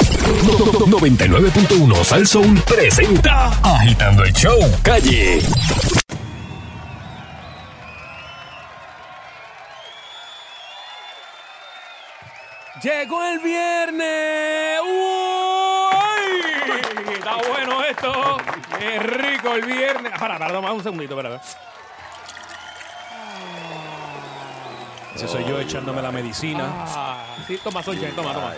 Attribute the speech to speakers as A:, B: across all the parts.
A: no, no, 99.1 Sal Soul presenta Agitando el Show Calle.
B: Llegó el viernes. ¡Uy! Está bueno esto. Qué rico el viernes. Ah, Ahora, perdón, más un segundito, espera.
C: Ese soy yo echándome la medicina.
B: Ah, sí, toma Sunshine, toma, toma.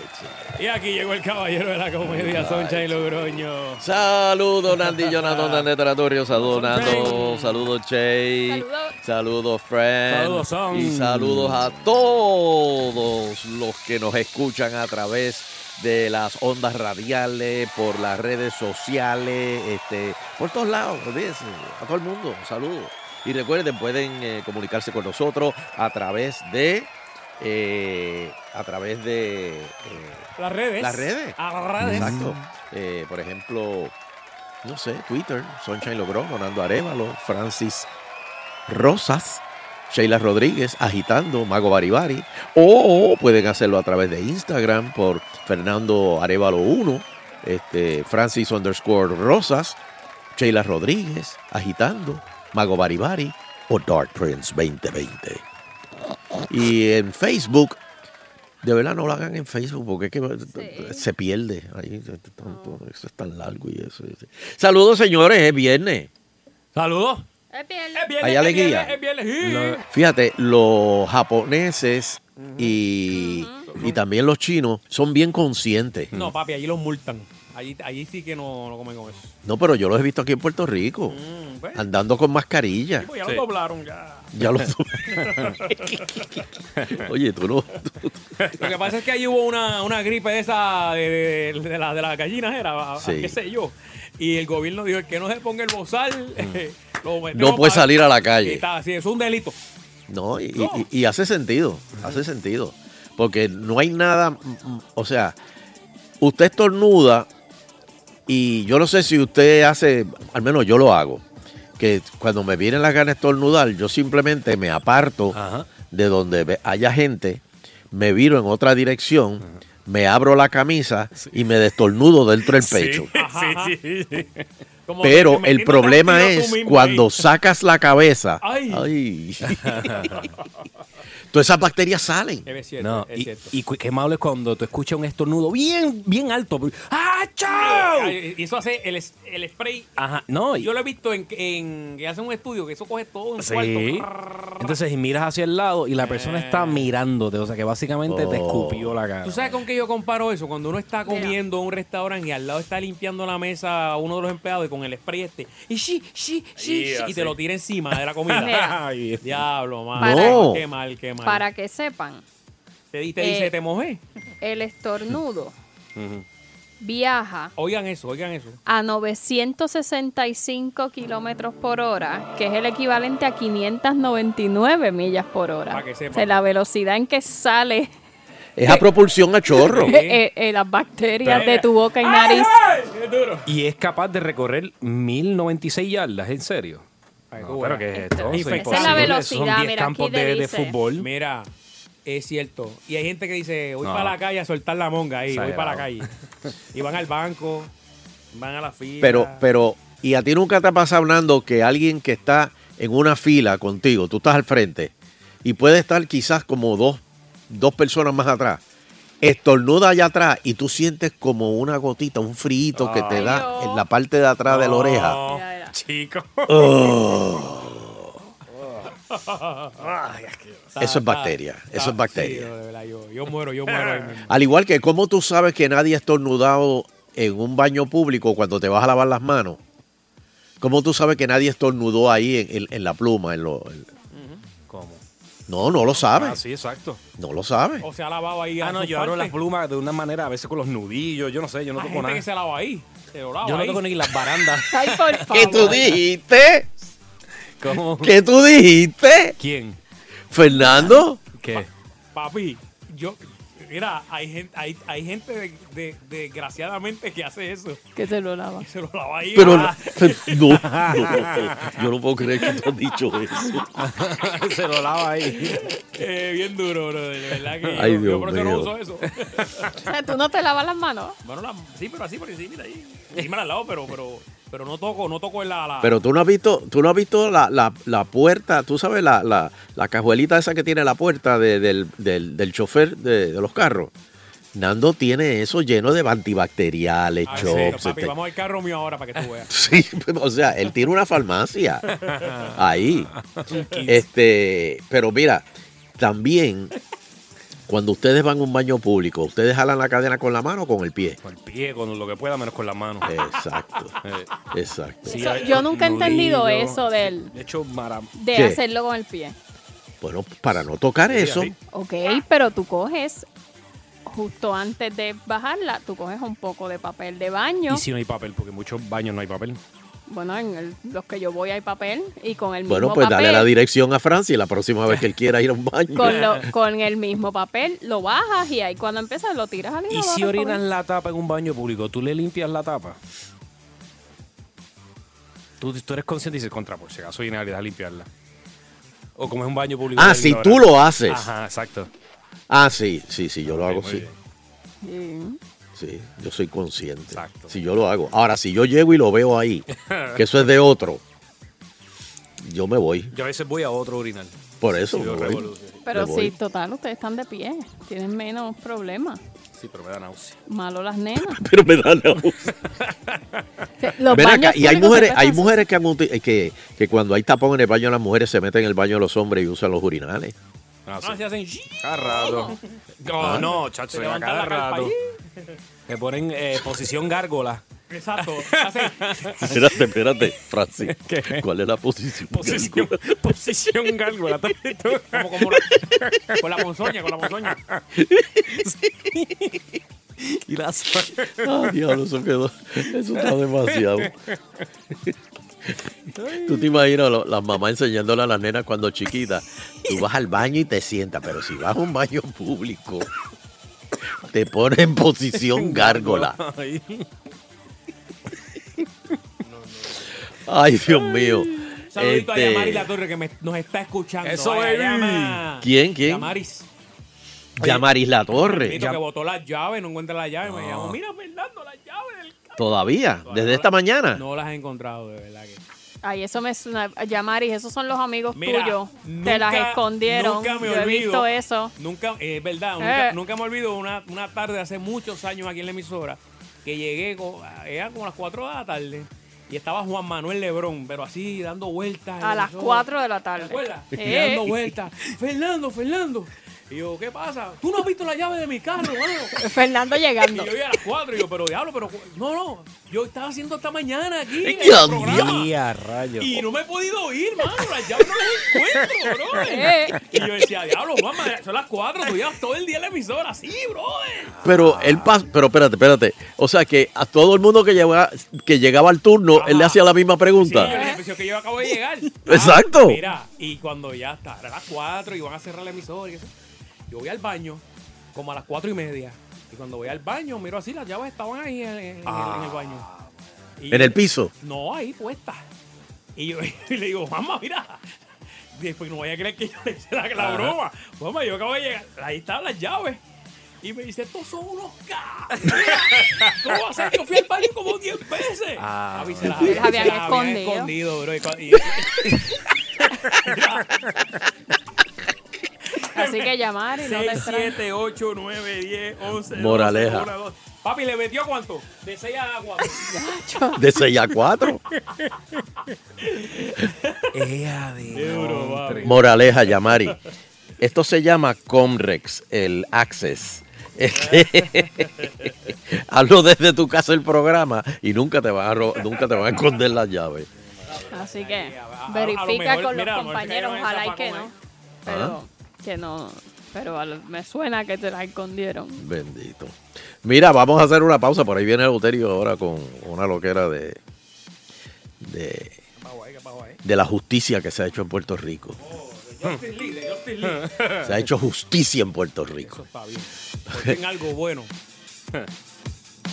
B: Y aquí llegó el caballero de la comedia, Sunshine Logroño.
D: Saludos, Nandi Jonathan de Territorio. Saludos, Nando. Saludos, Che.
E: Saludos.
D: Saludos, Fran.
C: Saludos, Son.
D: Y saludos a todos los que nos escuchan a través de las ondas radiales, por las redes sociales, este, por todos lados. olvídense, A todo el mundo. Saludos. Y recuerden, pueden eh, comunicarse con nosotros a través de. eh, a través de. eh,
B: Las redes.
D: Las redes.
B: A las redes.
D: Exacto. Eh, por ejemplo, no sé, Twitter, Sunshine Logrón, Donando Arevalo, Francis Rosas, Sheila Rodríguez, Agitando, Mago Baribari. O pueden hacerlo a través de Instagram por Fernando Arevalo 1, este, Francis underscore Rosas, Sheila Rodríguez, Agitando, Mago Baribari o Dark Prince 2020. Y en Facebook, de verdad no lo hagan en Facebook porque es que eh,
E: Sí.
D: se pierde. Ahí, t- t- tanto, eso es tan largo y eso. y eso. Saludos, señores, es viernes.
C: Saludos.
E: Es bien.
B: Es viernes,
D: Hay
B: es
D: alegría.
B: viernes, Es viernes. Sí.
C: Lo-
D: Fíjate, los japoneses y, y también los chinos son bien conscientes.
B: No, papi, allí los multan. Allí, allí sí que no, no comen con eso.
D: No, pero yo los he visto aquí en Puerto Rico,
B: Mm, pues,
D: andando con mascarilla.
B: sí, pues ya
C: Sí.
B: lo doblaron ya.
D: Ya lo tuve. Oye, tú no. tú-
B: Lo que pasa es que allí hubo una, una gripe de esa de, de, de la- de las gallinas, era, a-
D: Sí.
B: qué sé yo. Y el gobierno dijo, el que no se ponga el bozal, eh, lo metemos
D: Mm. no puedes
B: para-
D: salir a la
B: Y
D: calle.
B: está así, es un delito.
D: No, y, y-
B: No.
D: y- y hace sentido, hace sentido. Porque no hay nada, mm, mm, o sea, usted estornuda y yo no sé si usted hace, al menos yo lo hago, que cuando me vienen las ganas de estornudar, yo simplemente me aparto
C: Ajá.
D: de donde ve- haya gente, me viro en otra dirección, me abro la camisa y me destornudo dentro del pecho.
B: Ajá,
C: Sí, sí, sí.
B: Como que
D: Pero
B: metiéndote
D: el problema
B: al tiro
D: es
B: tú mismo
D: cuando
B: ahí.
D: sacas la cabeza.
B: Ay.
D: Ay. Todas esas bacterias salen.
B: Es cierto,
C: No,
B: es
C: y,
B: cierto.
C: y cu- qué malo es cuando tú escuchas un estornudo bien, bien alto. ¡Ah, chao!
B: Ay, Y eh, eso hace el, es- el spray.
C: Ajá, no. y-
B: Yo lo he visto en, en que hacen un estudio que eso coge todo un
C: Sí.
B: cuarto.
C: Entonces, y miras hacia el lado y la persona está mirándote. O sea, que básicamente te
D: Oh.
C: escupió la cara.
B: ¿Tú sabes con qué yo comparo eso? Cuando uno está comiendo en un restaurante y al lado está limpiando la mesa uno de los empleados y con el spray este. Y sí, sí, sí,
C: Y
B: sí, y
C: así.
B: te lo tira encima de la comida.
E: Mira.
C: Ay, Dios.
B: Diablo,
E: Para-
B: mano.
D: No.
B: Qué mal, qué mal.
E: Para que sepan,
B: Te, di- te dice,
E: Eh.
B: te mojé.
E: el estornudo viaja
B: Oigan eso, oigan eso.
E: a 965 kilómetros por hora, que es el equivalente a 599 millas por hora.
B: Pa' que sepan.
E: O sea, la velocidad en que sale
D: Es a propulsión a chorro.
B: Sí.
E: eh, eh, las bacterias de tu boca y nariz.
B: ¡Ay, ay! ¡Qué duro!
C: Y es capaz de recorrer 1096 yardas, ¿en serio?
B: Ay,
C: No,
B: tú,
C: pero
B: bueno.
C: ¿qué es
E: Esto
C: esto?
E: es
B: imposible.
C: Eso
B: Esa es la
C: Son
E: velocidad,
C: 10
E: mira,
C: campos
E: aquí te
C: de, de
E: dice.
C: fútbol.
B: Mira, es cierto. Y hay gente que dice, voy
C: No.
B: para la calle a soltar la monga ahí, voy para la calle.
C: Exagerado.
B: Y van al banco, van a la fila.
D: Pero, pero, y a ti nunca te ha pasado, Nando, que alguien que está en una fila contigo, tú estás al frente, y puede estar quizás como dos, dos personas más atrás, estornuda allá atrás y tú sientes como una gotita, un frío que te
E: Ay,
D: da
E: no.
D: en la parte de atrás de la oreja.
B: No,
E: Mira, mira.
B: Chico.
D: Eso es bacteria, eso es
B: Sí,
D: bacteria.
B: no, de verdad, yo, yo muero, yo muero. ahí mismo.
D: Al igual que cómo tú sabes que nadie ha estornudado en un baño público cuando te vas a lavar las manos. ¿Cómo tú sabes que nadie estornudó ahí en, en- en la pluma? En lo, en-
C: ¿Cómo?
D: No, no lo
C: Ah,
D: sabes.
C: sí, exacto.
D: No lo sabes.
B: O se ha lavado ahí.
C: Ah,
B: a
C: no,
B: sus
C: yo abro las
B: partes.
C: plumas de una manera, a veces con los nudillos, yo no sé, yo no
B: Hay
C: toco
B: gente
C: nada.
B: que se lava ahí. Se lo lava
C: Yo no
B: ahí.
C: toco ni las barandas.
E: Ay, por
D: ¿Qué
E: favor.
D: tú dijiste?
C: ¿Cómo?
D: ¿Qué tú dijiste?
C: ¿Quién?
D: ¿Fernando?
C: ¿Qué?
B: Papi, yo. Mira, hay gente, hay, hay gente de- de- desgraciadamente que hace eso.
E: Que se lo lava.
B: Y se lo lava ahí.
D: Pero
B: ah,
D: no, no, yo no puedo creer que tú has dicho eso.
C: Se lo lava ahí.
B: eh, bien duro, bro. De verdad que
D: Ay,
B: yo, yo
D: Dios
B: por eso no
D: mío.
B: uso eso.
E: O sea, tú no te lavas las manos.
B: bueno, la- sí, pero así por encima, ahí. Encima al lado, pero, pero, pero no toco, no toco en la. la-
D: Pero tú no has visto, tú no has visto la, la- la puerta, tú sabes, la, la, la cajuelita esa que tiene la puerta de- del, del- del chofer de, de los carros. Nando tiene eso lleno de antibacteriales,
B: Ah, sí,
D: chops.
B: papi,
D: este-
B: vamos al carro mío ahora para que tú veas.
D: Sí, o sea, él tiene una farmacia ahí. Este, pero mira, también cuando ustedes van a un baño público, ustedes jalan la cadena con la mano o con el pie.
F: Con el pie, con lo que pueda, menos con las manos. Eh.
D: Exacto, exacto.
E: Eso- yo nunca he entendido eso de él.
F: De hecho, mara-
E: De
D: ¿Qué?
E: hacerlo con el pie.
D: Bueno, para no tocar eso,
F: sí.
E: Ok, pero tú coges, justo antes de bajarla, tú coges un poco de papel de baño.
F: Y si no hay papel, porque en muchos baños no hay papel.
E: Bueno, en el- los que yo voy hay papel y con el mismo
D: bueno, pues
E: papel.
D: dale la dirección a Francia y la próxima vez que él quiera ir a un baño.
E: con, lo- con el mismo papel lo bajas y ahí cuando empiezas lo tiras al
F: Y
E: inodoro,
F: si
E: pobre.
F: orinas la tapa en un baño público, tú le limpias la tapa. Tú, tú eres consciente y dices contra, por si acaso viene alguien a limpiarla. O como es un baño público.
D: Ah,
F: eres
D: si
F: ignorante.
D: tú lo haces.
F: Ajá, exacto.
D: Ah, sí, sí, sí, yo lo hago,
F: muy
D: sí.
F: bien.
E: Sí.
D: Sí, yo soy consciente.
F: Exacto.
D: Si yo lo hago. Ahora, si yo llego y lo veo ahí, que eso es de otro, yo me voy.
F: Yo a veces voy a otro orinal.
D: Por eso.
F: Sí,
D: me
F: yo
D: voy.
F: revolución.
E: Pero
D: Me
E: sí,
D: voy.
E: total, ustedes están de pie. Tienen menos problemas.
F: Sí, pero me da náusea.
E: Malo las nenas.
D: Pero me da la
E: Los
D: Ven
E: baños
D: acá, y hay
E: públicos
D: mujeres,
E: siempre
D: hay
E: están-
D: mujeres que, han uti- que, que cuando hay tapón en el baño, las mujeres se meten en el baño de los hombres y usan los urinales.
F: No,
B: Ah, se hacen. "Shh".
F: rato. No, no, chacho,
B: Te
F: a
B: levantan
F: cada
B: la calpa
F: rato.
B: ahí.
F: Te ponen eh, posición gárgola.
B: Exacto. Hacen,
D: Espérate, espérate, Francis. ¿Cuál es la posición?
F: Posición, posición gárgola. ¿Te has visto?
B: como, como la- con la ponzoña, con la ponzoña.
F: Y las-
D: Ah, diablo, eso quedó. Eso está demasiado. Tú te imaginas lo- las mamás enseñándole a las nenas cuando chiquitas. Tú vas al baño y te sientas, pero si vas a un baño público, te pones en posición gárgola.
F: Ay.
D: Ay, Dios mío.
B: Saludito a
D: Este,
B: Yamari La Torre que me- nos está escuchando.
F: Eso,
B: Vaya,
F: baby.
B: llama.
D: ¿Quién, quién?
B: Yamaris.
D: Yamaris La Torre.
B: Tito que botó las llaves, no encuentra las llaves. Me llamó, mira, Fernando, las llaves del carro.
D: Todavía, desde esta mañana.
B: pues, No las he encontrado, de verdad que.
E: Ay, eso me suena. Yamaris, esos son los amigos
B: Mira,
E: tuyos.
B: nunca-
E: Te las escondieron.
B: Nunca me
E: Yo
B: olvido.
E: he visto eso.
B: Nunca, eh, es verdad, nunca,
E: Eh.
B: nunca me olvido una, una tarde hace muchos años aquí en la emisora que llegué, co- eran como las 4 de la tarde y estaba Juan Manuel Lebrón, pero así dando vueltas. en
E: A
B: la
E: las
B: emisora.
E: 4 de la
B: ¿Te
E: tarde.
B: acuerdas?
E: Eh,
B: Y dando vueltas. Fernando, Fernando. Y yo, ¿qué pasa? Tú no has visto la llave de mi carro, mano.
E: Fernando llegando.
B: Y yo iba a las 4 y yo, pero diablo, pero. cu- No, no. Yo estaba haciendo esta mañana aquí. en
D: Ya,
B: el programa.
F: Ya, rayo.
B: Y no me he podido ir, mano. Las llaves no las encuentro, bro.
E: Eh.
B: Y yo decía, diablo, mamá, son las 4, tú llevas todo el día en la emisora. Sí, brother.
D: Pero él pas- pero espérate, espérate. O sea que a todo el mundo que llegaba, que llegaba al turno, él le hacía la misma
B: Sí, yo le
D: pregunta.
B: dije, "Pues, que yo acabo de llegar.
D: Exacto.
B: Mira, y cuando ya está, era las 4 y van a cerrar la emisora y eso, yo voy al baño como a las 4 y media. Y cuando voy al baño, miro así, las llaves estaban ahí en, en- en el- en
D: Ah.
B: el baño. Y-
D: En el piso.
B: No, ahí puesta. Y yo y le digo, mamá, mira. Después no vaya a creer que yo le hice la, la broma. Mamá, yo acabo de llegar. Ahí estaban las llaves. Y me dice, estos son unos cabros. ¿Cómo va a ser? Yo fui al baño como 10 veces.
F: Ah,
B: Papi, se
E: Las
B: las
E: habían
B: se las habían
E: escondido.
B: escondido, bro. Y cu- y-
E: Así que Yamaris, no te
B: 6,
E: extrañes.
B: 7, 8, 9, 10, 11.
D: Moraleja.
B: 12, 1, 2. Papi, ¿le metió cuánto? De 6 a 4.
D: De 6 a 4.
F: Ea de
B: Duro,
F: montre.
D: Moraleja, Yamari. Esto se llama Comrex, el Access. Este, Hazlo desde tu casa el programa y nunca te van a, ro- nunca te van a esconder las llaves.
E: Así que
B: a- a- a lo
E: verifica
B: mejor,
E: con
B: mira, a
E: los
B: lo mejor
E: compañeros,
B: se
E: ojalá y que
B: cayeron en
E: no.
D: zapacón,
E: Pero que no, pero a lo- me suena que te la escondieron.
D: Bendito. Mira, vamos a hacer una pausa. Por ahí viene Euterio ahora con una loquera de, de, de la justicia que se ha hecho en Puerto Rico.
B: Justin Lee, de Justin Lee.
D: Se ha hecho justicia en Puerto
B: Eso
D: Rico.
B: está bien. Por fin algo bueno.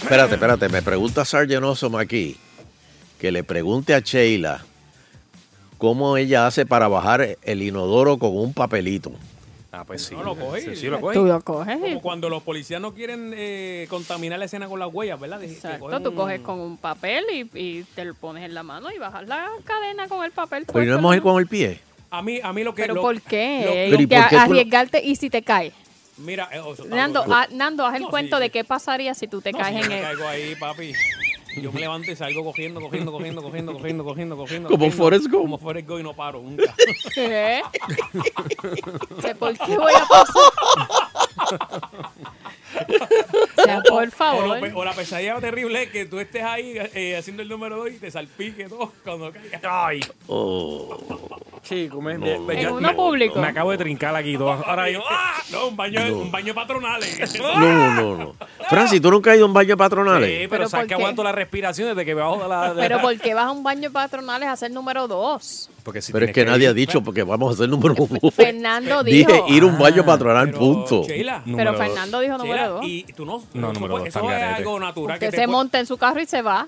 D: Espérate, espérate. Me pregunta Sargent Osom aquí que le pregunte a Sheila cómo ella hace para bajar el inodoro con un papelito.
F: Ah, pues sí.
B: No lo cogí.
F: Sí, sí, lo cogí.
E: Tú lo coges y
B: Como cuando los policías no quieren eh, contaminar la escena con las huellas, ¿verdad? De- que
E: Exacto,
B: cogen
E: tú
B: un-
E: coges con un papel y, y te lo pones en la mano y bajas la cadena con el papel.
D: Pero ¿y
E: puesto
D: no
E: en
D: hemos
E: la
D: ido con el pie.
B: A mí, a mí lo que...
E: ¿Pero
B: lo-
E: por qué?
B: lo-
E: Eh,
D: Pero ¿y
E: que
D: por qué tú lo-
E: arriesgarte y si te caes.
B: mira, eh, oh, eso está
E: Nando,
B: brutal.
E: ah, Nando, haz el
B: No,
E: cuento
B: sí,
E: de
B: sí.
E: qué pasaría si tú te
B: No,
E: caes
B: si yo
E: en
B: me
E: el...
B: caigo ahí, papi. Yo me levanto y salgo cogiendo, cogiendo, cogiendo, cogiendo, cogiendo, cogiendo, cogiendo.
D: Como
B: cogiendo.
D: Forrest Gump.
B: Como Forrest Gump y no paro nunca.
E: ¿Qué? O sea, ¿Por qué voy a pasar? O sea, por
B: O,
E: favor.
B: lo pe- pues, o la pesadilla terrible es que tú estés ahí eh, haciendo el número 2 y te salpique todo cuando caigas. Ay,
D: Oh,
F: Chico, me,
E: En
F: ya-
E: uno
F: me-
E: público.
F: me acabo de trincar aquí dos.
B: ahora yo, ¡ah! No, un baño, un baño patronal. eh.
D: no, no, no. Francis, ¿tú nunca has ido a un baño patronal?
F: Sí, pero
E: ¿Pero
F: sabes
E: por
F: que
E: qué?
F: aguanto la respiración desde que me bajo de la. de-
E: Pero ¿por qué vas a un baño patronal es hacer número dos?
F: Porque si
D: Pero es
F: tienes
D: que nadie
F: ir-
D: ha dicho porque vamos a hacer número uno.
E: Pues Fernando
D: Dije
E: dijo.
D: ir a un baño patronal,
B: Pero,
D: punto.
B: Sheila,
E: Pero
F: Ah, Número-
E: Fernando dijo número
B: Sheila,
E: dos.
B: y tú no.
F: No,
B: tú
F: número dos,
B: Eso
F: está
B: es
F: al garete.
B: algo natural.
E: Usted
B: que
E: se
B: te-
E: monta en su carro y se va.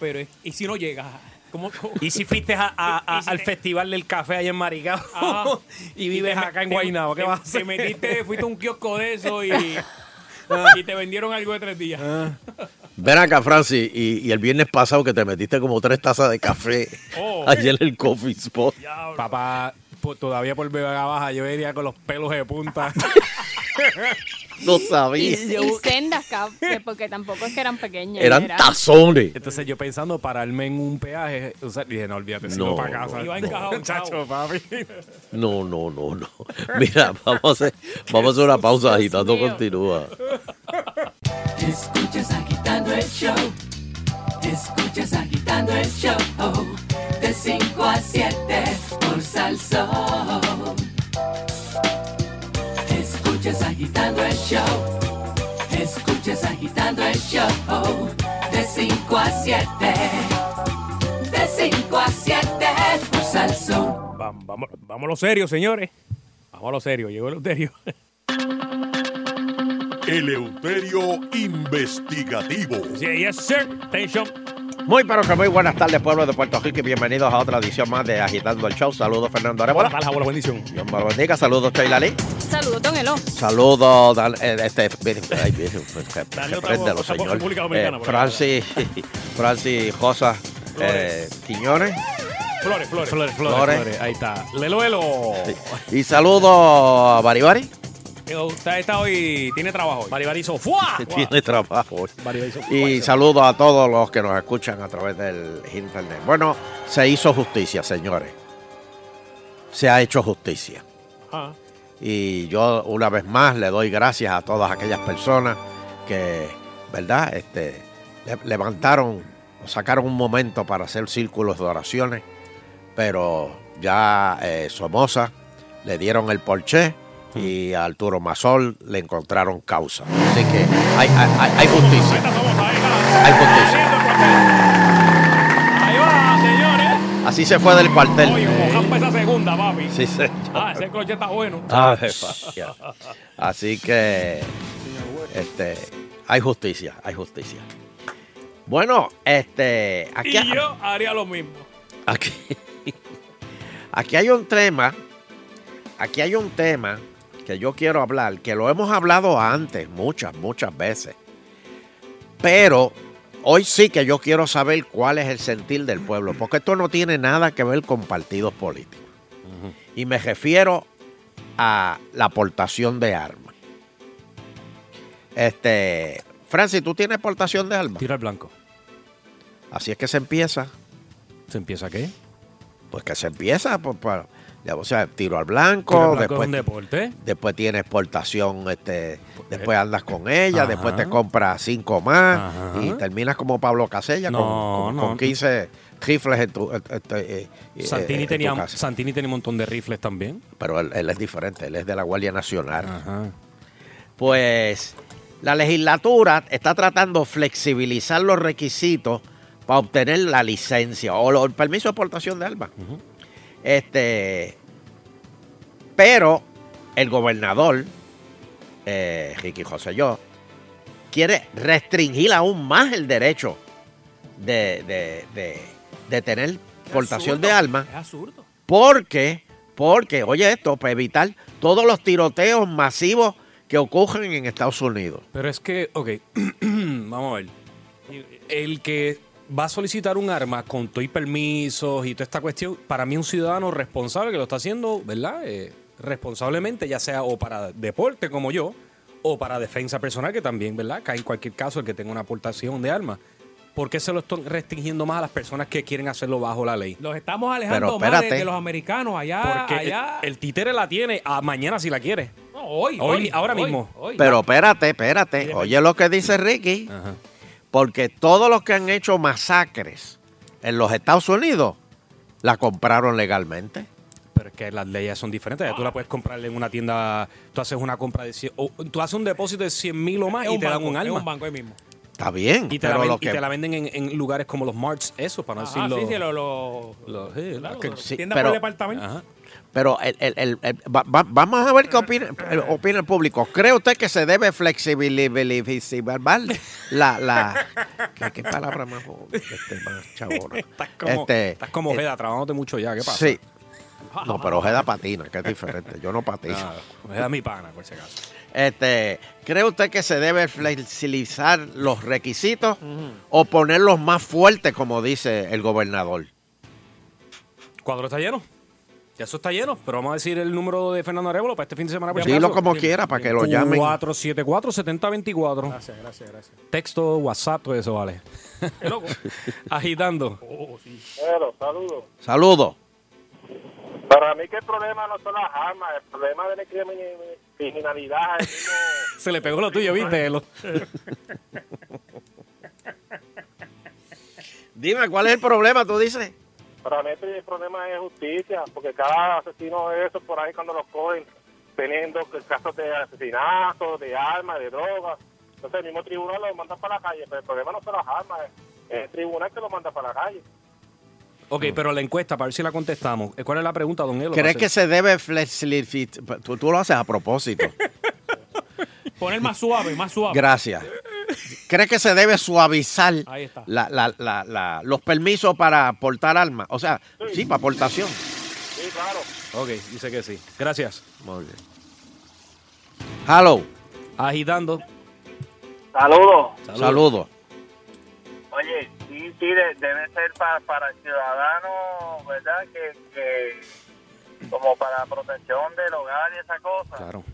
B: Pero, es- ¿y si no llegas? ¿Cómo? cómo?
F: ¿Y si fuiste a- a- a-
B: ¿Y si
F: al
B: te-
F: festival del café allá en Maricao
B: Ajá.
F: y vives
B: Ah, te me-
F: acá en
B: te-
F: Guaynabo? ¿Qué
B: te-
F: vas a hacer?
B: Te metiste, fuiste a un kiosco de eso y,
F: Ah.
B: y te vendieron algo de tres días.
D: Ven acá, Francis, y, y el viernes pasado que te metiste como tres tazas de café
B: Oh.
D: ayer en el coffee spot.
B: Diablo.
F: Papá, po- todavía por beber baja, yo iría con los pelos de punta.
D: No
E: Y,
D: sabía.
E: y sendas, cab- que- porque tampoco es que eran pequeñas.
D: Eran
E: era-
D: tazones.
F: Entonces yo pensando pararme en un peaje, o sea, dije, no olvídate, si
D: No,
F: no para casa.
B: Iba encajado,
F: Muchacho, papi. este".
D: No, no, no, no. Mira, vamos a hacer, vamos a hacer una pausa. Agitando
E: mío.
D: continúa.
G: Escuchas agitando el show. Escuchas agitando el show. De 5 a 7 por Salsón. Escuchas agitando el show. Escuchas agitando el show. De 5 a 7. De 5 a 7 por Salsón.
B: Vam- Vamos, vamos a lo serio, señores. Vamos a lo serio. Llegó el Euterio.
H: Eleuterio Investigativo.
B: Sí, yes, sir. Tension.
D: Muy pero que muy buenas tardes, pueblo de Puerto Rico, y bienvenidos a otra edición más de Agitando el Show. Saludos, Fernando Arevalo.
B: Mala bola, bendición.
D: Dios me lo bendiga. Saludos, Sheila Lee.
E: Saludos, Don Elo.
D: Saludos, Dan- eh, este, ven, ay, ven, pues, que-
B: Dale
D: que
B: otra
D: préndelo,
B: voz, otra voz,
D: señor.
B: República Dominicana,
D: Eh,
B: por ahí,
D: Francis, Francis Josa eh, Quiñones.
B: Flores, flores.
F: Flores, flores,
D: Flores.
F: flores, Ahí está. Lelo, Lelo.
D: Y saludos a Baribari.
B: Eh, Usted está hoy, tiene trabajo hoy.
F: Baribarizo, ¡fua!
D: que tiene trabajo. hoy. Y saludos a todos los que nos escuchan a través del internet. Bueno, se hizo justicia, señores. Se ha hecho justicia.
B: Ajá.
D: Y yo una vez más le doy gracias a todas aquellas personas que, ¿verdad? Este, le- levantaron o sacaron un momento para hacer círculos de oraciones, pero ya eh, Somoza le dieron el porché y a Arturo Masol le encontraron causa. Así que hay, hay- hay- hay justicia.
B: Ahorita somos ahí,
D: Hay justicia.
B: Ahí va, señores.
D: Así se fue del cuartel.
B: Oye, mojamos esa segunda, papi.
D: Sí, señor.
B: Ah, ese coche está bueno. Ah,
D: Ave María. Ah, Así que este, hay justicia, hay justicia. Bueno, este, aquí,
B: Y yo haría lo mismo.
D: aquí, aquí hay un tema, aquí hay un tema que yo quiero hablar, que lo hemos hablado antes muchas, muchas veces. Pero hoy sí que yo quiero saber cuál es el sentir del pueblo, porque esto no tiene nada que ver con partidos políticos. Y me refiero a la aportación de armas. Este, Francis, ¿tú tienes aportación de armas?
F: Tiro al blanco.
D: Así es que se empieza.
F: ¿Se empieza qué?
D: Pues que se empieza, por, por- ya, o sea, tiro al blanco,
F: Tiro al blanco es
D: después,
F: un deporte.
D: después tienes exportación, este, después andas con ella,
F: Ajá.
D: después te compras cinco más
F: Ajá.
D: y terminas como Pablo Casella con-
F: No,
D: con,
F: no.
D: con 15 rifles en tu, en- en- eh, eh, en
F: Santini,
D: tu
F: tenía,
D: casa.
F: Santini tenía un montón de rifles también.
D: Pero él, él es diferente, él es de la Guardia Nacional.
F: Ajá.
D: Pues la legislatura está tratando de flexibilizar los requisitos para obtener la licencia o lo- el permiso de exportación de armas. Este, Pero el gobernador, eh, Ricky José Yo, quiere restringir aún más el derecho de, de- de- de tener portación de
B: alma.
D: armas
B: Es absurdo.
D: porque, porque, oye esto, para evitar todos los tiroteos masivos que ocurren en Estados Unidos.
F: Pero es que, ok, vamos a ver. El que va a solicitar un arma con todo y permisos y toda esta cuestión, para mí un ciudadano responsable que lo está haciendo, ¿verdad? Eh, responsablemente, ya sea o para deporte como yo, o para defensa personal, que también, ¿verdad? Cae en cualquier caso el que tenga una aportación de arma. ¿Por qué se lo están restringiendo más a las personas que quieren hacerlo bajo la ley?
B: Los estamos
D: Pero
B: alejando más de,
D: espérate.
B: de los americanos allá,
F: Porque el-
B: allá.
F: el, títere la tiene a mañana si la quiere.
B: No, hoy,
F: hoy,
B: hoy,
F: ahora
B: hoy,
F: mismo.
B: hoy.
D: Pero espérate, espérate. Oye lo que dice Ricky. Porque todos los que han hecho masacres en los Estados Unidos la compraron legalmente.
F: Pero es que las leyes son diferentes. Ya tú la puedes comprar en una tienda. Tú haces una compra de 100. o tú haces un depósito de 100 mil o más
B: Es
F: y te dan
B: banco,
F: un
B: Es
F: arma.
B: un banco ahí mismo.
D: Está bien.
F: y, te la
D: pero
F: ven-
D: lo
F: y te
D: que-
F: la venden en, en lugares como los marts, eso, para no
B: Ajá, sí, sí,
F: decirlo.
B: lo, lo,
F: lo- sí,
B: claro,
F: lo que-
B: lo-
D: sí,
B: tienda
D: pero-
B: por el departamento.
F: Ajá.
D: Pero el- el- el- el- va- va- vamos a ver qué opina, eh, opina el público. ¿Cree usted que se debe flexibilizar la... la ¿qué, qué palabra más, jo- este, más chabona?
F: Estás como,
D: Este,
F: estás como
D: eh,
F: Ojeda, trabajándote mucho ya. ¿Qué pasa?
D: Sí. No, pero Ojeda patina, que es diferente. Yo no patino.
F: Ah, Ojeda es mi pana, por si acaso.
D: Este, ¿Cree usted que se debe flexibilizar los requisitos o ponerlos más fuertes, como dice el gobernador?
F: Cuadro está lleno. Ya eso está lleno. Pero vamos a decir el número de Fernando Arevalo para este fin de semana. por si
D: Dilo
F: acaso.
D: como quiera para que lo llamen.
F: 474-7024. Gracias, gracias, gracias. Texto, WhatsApp, todo eso vale.
B: Qué loco.
F: Agitando.
B: Oh, sí.
I: Pero, saludos.
D: Saludos.
I: Para mí que el problema no son las armas, el problema de la crimin- criminalidad es mismo-
F: Se le pegó lo tuyo, ¿viste? Lo-
D: Dime, ¿cuál es el problema, tú dices?
I: Para mí el problema es justicia, porque cada asesino de esos por ahí cuando los cogen, teniendo casos de asesinato, de armas, de drogas, entonces el mismo tribunal los manda para la calle, pero el problema no son las armas, es el tribunal que los manda para la calle.
F: Ok, pero la encuesta, para ver si la contestamos. Eh, ¿Cuál es la pregunta, don Elo?
D: ¿Crees que
F: Para hacer-
D: se debe flexibilizar? Tú, tú lo haces a propósito.
B: Poner más suave, más suave.
D: Gracias. ¿Crees que se debe suavizar
B: Ahí está.
D: la- la- la- la- los permisos para portar armas? O sea, sí, para portación.
I: Sí, claro.
F: Ok, dice que sí. Gracias.
D: Muy bien. Hello,
F: Agitando.
I: Saludos.
F: Saludos.
D: saludos.
I: Oye, sí, sí, de- debe ser pa- para el ciudadano, ¿verdad? Que, que como para protección del hogar y esa cosa.
F: Claro.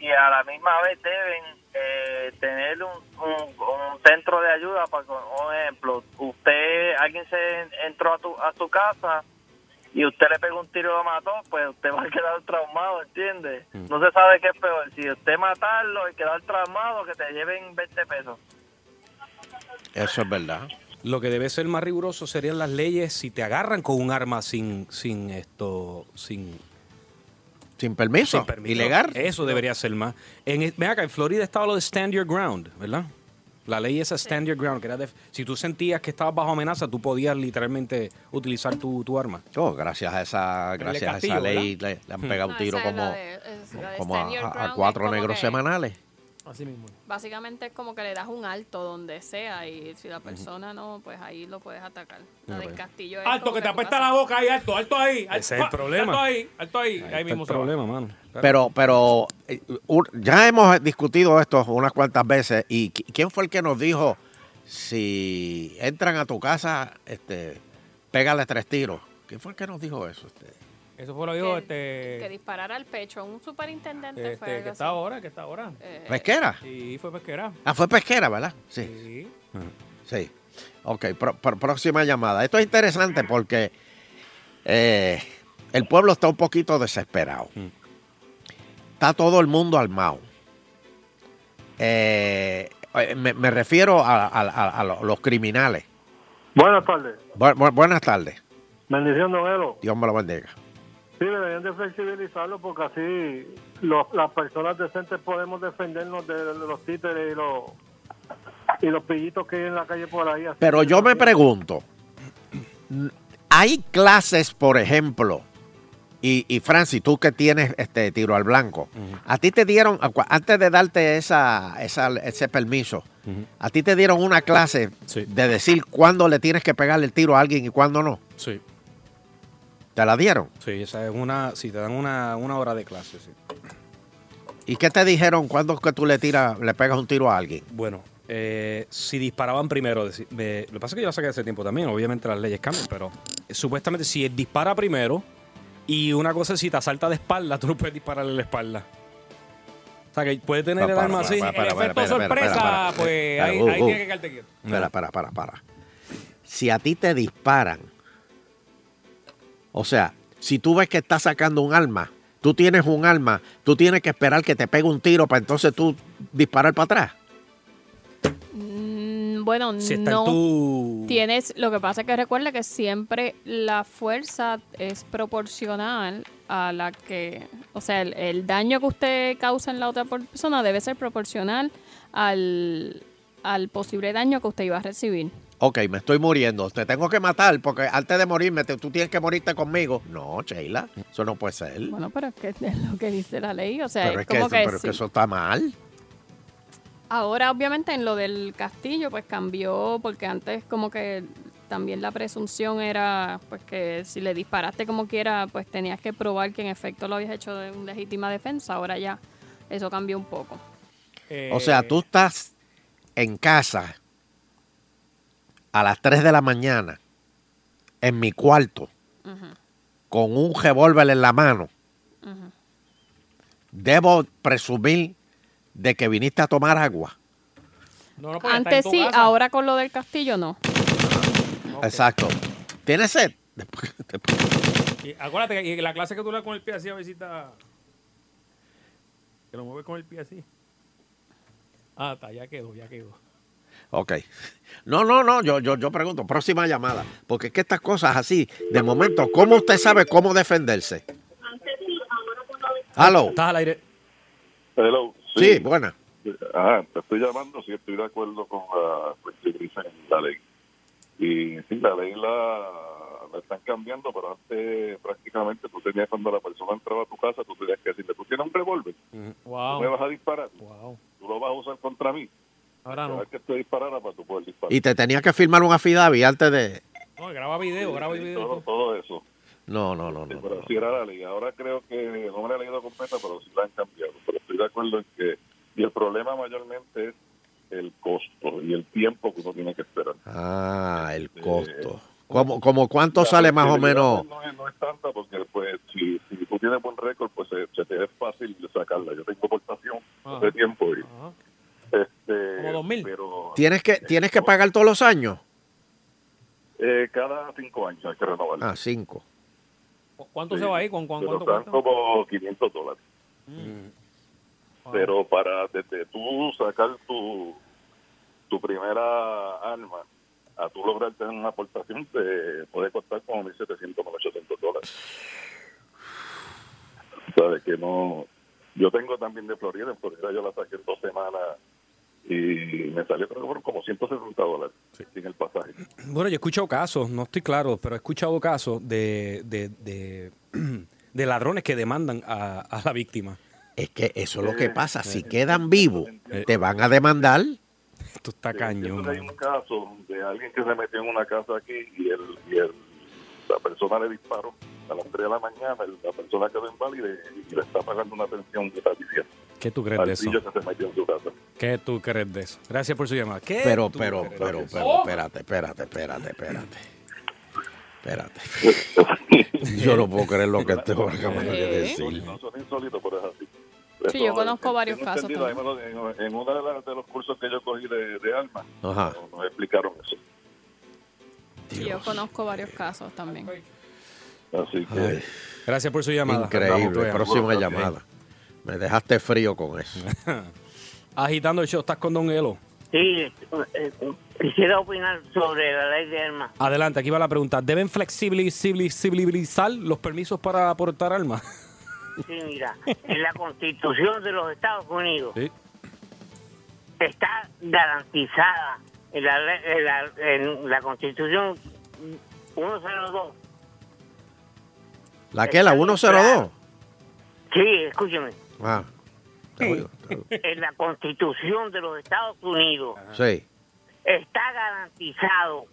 I: Y a la misma vez deben eh, tener un, un- un centro de ayuda. Para, con- un ejemplo, usted, alguien se en- entró a tu, a tu casa y usted le pegó un tiro y lo mató, pues usted va a quedar traumado, ¿entiendes? No se sabe qué es peor, si usted matarlo y quedar traumado, que te lleven 20 pesos.
D: Eso es verdad.
F: Lo que debe ser más riguroso serían las leyes si te agarran con un arma sin, sin esto, sin,
D: Sin permiso,
F: sin permiso.
D: ilegal.
F: Eso debería ser más. En, e, ven acá, en Florida estaba lo de Stand Your Ground, ¿verdad? La ley esa Stand Your Ground, que era de- si tú sentías que estabas bajo amenaza, tú podías literalmente utilizar tu, tu arma.
D: Oh, gracias a esa, gracias a esa
B: Castillo, Hmm.
D: ley le, le han pegado un
E: No,
D: tiro
E: esa es la
D: como,
E: de- es la de
D: como
E: Stand Your
D: a- a,
E: Ground,
D: cuatro
E: es como
D: negros
E: que-
D: semanales.
B: Así mismo.
E: Básicamente es como que le das un alto donde sea y si la persona no, pues ahí lo puedes atacar. La del castillo es
B: Alto,
E: como
B: que te
E: tú
B: apesta
E: pasas-
B: la boca ahí, alto, alto ahí. alto,
F: Ese es el
B: ah,
F: problema.
B: Alto ahí, alto ahí. Ahí,
F: Ahí está
B: mismo
F: el
B: se va.
F: problema, mano. Claro.
D: Pero, pero eh, un- ya hemos discutido esto unas cuantas veces. ¿Y qui- quién fue el que nos dijo si entran a tu casa, este, pégale tres tiros? ¿Quién fue el que nos dijo eso? este?
B: Eso fue lo que
E: Que,
B: dijo
E: que
B: este,
E: disparara al pecho. Un superintendente fue
B: este,
E: algo
B: que
E: así.
B: está ahora, que está ahora.
E: Eh,
D: ¿Pesquera?
B: Sí, fue pesquera.
D: Ah, fue pesquera, ¿verdad? Sí,
B: Sí.
D: sí. Ok, pro- pro- próxima llamada. Esto es interesante porque eh, el pueblo está un poquito desesperado. Está todo el mundo armado. Eh, eh, me, me refiero a- a- a- a lo- los criminales.
I: Buenas tardes. Oh.
D: Bu- bu- buenas tardes.
I: Bendición, Noelo.
D: Dios me lo bendiga.
I: Sí, deberían de flexibilizarlo porque así los- las personas decentes podemos defendernos de, de los títeres y los y los pillitos que hay en la calle por ahí. así
D: Pero
I: que-
D: yo me pregunto, ¿hay clases, por ejemplo, Y, y Francis, tú que tienes este tiro al blanco, a ti te dieron, a cua- antes de darte esa, esa- ese permiso, a ti te dieron una clase
F: Sí.
D: de decir cuándo le tienes que pegarle el tiro a alguien y cuándo no.
F: Sí,
D: ¿Te la dieron?
F: sí, esa es una. Si te dan una, una hora de clase, sí.
D: ¿Y qué te dijeron cuando es que tú le tiras, le pegas un tiro a alguien?
F: Bueno, eh, si disparaban primero, deci- de- lo que pasa es que yo la saqué hace tiempo también, obviamente las leyes cambian, pero eh, supuestamente si él dispara primero y una cosa es si te asalta de espalda, tú no puedes dispararle la espalda. O sea, que puede tener el arma así.
B: para, para, efecto sorpresa,
D: Eh,
B: pues, ahí- ahí tiene que quedarte quieto.
D: uh, Espera, para, para, para. Si a ti te disparan, o sea, si tú ves que estás sacando un arma, tú tienes un arma, tú tienes que esperar que te pegue un tiro para entonces tú disparar para atrás.
E: Mm, Bueno,
D: Si está en
E: no.
D: tu-
E: Tienes, lo que pasa es que recuerda que siempre la fuerza es proporcional a la que, o sea, el, el daño que usted causa en la otra por- persona debe ser proporcional al, al posible daño que usted iba a recibir.
D: Ok, me estoy muriendo, te tengo que matar porque antes de morirme te- tú tienes que morirte conmigo. No, Sheila, eso no puede ser.
E: Bueno, pero es que es lo que dice la ley, o sea, es
D: pero es que,
E: como
D: eso,
E: que,
D: pero es que
E: sí.
D: eso está mal.
E: Ahora, obviamente, en lo del castillo, pues cambió, porque antes como que también la presunción era, pues que si le disparaste como quiera, pues tenías que probar que en efecto lo habías hecho de una legítima defensa. Ahora ya eso cambió un poco.
B: Eh,
D: O sea, tú estás en casa a las 3 de la mañana, en mi cuarto, con un revólver en la mano. Debo presumir de que viniste a tomar agua.
B: No, no, porque está en
E: Antes
B: tu
E: sí,
B: casa.
E: ahora con lo del castillo no.
D: Exacto. ¿Tienes sed?
B: Y acuérdate que y la clase que tú le das con el pie así a veces está- Que lo mueves con el pie así. Ah, está, ya quedó, ya quedó.
D: Ok. No, no, no, yo, yo, yo pregunto, próxima llamada. Porque es que estas cosas así, de momento, ¿cómo usted sabe cómo defenderse? Aló.
F: Estás al aire.
J: Hello.
D: Sí, buena.
J: Ajá, te estoy llamando si estoy de acuerdo con la, pues, que dicen la ley. Y sí, la ley la, la están cambiando, pero antes prácticamente tú tenías cuando la persona entraba a tu casa, tú tenías que decirle, tú tienes un revólver, tú me vas a disparar, tú lo vas a usar contra mí.
B: Ahora
J: no. que te disparara para tú poder disparar.
D: Y te tenía que firmar un affidavit antes de...
B: No, graba video, graba video.
J: Todo, todo eso.
D: No, no, no, no.
J: Pero sí era la ley. Ahora creo que no me la he leído completa, pero sí la han cambiado. Pero estoy de acuerdo en que... Y el problema mayormente es el costo y el tiempo que uno tiene que esperar.
D: Ah, el costo. ¿Cómo, como cuánto sale más o menos?
J: No es, no es tanta porque pues si, si tú tienes buen récord pues se, se te es fácil sacarla. Yo tengo portación hace tiempo y este pero
D: ¿Tienes que, ¿Tienes que pagar todos los años?
J: eh, cada cinco años hay que renovarla.
D: Ah, cinco.
B: ¿Cuánto se va ahí? ¿Con, con,
J: Pero
B: cuánto
J: están
B: cuesta?
J: como 500 dólares.
F: Mm.
J: Pero para desde tú sacar tu tu primera arma a tú lograr tener una aportación te puede costar como 1.700, 1.800 dólares. Sabes que no... Yo tengo también de Florida, en Florida yo la saqué en dos semanas y me salió creo que fueron como 160 dólares sin el pasaje.
F: Bueno, yo he escuchado casos, no estoy claro, pero he escuchado casos de, de, de, de ladrones que demandan a, a la víctima.
D: Es que eso es lo que pasa. Si quedan vivos, te van a demandar.
F: Eh, Esto está cañón.
J: Entonces hay un caso de alguien que se metió en una casa aquí y, el, y el- la persona le disparó a las 3 de la mañana, el- la persona quedó inválida y, y le está pagando una pensión de policía
F: ¿Qué tú crees
J: al
F: de eso?
J: pillo que se metió en su casa.
F: ¿Qué tú crees de eso? Gracias por su llamada. ¿Qué
D: Pero,
F: tú
J: Oh.
D: pero,
F: crees de
D: pero,
F: eso?
D: pero, espérate, espérate, espérate, espérate. Espérate. Yo no puedo creer lo que te voy a acabar de decir.
J: No son insólitos, pero es así.
E: Sí, yo conozco
J: tengo
E: varios casos
J: entendido, además, En, en uno de, las- de los cursos que yo cogí de, de alma,
D: Ajá.
J: nos explicaron eso.
E: Sí, yo conozco varios casos también.
J: Así que.
F: Gracias por su llamada.
D: Increíble.
F: Andamos,
D: Próxima
F: ok.
D: llamada. Me dejaste frío con eso.
F: Agitando el show, estás con Don Elo.
K: Sí, eh, quisiera opinar sobre la ley de armas.
F: Adelante, aquí va la pregunta. ¿Deben flexibilizar los permisos para aportar armas?
K: Sí, mira, en la Constitución de los Estados Unidos
F: Sí.
K: está garantizada en la, le- en la- en la Constitución 102
D: ¿La que ¿La 102?
K: Sí, escúcheme.
D: Ah, te oigo.
K: En la Constitución de los Estados Unidos
D: Sí.
K: está garantizado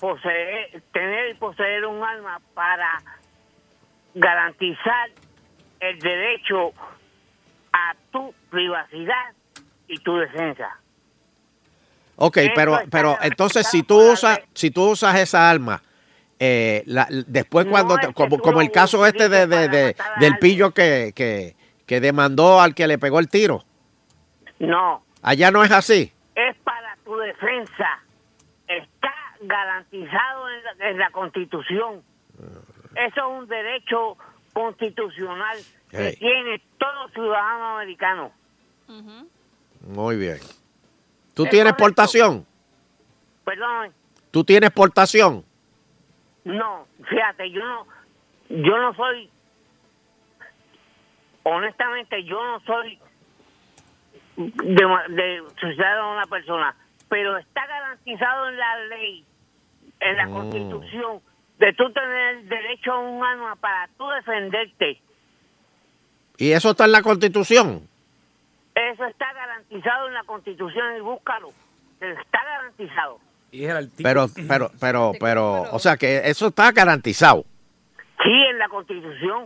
K: poseer, tener y poseer un arma para garantizar el derecho a tu privacidad y tu defensa.
D: Ok,
K: Eso
D: pero,
K: está
D: pero
K: garantizado
D: entonces si tú usas, si tú usas esa arma, eh, la- después cuando, te- como, como el caso este de, de- de- del pillo que, que, que demandó al que le pegó el tiro,
K: No,
D: allá no es así.
K: es para tu defensa. Está garantizado en la, en la Constitución. Eso es un derecho constitucional que
D: Hey.
K: tiene todo ciudadano americano.
D: Muy bien. ¿Tú
K: Es
D: tienes
K: correcto.
D: portación?
K: Perdón,
D: ¿Tú tienes portación?
K: no, fíjate, yo no, yo no soy, honestamente, yo no soy de, ma- de suicidar a una persona, pero está garantizado en la ley, en
D: Oh.
K: la Constitución, de tú tener el derecho a un arma para tú defenderte.
D: ¿Y eso está en la Constitución?
K: Eso está garantizado en la Constitución y búscalo. Está garantizado.
D: Pero, pero, pero, pero, o sea que eso está garantizado.
K: Sí, en la Constitución.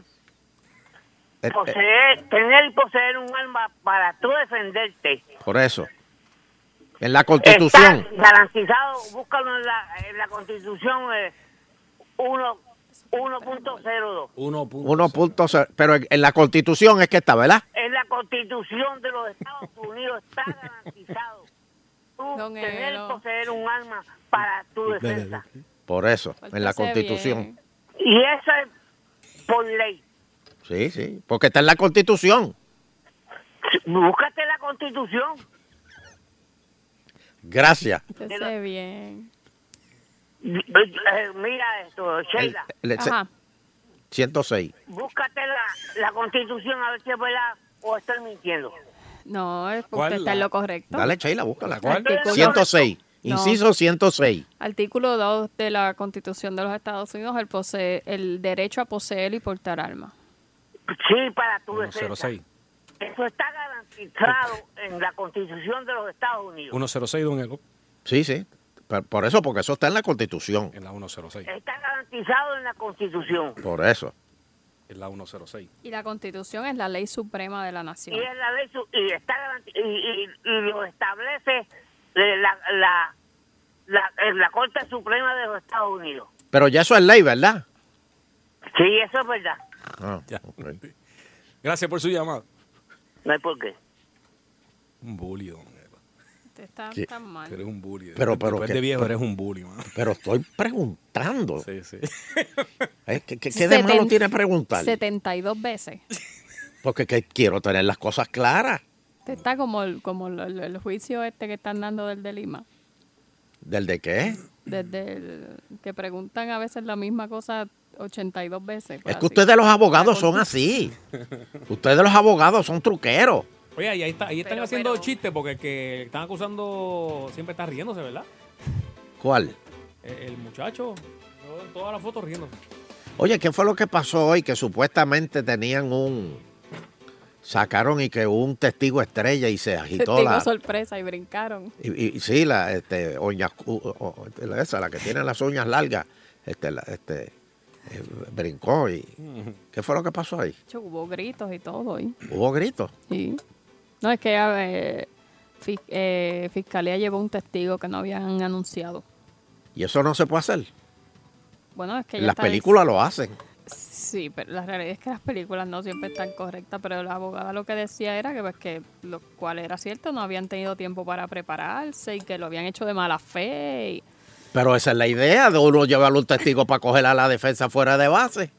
D: Eh, eh,
K: Poseer, tener y poseer un arma para tú defenderte.
D: por eso. En la Constitución.
K: Está garantizado, búscalo en la, en la Constitución eh, uno- 1.02.
D: 1.0, pero en en la Constitución es que está, ¿verdad?
K: En la Constitución de los Estados Unidos está garantizado tú tener y poseer un arma para tu defensa.
D: Por eso, en la
K: Pórtese
D: Constitución.
K: Y eso es por ley.
D: Sí, sí, porque está en la Constitución.
K: Búscate la Constitución.
D: Gracias.
E: Sé bien.
K: Eh, Mira esto, Sheila.
D: El- el- 106.
K: Búscate la, la Constitución a ver si es verdad o estoy mintiendo.
E: No, es porque
D: ¿Cuál
E: está
D: la-
E: en lo correcto.
D: Dale, Sheila, búscala.
E: ¿Cuál?
D: 106.
E: No.
D: Inciso 106.
E: Artículo 2 de la Constitución de los Estados Unidos, el, posee, el derecho a poseer y portar armas.
K: Sí, para tu defensa. Eso está garantizado en la Constitución de los Estados Unidos.
D: 106, don Ego. Sí, sí. Por, por eso, porque eso está en la Constitución. En la 106.
K: Está garantizado en la Constitución.
D: Por eso.
F: En la 106.
E: Y la Constitución es la ley suprema de la nación.
K: Y es la ley su- y está garanti- y, y- y lo establece eh, la la, la, eh, la Corte Suprema de los Estados Unidos.
D: Pero ya eso es ley, ¿verdad?
K: Sí, eso es verdad.
D: Ah,
F: Gracias por su llamada.
K: No hay por qué.
F: Un bully, don
E: Te está
D: Sí.
E: tan mal.
F: Tú Eres un bully.
D: Pero, pero.
F: Después
D: que-
F: de viejo eres un bully, man.
D: Pero estoy preguntando. Eh,
F: Sí, sí.
D: ¿Qué, qué- qué de malo
E: Seten-
D: tiene preguntar?
E: 72 veces.
D: Porque que quiero tener las cosas claras
E: Te está como, el, como el, el- el juicio este que están dando del de Lima.
D: del de qué.
E: Desde el- que preguntan a veces la misma cosa 82 veces. pues
D: Es
E: así.
D: que ustedes los abogados son así. Ustedes los abogados son truqueros.
B: Oye, ahí, está- ahí están haciendo chistes porque el que están acusando siempre está riéndose, ¿verdad?
D: ¿Cuál?
B: El, el muchacho, yo en todas las fotos riéndose.
D: Oye, ¿qué fue lo que pasó hoy? Que supuestamente tenían un... Sacaron y que un testigo estrella y se agitó
E: Te
D: la...
E: digo sorpresa y brincaron.
D: Y, y- sí, la este, oña, u- o- o- esa, la que tiene las uñas largas, este, la- este, eh, brincó y... ¿Qué fue lo que pasó ahí?
E: Chu, Hubo gritos y todo. ¿y?
D: ¿Hubo gritos?
E: Sí. No, es que a ver, fis- eh, Fiscalía llevó un testigo que no habían anunciado.
D: Y eso no se puede hacer.
E: Bueno, es que ya
D: Las
E: está-
D: películas lo hacen.
E: Sí, pero la realidad es que las películas no siempre están correctas, pero la abogada lo que decía era que, pues, que lo cual era cierto, no habían tenido tiempo para prepararse y que lo habían hecho de mala fe. y-
D: Pero esa es la idea de uno llevar un testigo para coger a la defensa fuera de base.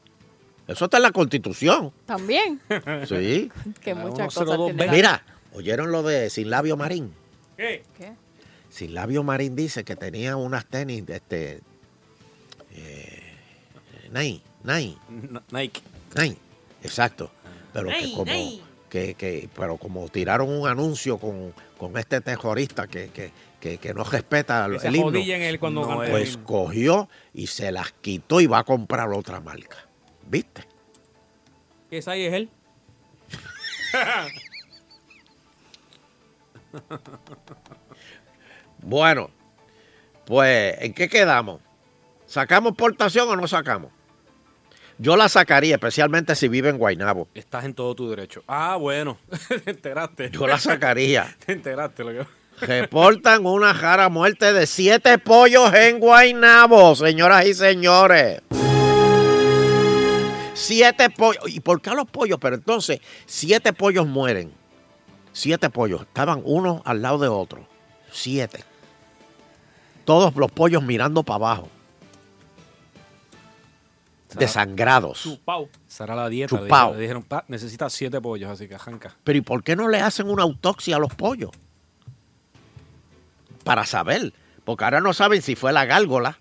D: Eso está en la Constitución.
E: También.
D: Sí.
E: que muchas cosas. tiene la-
D: Mira, ¿oyeron lo de Sin Labio Marín?
B: ¿Qué?
D: Sin Labio Marín dice que tenía unas tenis de este... eh, Nike, Nike,
F: Nike.
D: Nike, exacto. Pero que
F: Nike,
D: como,
F: Nike.
D: que, que- pero como tiraron un anuncio con, con este terrorista que, que, que, que no respeta
B: Que
D: el
B: se
D: himno,
B: jodilla en él cuando canta el
D: pues
B: himno.
D: cogió y se las quitó y va a comprar otra marca. ¿Viste?
B: Que esa ahí es él.
D: Bueno, pues, ¿en qué quedamos? ¿Sacamos portación o no sacamos? Yo la sacaría, especialmente si vive en Guaynabo.
F: Estás en todo tu derecho. Ah, bueno. Te enteraste.
D: Yo la sacaría.
F: Te enteraste lo que.
D: Reportan una jara muerte de siete pollos en Guaynabo, señoras y señores. Siete pollos. ¿Y por qué a los pollos? Pero entonces, siete pollos mueren. Siete pollos. Estaban uno al lado de otro. Siete. Todos los pollos mirando para abajo. Desangrados.
B: Chupao.
F: Esa era la dieta.
D: Chupao.
F: Dijeron, le dijeron, "Pa, necesitas siete pollos, así que arranca.
D: Pero ¿y por qué no le hacen una autopsia a los pollos? Para saber. Porque ahora no saben si fue la gárgola,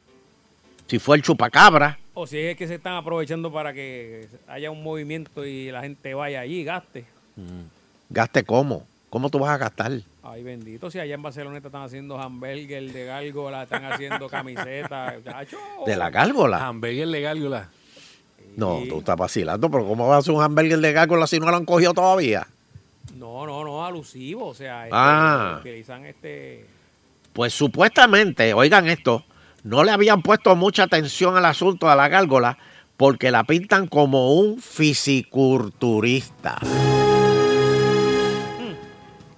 D: si fue el chupacabra.
B: O si es que se están aprovechando para que haya un movimiento y la gente vaya allí y gaste.
D: Gaste cómo. ¿Cómo tú vas a gastar?
B: Ay, bendito. Si allá en Barcelona están haciendo hamburger de gárgola, están haciendo camisetas. chacho.
D: ¿De la gárgola?
B: Ah,
F: Hamburger de gárgola.
D: No, tú estás vacilando, pero ¿cómo vas a hacer un hamburger de gárgola si no lo han cogido todavía?
B: No, no, no, alusivo. O sea, este,
D: Ah.
B: utilizan este.
D: Pues supuestamente, oigan esto, no le habían puesto mucha atención al asunto de la gárgola porque la pintan como un fisiculturista.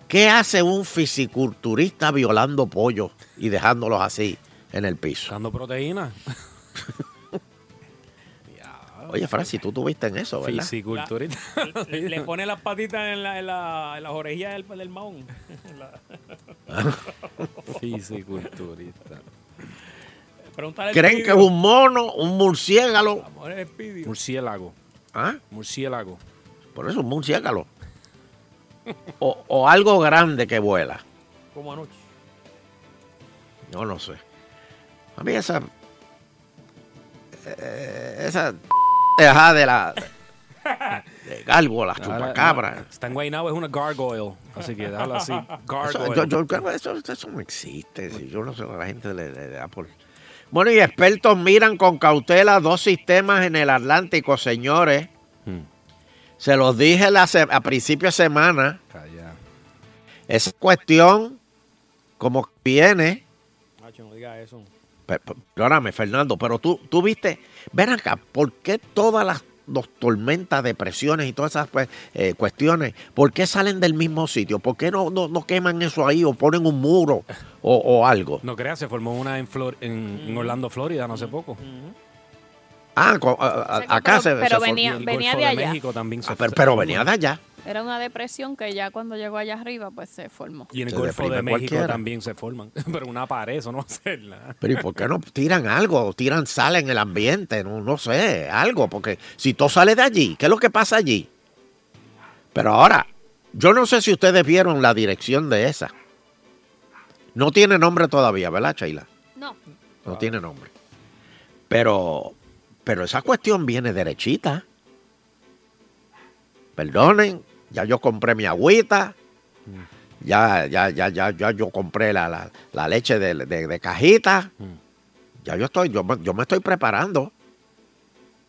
D: ¿Qué hace un fisiculturista violando pollos y dejándolos así en el piso?
F: Dando proteína.
D: Oye, Francis, tú tuviste en eso, ¿verdad?
F: Fisiculturista.
B: Le, le pone las patitas en, la- en la- en las orejillas del, del maón. La-
F: Fisiculturista.
B: Pregúntale al
D: ¿Creen que es
B: Pidio.
D: un mono, un murciélago?
B: Amor, el Pidio.
F: Murciélago.
D: ¿Ah?
F: Murciélago.
D: Por eso un murciélago. O, o algo grande que vuela.
B: Como anoche.
D: Yo no sé. A mí esa. eh, esa. Ajá, de la. De gárgolas, chupacabra.
F: Está en Guaynabo, es una gargoyle. Así que habla así.
D: Eso,
F: Gargoyle.
D: yo- yo- claro, eso, eso no existe. si Yo no sé, la gente le, le da por. Bueno, y expertos miran con cautela dos sistemas en el Atlántico, señores.
F: Hmm.
D: Se los dije la se- a principio de semana.
F: Calla.
D: Esa cuestión, como viene.
B: Nacho, no diga eso.
D: Pe- pe- Perdóname, Fernando, pero tú, tú viste, ven acá, ¿por qué todas las dos tormentas, depresiones y todas esas pues, eh, cuestiones, ¿por qué salen del mismo sitio? ¿Por qué no, no, no queman eso ahí o ponen un muro o, o algo?
F: No creas, se formó una en, Flor- en, en Orlando, Florida, no hace poco.
D: Ah, co- a-
E: O
D: a-
E: sea que
D: acá
E: pero-
D: se
E: pero
D: se
E: venía-
D: formó-
E: venía
F: Golfo
E: de allá.
F: México también se
D: Ah, pero, pero venía de allá.
E: Era una depresión que ya cuando llegó allá arriba, pues se formó.
F: Y en el
D: Se
F: Golfo
D: deprime
F: de México
D: cualquiera.
F: también se forman. Pero una pared, eso no va a ser nada.
D: Pero ¿y por qué no tiran algo? ¿O tiran sal en el ambiente? No, no sé, algo. Porque si todo sale de allí, ¿qué es lo que pasa allí? Pero ahora, yo no sé si ustedes vieron la dirección de esa. No tiene nombre todavía, ¿verdad, Sheila?
E: No.
D: No tiene nombre. Pero, pero esa cuestión viene derechita. Perdonen, ya yo compré mi agüita. Ya, ya, ya, ya, ya yo compré la, la- la leche de, de- de cajita. Ya yo estoy, yo, me- yo me estoy preparando.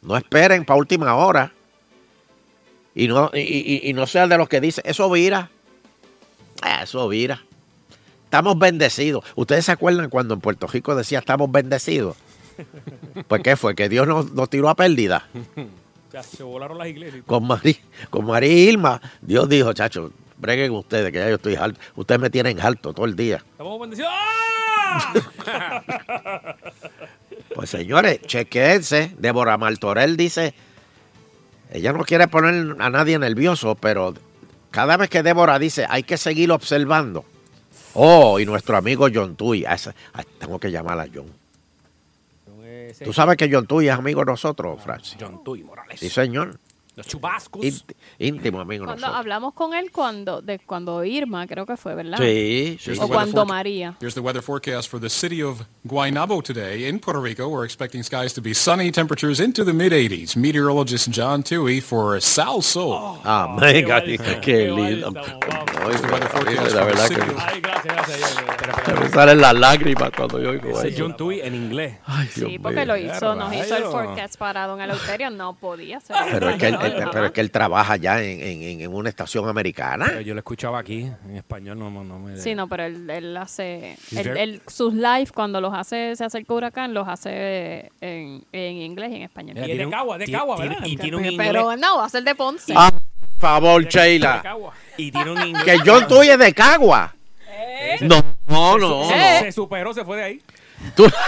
D: No esperen para última hora. Y no, y, y- y no sean de los que dicen, eso vira. Ah, Eso vira. Estamos bendecidos. ¿Ustedes se acuerdan cuando en Puerto Rico decía estamos bendecidos? Pues ¿qué fue? Que Dios nos, nos tiró a pérdida.
B: Ya se volaron las iglesias.
D: Con María, con María Irma, Dios dijo, chacho, breguen ustedes, que ya yo estoy alto. Ustedes me tienen alto todo el día.
B: Estamos bendecidos. ¡Ah!
D: Pues señores, chequense. Débora Martorell dice, ella no quiere poner a nadie nervioso, pero cada vez que Débora dice, hay que seguir observando. Oh, y nuestro amigo John Tuy. a ese- a- tengo que llamar a John.
B: Con ese-
D: Tú sabes que John Tuy es amigo de nosotros, Francis.
F: Ah, John Tuy Morales.
D: Sí, señor.
B: Los chubascos.
D: Ínt- íntimo amigo
E: Cuando
D: nosotros.
E: hablamos con él cuando de cuando Irma, creo que fue, ¿verdad?
D: Sí, sí.
L: Here's
E: O
L: the weather
E: cuando
L: foreca-
E: María.
L: Here's the weather forecast for the city of Guaynabo today in Puerto Rico. We're expecting skies to be sunny, temperatures into the mid 80s. Meteorologist John Tui for Sal Sol.
D: Ah, venga, qué lindo. Oiga, la verdad que me salen las lágrimas cuando yo oigo
F: Ese es
D: eso.
F: John Tui en inglés.
D: Ay, Dios
E: Sí, porque
D: mío.
E: lo hizo, nos hizo el
F: Rayo.
E: forecast para Don Eleuterio, no podía ser.
D: Pero es que él, él- pero es que él trabaja ya en, en- en una estación americana.
F: Pero yo lo escuchaba aquí, en español no, no me...
E: Sí, no, pero él, él hace.
F: He's
E: él-
F: very-
E: él- sus live, cuando los hace, se acerca Huracán, los hace en, en inglés y en español.
F: Mira, Y es de tiene un- Cagua, de tiene- Cagua, tiene- ¿verdad? y tiene un
E: Pero
F: inglés-
E: no, va a ser de Ponce.
D: Ah, por favor, Sheila.
F: Y tiene un inglés.
D: Que John Tui es de Cagua.
E: Eh.
D: No, no, no.
B: Se superó, se fue de ahí.
D: Tú-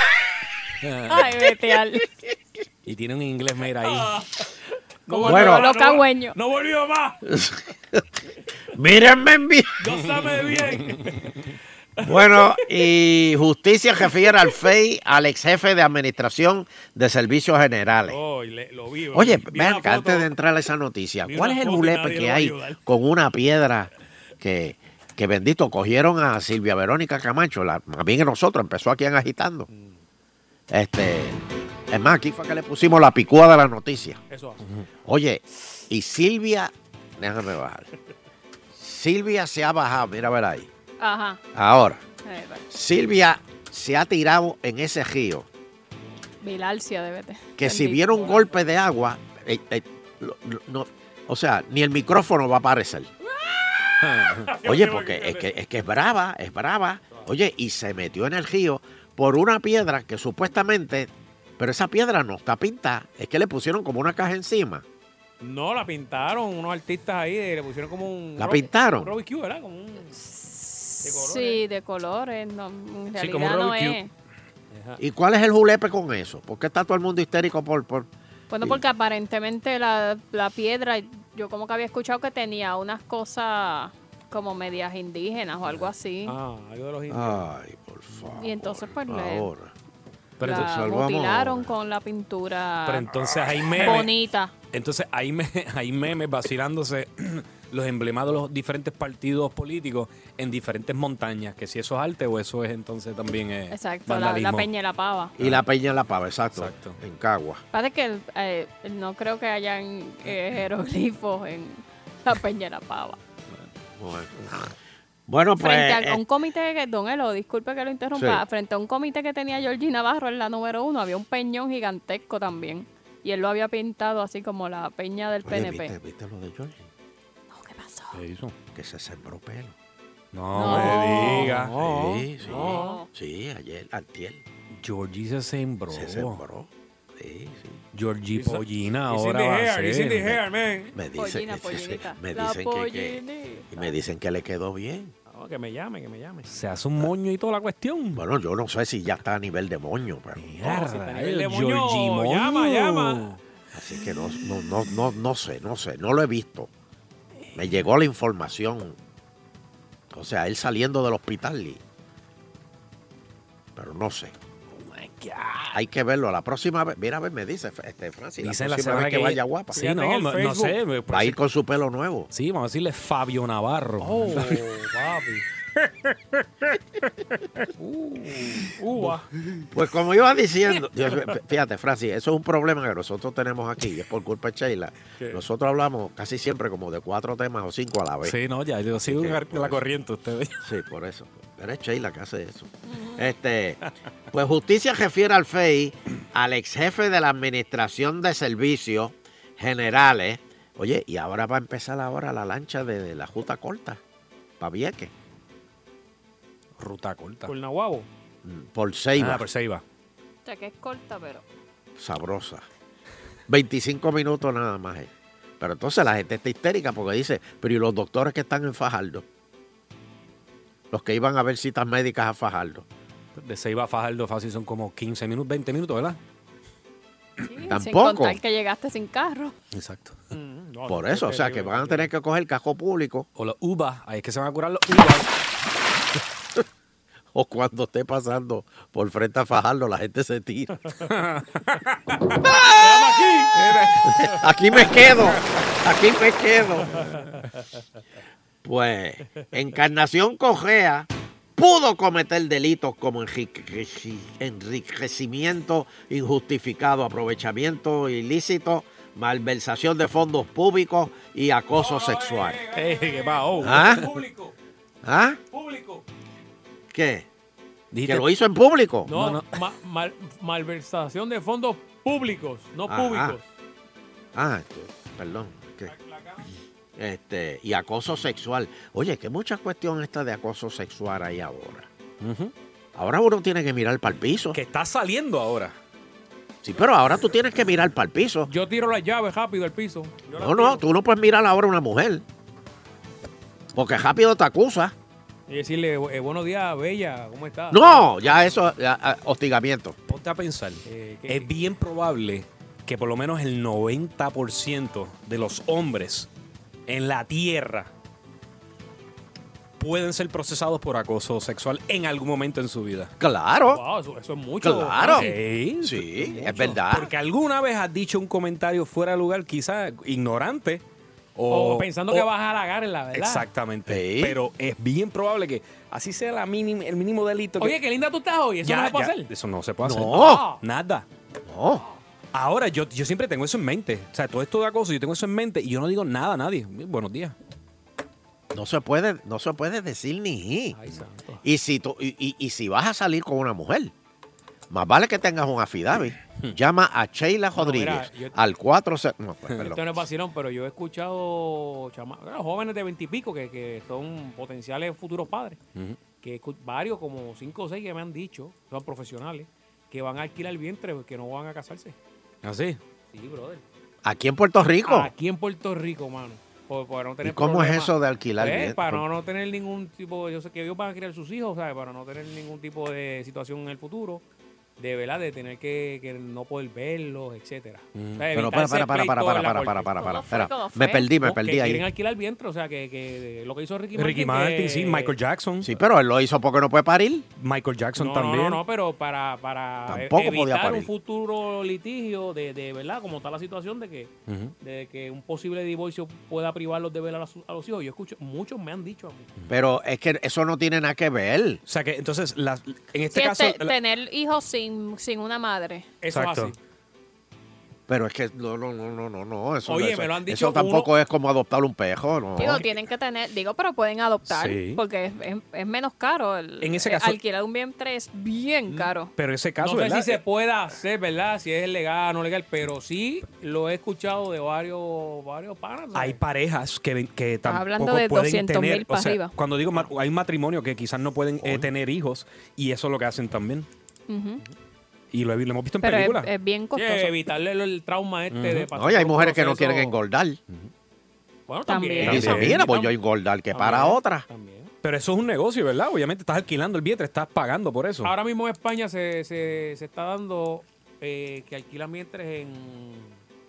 E: Ay, vete al.
F: Y tiene un inglés, mira ahí.
B: No
D: Bueno.
B: volvió más,
D: Lo
B: no
E: cagüeño.
B: vol- No volvió más.
D: Mírenme bien.
B: Gózame bien.
D: Bueno, y justicia refiere al FEI, al ex jefe de administración de servicios generales.
B: Oh, y le- lo vi.
D: Oye,
B: vi
D: vean,
B: una
D: que antes de entrar a esa noticia,
B: vi
D: ¿cuál
B: una
D: es el
B: foto y
D: bulepe
B: nadie
D: que
B: lo va a
D: hay
B: ayudar.
D: con una piedra que, que bendito cogieron a Silvia Verónica Camacho? La, más bien que nosotros, empezó aquí en agitando. Este, es más, aquí fue que le pusimos la picúa de la noticia.
B: Eso hace.
D: Oye, y Silvia, déjame bajar. Silvia se ha bajado, mira a ver ahí.
E: Ajá.
D: Ahora,
E: Ahí va.
D: Silvia se ha tirado en ese río.
E: Vilalcia, débete.
D: que si viera un golpe de agua, eh, eh, lo- lo- no, o sea, ni el micrófono va a aparecer. Oye, porque es que, es que es brava, es brava. Oye, y se metió en el río por una piedra que supuestamente, pero esa piedra no está pintada, es que le pusieron como una caja encima.
B: No, la pintaron unos artistas ahí, eh, le pusieron como un.
D: ¿La
B: ro-
D: pintaron?
B: Un barbecue, ¿verdad? Como un.
E: Sí, de colores. No, en realidad
D: como
E: no
D: barbecue.
E: es.
D: ¿Y cuál es el julepe con eso? ¿Por qué está todo el mundo histérico por...? por
E: Bueno,
D: Sí.
E: porque aparentemente la, la piedra, yo como que había escuchado que tenía unas cosas como medias indígenas o algo así.
B: Ah, algo de los indios.
D: Ay, por favor.
E: y entonces pues le
D: Ahora.
F: Pero
E: la
F: entonces- salvamos-
E: mutilaron con la pintura
F: Pero entonces hay memes.
E: bonita.
F: Entonces hay, me- hay memes vacilándose los emblemas de los diferentes partidos políticos en diferentes montañas. Que si eso es arte o eso es entonces también eh,
E: Exacto, la, la
F: vandalismo.
E: peña y la pava.
D: Y la peña en la pava, exacto, en Cagua.
E: Parece que eh, no creo que hayan eh, jeroglifos en la peña y la pava.
D: Bueno, Bueno, pues...
E: frente al- a,
D: eh,
E: un comité que, don Elo, disculpe que lo interrumpa,
D: Sí.
E: frente a un comité que tenía Georgina Navarro en la número uno, había un peñón gigantesco también. Y él lo había pintado así como la peña del
D: Oye,
E: PNP.
D: ¿viste, viste lo de George?
E: No, ¿qué pasó?
F: ¿Qué hizo?
D: Que se sembró pelo.
F: No, me digas.
D: Sí, sí.
F: No.
D: Sí, ayer, antier.
F: Georgie se sembró.
D: Se sembró. Sí, sí.
F: Georgie
D: It's-
F: Pollina
D: it's in
F: ahora
D: the
F: va
D: hair,
F: a
D: it's
F: ser.
D: in the
B: hair, man.
D: Me dicen,
B: Pollina,
D: sí, sí,
B: pollinita.
D: me
B: La
D: dicen que, que-
B: pollinita.
D: y me dicen que le quedó bien.
B: No, que me llame, que me llame.
F: Se hace un moño y toda la cuestión.
D: Bueno, yo no sé si ya está a nivel de moño, pero.
B: No, si está a nivel de moño, llama, llama.
D: Así que no, no, no, no, no sé, no sé, no lo he visto. Me llegó la información. O sea, él saliendo del hospital y. Pero no sé. Hay que verlo. La próxima vez, mira a ver, me dice este, Francis.
F: Dice
D: la
F: la
D: próxima
F: semana
D: vez que,
F: que-
D: vaya guapa.
F: Sí, Fíjate no, en el no- no Facebook. sé, me
D: Va a
F: parece-
D: ir con su pelo nuevo.
F: Sí, vamos a decirle Fabio Navarro.
B: Oh, papi. Uh, Uva.
D: Pues como iba diciendo, Dios mío, fíjate, Francis, eso es un problema que nosotros tenemos aquí, y es por culpa de Sheila.
F: ¿Qué?
D: Nosotros hablamos casi siempre como de cuatro temas o cinco a la vez.
F: Sí, no, ya, yo sigo la corriente ustedes.
D: Sí, por eso. Pero es Sheila que hace eso. Este, pues justicia refiere al FEI, al ex jefe de la Administración de Servicios Generales. Oye, y ahora va a empezar ahora la lancha de, de la Juta Corta, para Vieques,
F: Ruta corta.
B: Por Nahuabo.
D: por Ceiba,
F: Ah, por Ceiba.
E: O sea, que es corta, pero...
D: sabrosa. 25 minutos nada más. eh. Pero entonces la gente está histérica porque dice, pero ¿y los doctores que están en Fajardo? Los que iban a ver citas médicas a Fajardo.
F: De Ceiba a Fajardo fácil son como 15 minutos, 20 minutos, ¿verdad?
E: Sí, Sin
D: Tampoco.
E: contar que llegaste sin carro.
F: Exacto.
D: Por eso, o sea, que van a tener que coger el cajón público.
F: O los UBA, ahí es que se van a curar los UBA.
D: o cuando esté pasando por frente a Fajardo, la gente se tira. Aquí me quedo, aquí me quedo. Pues Encarnación Cogea pudo cometer delitos como enriqueci- enriquecimiento injustificado, aprovechamiento ilícito, malversación de fondos públicos y acoso sexual.
B: Ey, ¿Qué va? Oh,
D: ¿Ah?
B: Público,
D: ¿Ah?
B: público.
D: ¿Qué?
B: Dijiste-
D: ¿Que lo hizo en público?
B: No, ma- mal- malversación de fondos públicos, no
D: Ajá.
B: públicos.
D: Ah, este, perdón. ¿qué? Este, y acoso sexual. Oye, que mucha cuestión esta de acoso sexual hay ahora. Ahora uno tiene que mirar para el piso. Que
F: está saliendo ahora.
D: Sí, pero ahora tú tienes que mirar para el piso.
B: Yo tiro las llaves rápido al piso. Yo las
D: No, no, tú no puedes mirar ahora a una mujer. Porque rápido te acusa.
B: Y decirle, eh, buenos días, bella, ¿cómo estás?
D: No, ya eso, ya, ah, hostigamiento.
F: Ponte a pensar.
B: Eh,
F: Eh, Es bien probable que por lo menos el 90% de los hombres en la tierra pueden ser procesados por acoso sexual en algún momento en su vida.
D: Claro.
B: Wow, eso, eso es mucho.
F: Claro.
B: Sí.
D: Sí, es verdad.
F: Porque alguna vez has dicho un comentario fuera de lugar, quizá ignorante. O,
B: O, pensando
F: o-
B: que vas a halagarla, ¿verdad?
F: Exactamente. Pero es bien probable que así sea la mínima- el mínimo delito. que-
B: Oye, qué linda tú estás hoy. Eso
F: Ya,
B: no se puede
F: ya,
B: hacer. Ah.
F: Eso no se puede hacer.
B: No.
F: Nada.
D: No.
F: Ahora, yo, yo siempre tengo eso en mente. O sea, todo esto de acoso, yo tengo eso en mente y yo no digo nada a nadie. Buenos días.
D: No se puede, no se puede decir ni ji. Y si tú, y, y- y si vas a salir con una mujer, más vale que tengas un affidavit. Llama a Sheila Rodríguez
B: Hmm. mira, yo-
D: al 4 no, pues, perdón.
B: Esto no es vacilón, pero yo he escuchado chama- bueno, jóvenes de veintipico que, que son potenciales futuros padres. que escu- varios, como cinco o seis que me han dicho, son profesionales, que van a alquilar vientre, que no van a casarse.
F: ¿Así?
B: Sí, brother.
D: Aquí en Puerto Rico.
B: Aquí en Puerto Rico, mano. Por- para no tener
D: ¿Y cómo es
B: problemas.
D: eso de alquilar
B: Pues,
D: bien?
B: Para no, no tener ningún tipo, yo sé que ellos van a criar sus hijos, ¿sabes? Para no tener ningún tipo de situación en el futuro, de verdad, de tener que, que no poder verlos, etcétera. O sea,
D: Mm, Pero para,
B: evitarse
D: para, para, para,
B: pleitos
D: para,
B: en la
D: para,
B: corte.
D: para, para, para, espera. Me perdí, me
B: No, que
D: perdí
B: Quieren
D: ahí.
B: alquilar vientre, o sea, que, que lo que hizo Ricky,
F: Ricky
B: Martin, que-
F: Martin, sí, Michael Jackson.
D: Sí, pero él lo hizo porque no puede parir.
F: Michael Jackson
B: No,
F: también.
B: No, no, no, pero para, para eh,
D: Tampoco
B: evitar
D: podía parir.
B: un futuro litigio de, de verdad, como está la situación de que,
D: Ujú.
B: de que un posible divorcio pueda privarlos de ver a, los- a los hijos. Yo escucho, muchos me han dicho a mí.
D: Pero es que eso no tiene nada que ver.
F: O sea que entonces en este
E: Sí, este, te- tener hijos sin, sin una madre.
D: Exacto. Pero es que no, no, no, no, no, no. Eso,
B: Oye,
D: eso-
B: me lo han dicho
D: Eso tampoco es como adoptar un pejo, no.
E: Digo, tienen que tener, digo, pero pueden adoptar,
D: Sí.
E: porque es, es- es menos caro. El,
F: En ese
E: eh,
F: caso- Mm,
E: alquilar un vientre es bien caro.
F: Pero ese
D: Ah,
F: caso,
B: no sé
F: ¿verdad?
B: si se pueda hacer, ¿verdad? Si es legal o no legal, pero sí lo he escuchado de varios, varios panas. ¿sabes?
F: Hay parejas que, ven- que
B: Estás
F: tampoco
B: hablando de
F: pueden
B: 200.000
F: tener... o
B: para
F: sea,
B: arriba.
F: Cuando digo mar- hay un matrimonio que quizás no pueden eh, tener hijos y eso es lo que hacen también.
E: Ujú.
F: Y lo, he- lo hemos visto en
E: Pero es-
F: películas.
E: es bien costoso.
B: Sí, evitarle lo- el trauma este de pasar.
D: Oye, hay
B: por un
D: mujeres que no
B: proceso-
D: quieren engordar.
B: Bueno, también.
D: Y dice,
F: También.
D: mira, pues yo engordar, que para otra.
F: Pero eso es un negocio, ¿verdad? Obviamente estás alquilando el vientre, estás pagando por eso.
B: Ahora mismo en España se, se, se está dando eh, que alquilan vientres en.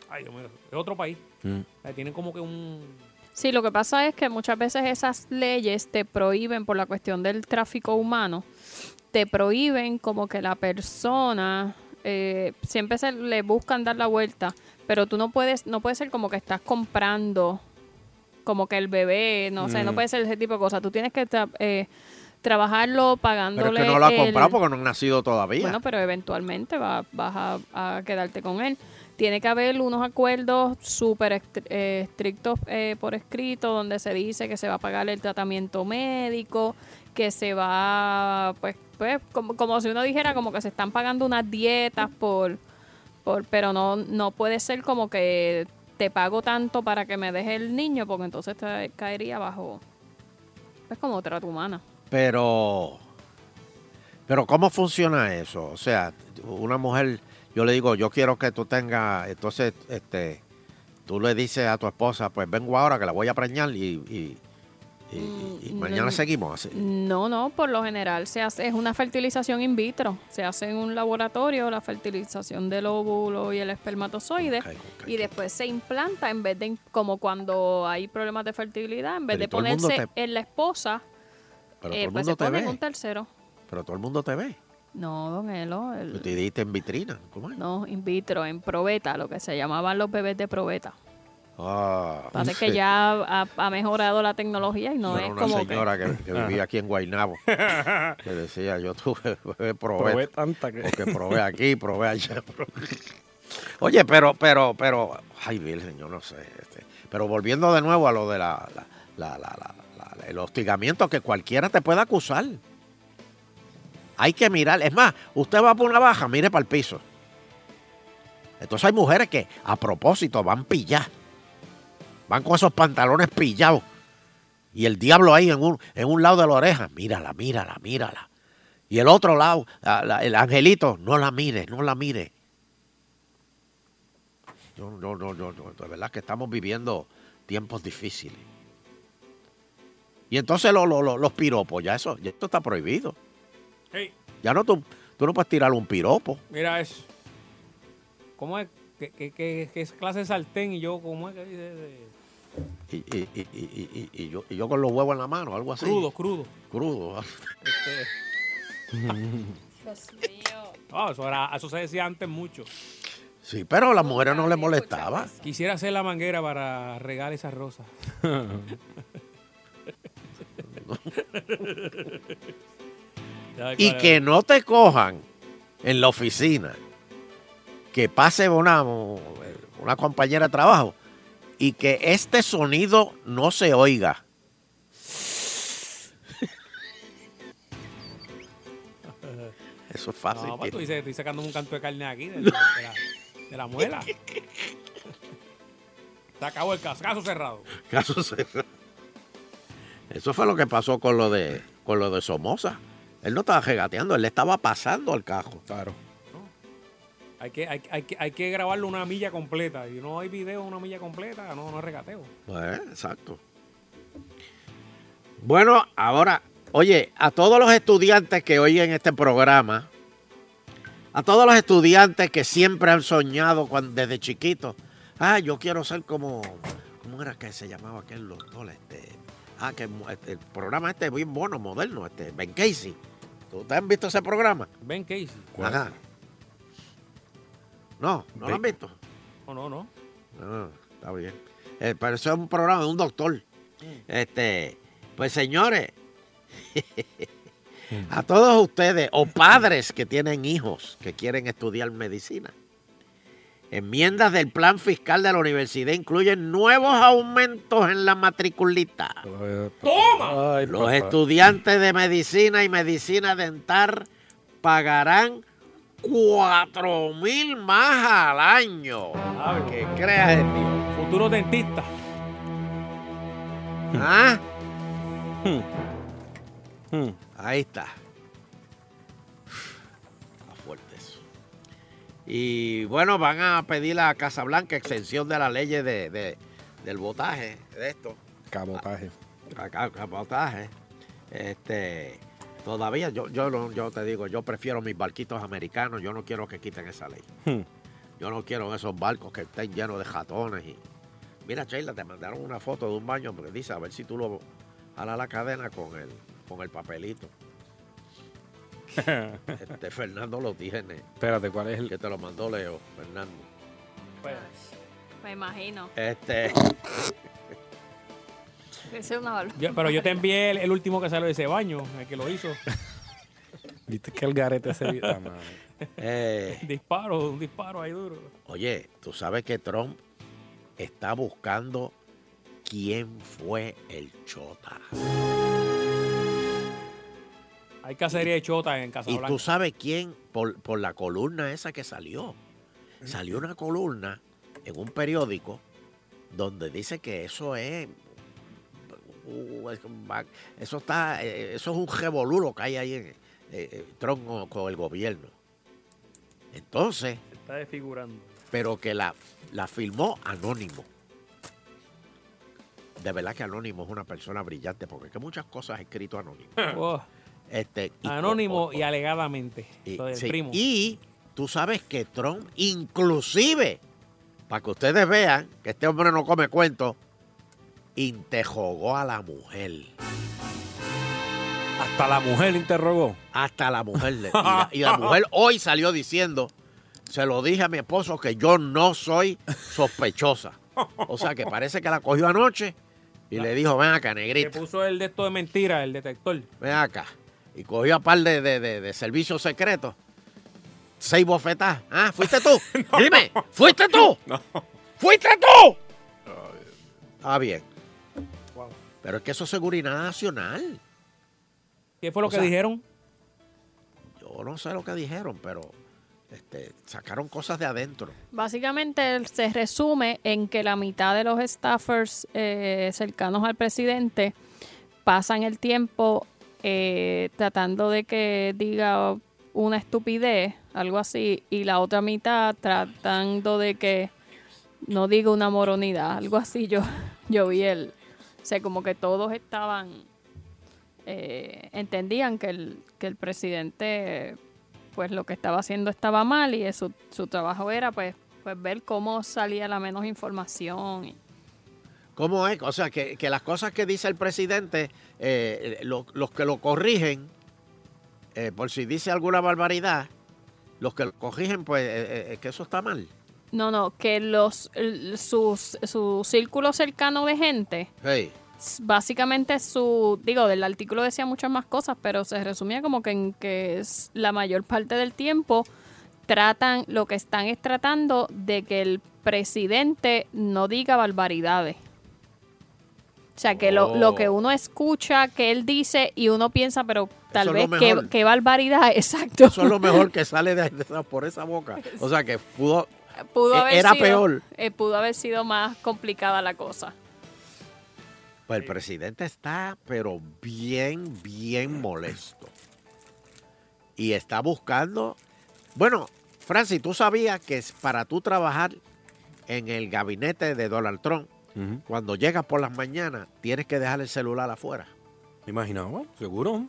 B: Ay, Dios mío, en otro país. O sea, tienen como que un.
E: Sí, lo que pasa es que muchas veces esas leyes te prohíben por la cuestión del tráfico humano, te prohíben como que la persona eh, siempre se le buscan dar la vuelta, pero tú no puedes, no puede ser como que estás comprando como que el bebé, no sé, no
D: Mm.
E: puede ser ese tipo de cosas. Tú tienes que tra- eh, trabajarlo pagándole.
D: Pero es que no lo ha
E: eh, el-
D: comprado porque no han nacido todavía.
E: bueno, pero eventualmente va- vas a, a quedarte con él. Tiene que haber unos acuerdos súper estri- eh, estrictos eh, por escrito, donde se dice que se va a pagar el tratamiento médico, que se va, pues, pues como, como si uno dijera como que se están pagando unas dietas por, por pero no, no puede ser como que te pago tanto para que me deje el niño, porque entonces te caería bajo, pues como trata humana.
D: Pero, pero ¿cómo funciona eso? O sea, una mujer, yo le digo, yo quiero que tú tengas, entonces, este, tú le dices a tu esposa, pues vengo ahora que la voy a preñar y, y- y- y- y
E: Mm,
D: mañana
E: no.
D: seguimos así.
E: No, no, por lo general se hace, es una fertilización in vitro. Se hace en un laboratorio la fertilización del óvulo y el espermatozoide y después se implanta en vez de, in- como cuando hay problemas de fertilidad, en vez
D: Pero y
E: de
D: todo el mundo
E: ponerse en la esposa,
D: Pero
E: eh,
D: todo
E: pues
D: el
E: se
D: mundo te
E: pone en
D: ve.
E: un tercero.
D: Pero todo el mundo te ve.
E: No, don Elo. el-
D: Tú te diste en vitrina. ¿Cómo es?
E: no, in vitro, en probeta, lo que se llamaban los bebés de probeta.
D: Ah,
E: Parece que ya ha, ha mejorado la tecnología y no
D: Era
E: es
D: una
E: como que-
D: señora que, que
F: Ajá.
D: vivía aquí en Guaynabo. que decía, yo tuve probé,
F: Probé tanta que-
D: Porque probé aquí, probé allá. probé- Oye, pero, pero, pero, ay, Virgen, yo no sé. este, pero volviendo de nuevo a lo de la, la- la- la- la- la- la- el hostigamiento que cualquiera te puede acusar. Hay que mirar. Es más, usted va por una baja, mire para el piso. Entonces hay mujeres que a propósito van pilladas. Van con esos pantalones pillados. Y el diablo ahí en un, en un lado de la oreja. Mírala, mírala, mírala. Y el otro lado, la- la- el angelito, no la mire, no la mire. No, no, no, no, no. De verdad que estamos viviendo tiempos difíciles. Y entonces lo- lo- lo- los piropos, ya eso, ya esto está prohibido.
B: Hey,
D: Ya no tú, tú no puedes tirar un piropo.
B: mira eso. ¿Cómo es? que que que- que esa clase de sartén y yo, ¿cómo es que dice? De-
D: Y, y- y- y- y- y yo, y yo con los huevos en la mano, algo así.
B: Crudo, crudo.
D: Crudo.
B: Este, ah, eso, era- eso se decía antes mucho.
D: Sí, pero a las mujeres no les molestaba.
B: Quisiera hacer la manguera para regar esas rosas. Ya,
D: Y
B: claro.
D: que no te cojan en la oficina. Que pase una, una compañera de trabajo y que este sonido no se oiga. Eso es fácil.
B: No, pues tú
D: tío.
B: dices, estoy sacando un canto de carne aquí, de, la- de la, de la muela. Se acabó el caso, caso cerrado.
D: Caso cerrado. Eso fue lo que pasó con lo de con lo de Somoza. Él no estaba regateando, él le estaba pasando al cajo. Claro.
B: Hay que, hay, hay que, hay que grabarlo una milla completa. Y no hay video de una milla completa, no, no es regateo.
D: Pues, exacto. Bueno, ahora, oye, a todos los estudiantes que oyen este programa, a todos los estudiantes que siempre han soñado cuan- desde chiquitos, ah, yo quiero ser como, ¿cómo era que se llamaba aquel doctor? Este, ah, que mu- este, el programa este es bien bueno, moderno, este, Ben Casey. ¿Tú- ¿Ustedes han visto ese programa?
B: Ben Casey.
D: Ajá. No, no lo han visto.
B: No, no, no.
D: Ah, está bien. Eh, pero eso es un programa de un doctor. Este, pues señores, a todos ustedes o padres que tienen hijos que quieren estudiar medicina, enmiendas del plan fiscal de la universidad incluyen nuevos aumentos en la matriculita.
B: ¡Toma!
D: Los estudiantes de medicina y medicina dental pagarán cuatro mil más al año. Para Ah, que creas en Dios.
B: Futuro dentista.
D: ¿Ah? Ahí está. Está fuerte eso. Y bueno, van a pedir a Casablanca extensión de las leyes de, de- del votaje, de esto.
F: Cabotaje.
D: a- a- cabotaje. Este, todavía yo, yo, no- yo te digo, yo prefiero mis barquitos americanos, yo no quiero que quiten esa ley.
B: Hmm.
D: Yo no quiero esos barcos que estén llenos de jatones. Y... Mira, Sheila, te mandaron una foto de un baño porque dice, a ver si tú lo jalas la cadena con el, con el papelito. Este Fernando lo tiene.
F: Espérate, ¿cuál es el?
D: Que te lo mandó Leo, Fernando.
E: Me imagino.
D: Este.
E: Esa es una barba-
B: Yo- pero yo te envié el, el último que salió de ese baño, el que lo hizo.
F: ¿Viste que el garete se Ah, mano.
B: disparo, un disparo ahí duro.
D: Eh, Oye, tú sabes que Trump está buscando quién fue el chota.
B: Hay cacería de chota en
D: Y
B: Casablanca.
D: tú sabes quién, por, por la columna esa que salió. Salió una columna en un periódico donde dice que eso es. uh, es un ba- Eso está, eh, eso es un revolulo que hay ahí en eh, eh, Trump con- con el gobierno. Entonces,
B: Está desfigurando.
D: pero que la, la filmó Anónimo. De verdad que Anónimo es una persona brillante, porque es que muchas cosas ha escrito Anónimo.
B: Oh,
D: Este, y-
B: anónimo y alegadamente.
D: y-
B: Lo del
D: sí,
B: primo.
D: y tú sabes que Trump, inclusive, para que ustedes vean que este hombre no come cuentos, intejogó a la mujer.
F: Hasta la mujer interrogó.
D: Hasta la mujer. le- Y la, y la mujer hoy salió diciendo, se lo dije a mi esposo que yo no soy sospechosa. O sea que parece que la cogió anoche y le dijo, ven acá,
B: Le
D: negrita,
B: puso el de esto de mentira, el detector.
D: ven acá. Y cogió a par de, de- de- de servicios secretos. Seis bofetadas. Ah, ¿fuiste tú? Dime, ¿fuiste tú? ¿Fuiste tú? Ah, bien.
B: Wow.
D: Pero es que eso es seguridad nacional.
B: ¿Qué fue lo
D: O
B: que
D: sea,
B: dijeron?
D: Yo no sé lo que dijeron, pero este, sacaron cosas de adentro.
E: Básicamente se resume en que la mitad de los staffers eh, cercanos al presidente pasan el tiempo eh, tratando de que diga una estupidez, algo así, y la otra mitad tratando de que no diga una moronidad, algo así. Yo, yo vi el, o sea, como que todos estaban eh, entendían que el, que el presidente, pues lo que estaba haciendo estaba mal y su, su trabajo era, pues, pues ver cómo salía la menos información. y-
D: ¿Cómo es? O sea, que, que las cosas que dice el presidente, eh, lo- los que lo corrigen, eh, por si dice alguna barbaridad, los que lo corrigen, pues eh, eh, que eso está mal.
E: No, no, que los el- sus, su círculo cercano de gente,
D: Sí.
E: s- básicamente su, digo, del artículo decía muchas más cosas, pero se resumía como que en que es la mayor parte del tiempo tratan, lo que están es tratando de que el presidente no diga barbaridades. O sea, que lo, lo que uno escucha, que él dice y uno piensa, pero tal
D: Oh. Eso
E: vez
D: es lo
E: qué,
D: mejor.
E: qué barbaridad, exacto.
D: Eso es lo mejor que sale de, de esa- por esa boca. O sea, que pudo...
E: pudo
D: eh,
E: haber
D: era
E: sido-
D: peor.
E: eh, pudo haber sido más complicada la cosa.
D: Pues el presidente está, pero bien, bien molesto. Y está buscando. Bueno, Francis, tú sabías que es para tú trabajar en el gabinete de Donald Trump, cuando llegas por las mañanas, tienes que dejar el celular afuera.
F: Imaginaba, seguro.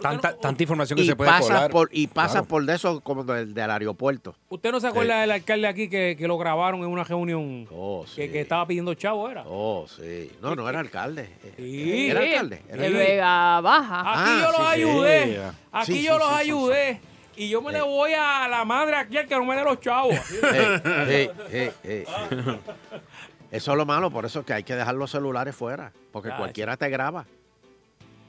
F: Tanta, tanta información que
D: Y
F: se puede
D: pasas
F: colar.
D: por Y pasas
F: Claro.
D: por de eso como del, del aeropuerto.
B: ¿Usted no se acuerda del alcalde aquí que, que lo grabaron en una reunión? que, que estaba pidiendo chavo, ¿era?
D: Oh, sí. No, no era alcalde.
B: Sí.
D: Era alcalde. Era
B: Sí.
E: De Vega Eh, Baja.
D: Ah.
B: Aquí yo los ayudé. Aquí yo los ayudé. Y yo me le voy a la madre aquí al que no me dé los chavos.
D: Ey, ey, ey, ey. Eso es lo malo, por eso es que hay que dejar los celulares fuera, porque
B: Ah,
D: cualquiera te graba.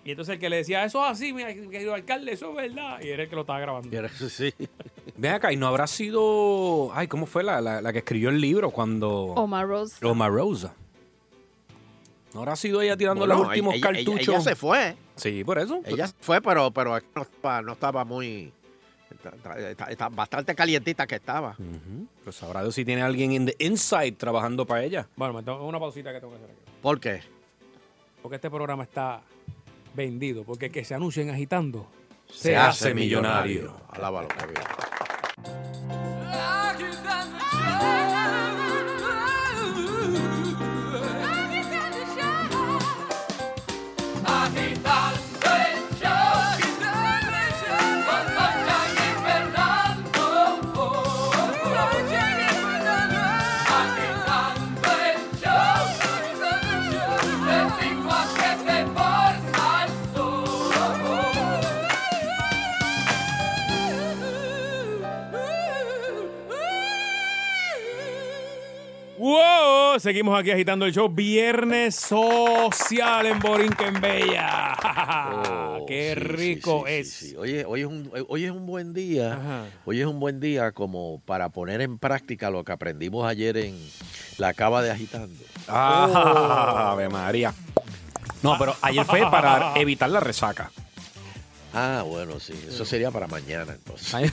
B: Y entonces el que le decía, eso es así, mira, querido alcalde, eso es verdad. Y era el que lo estaba grabando.
F: Ven acá, y no habrá sido. Ay, ¿cómo fue la, la- la que escribió el libro cuando.
E: Omar Rose.
F: Omar Rosa. No habrá sido ella tirando
D: Bueno,
F: los últimos
D: ella- ella- ella
F: cartuchos.
D: se fue.
F: Sí, por eso.
D: Ella fue, pero, pero no, estaba, no estaba muy. ta- ta- ta- ta- bastante calientita que estaba.
F: Pero sabrá Dios si tiene alguien en the inside trabajando para ella.
B: Bueno, me tengo una pausita que tengo que hacer aquí.
D: ¿Por qué?
B: Porque este programa está vendido. Porque el que se anuncien agitando
F: Se hace millonario.
D: Alábalo, Javier.
G: Agitando el show. Con Soncha y Fernando. Agitando el show. De cinco a siete por Salsón.
B: ¡Wow! Seguimos aquí agitando el show. Viernes social en Borinquenbella.
F: Ah. Oh,
B: ¡Qué
D: Sí, sí,
B: rico
D: sí, sí,
B: es!
D: sí. Oye, hoy es un, hoy es un buen día. Hoy es un buen día como para poner en práctica lo que aprendimos ayer en la cava de agitando. Oh.
F: Ah, Ave María. No, pero ayer fue para evitar la resaca.
D: Ah, bueno, sí. Eso sería para mañana, entonces.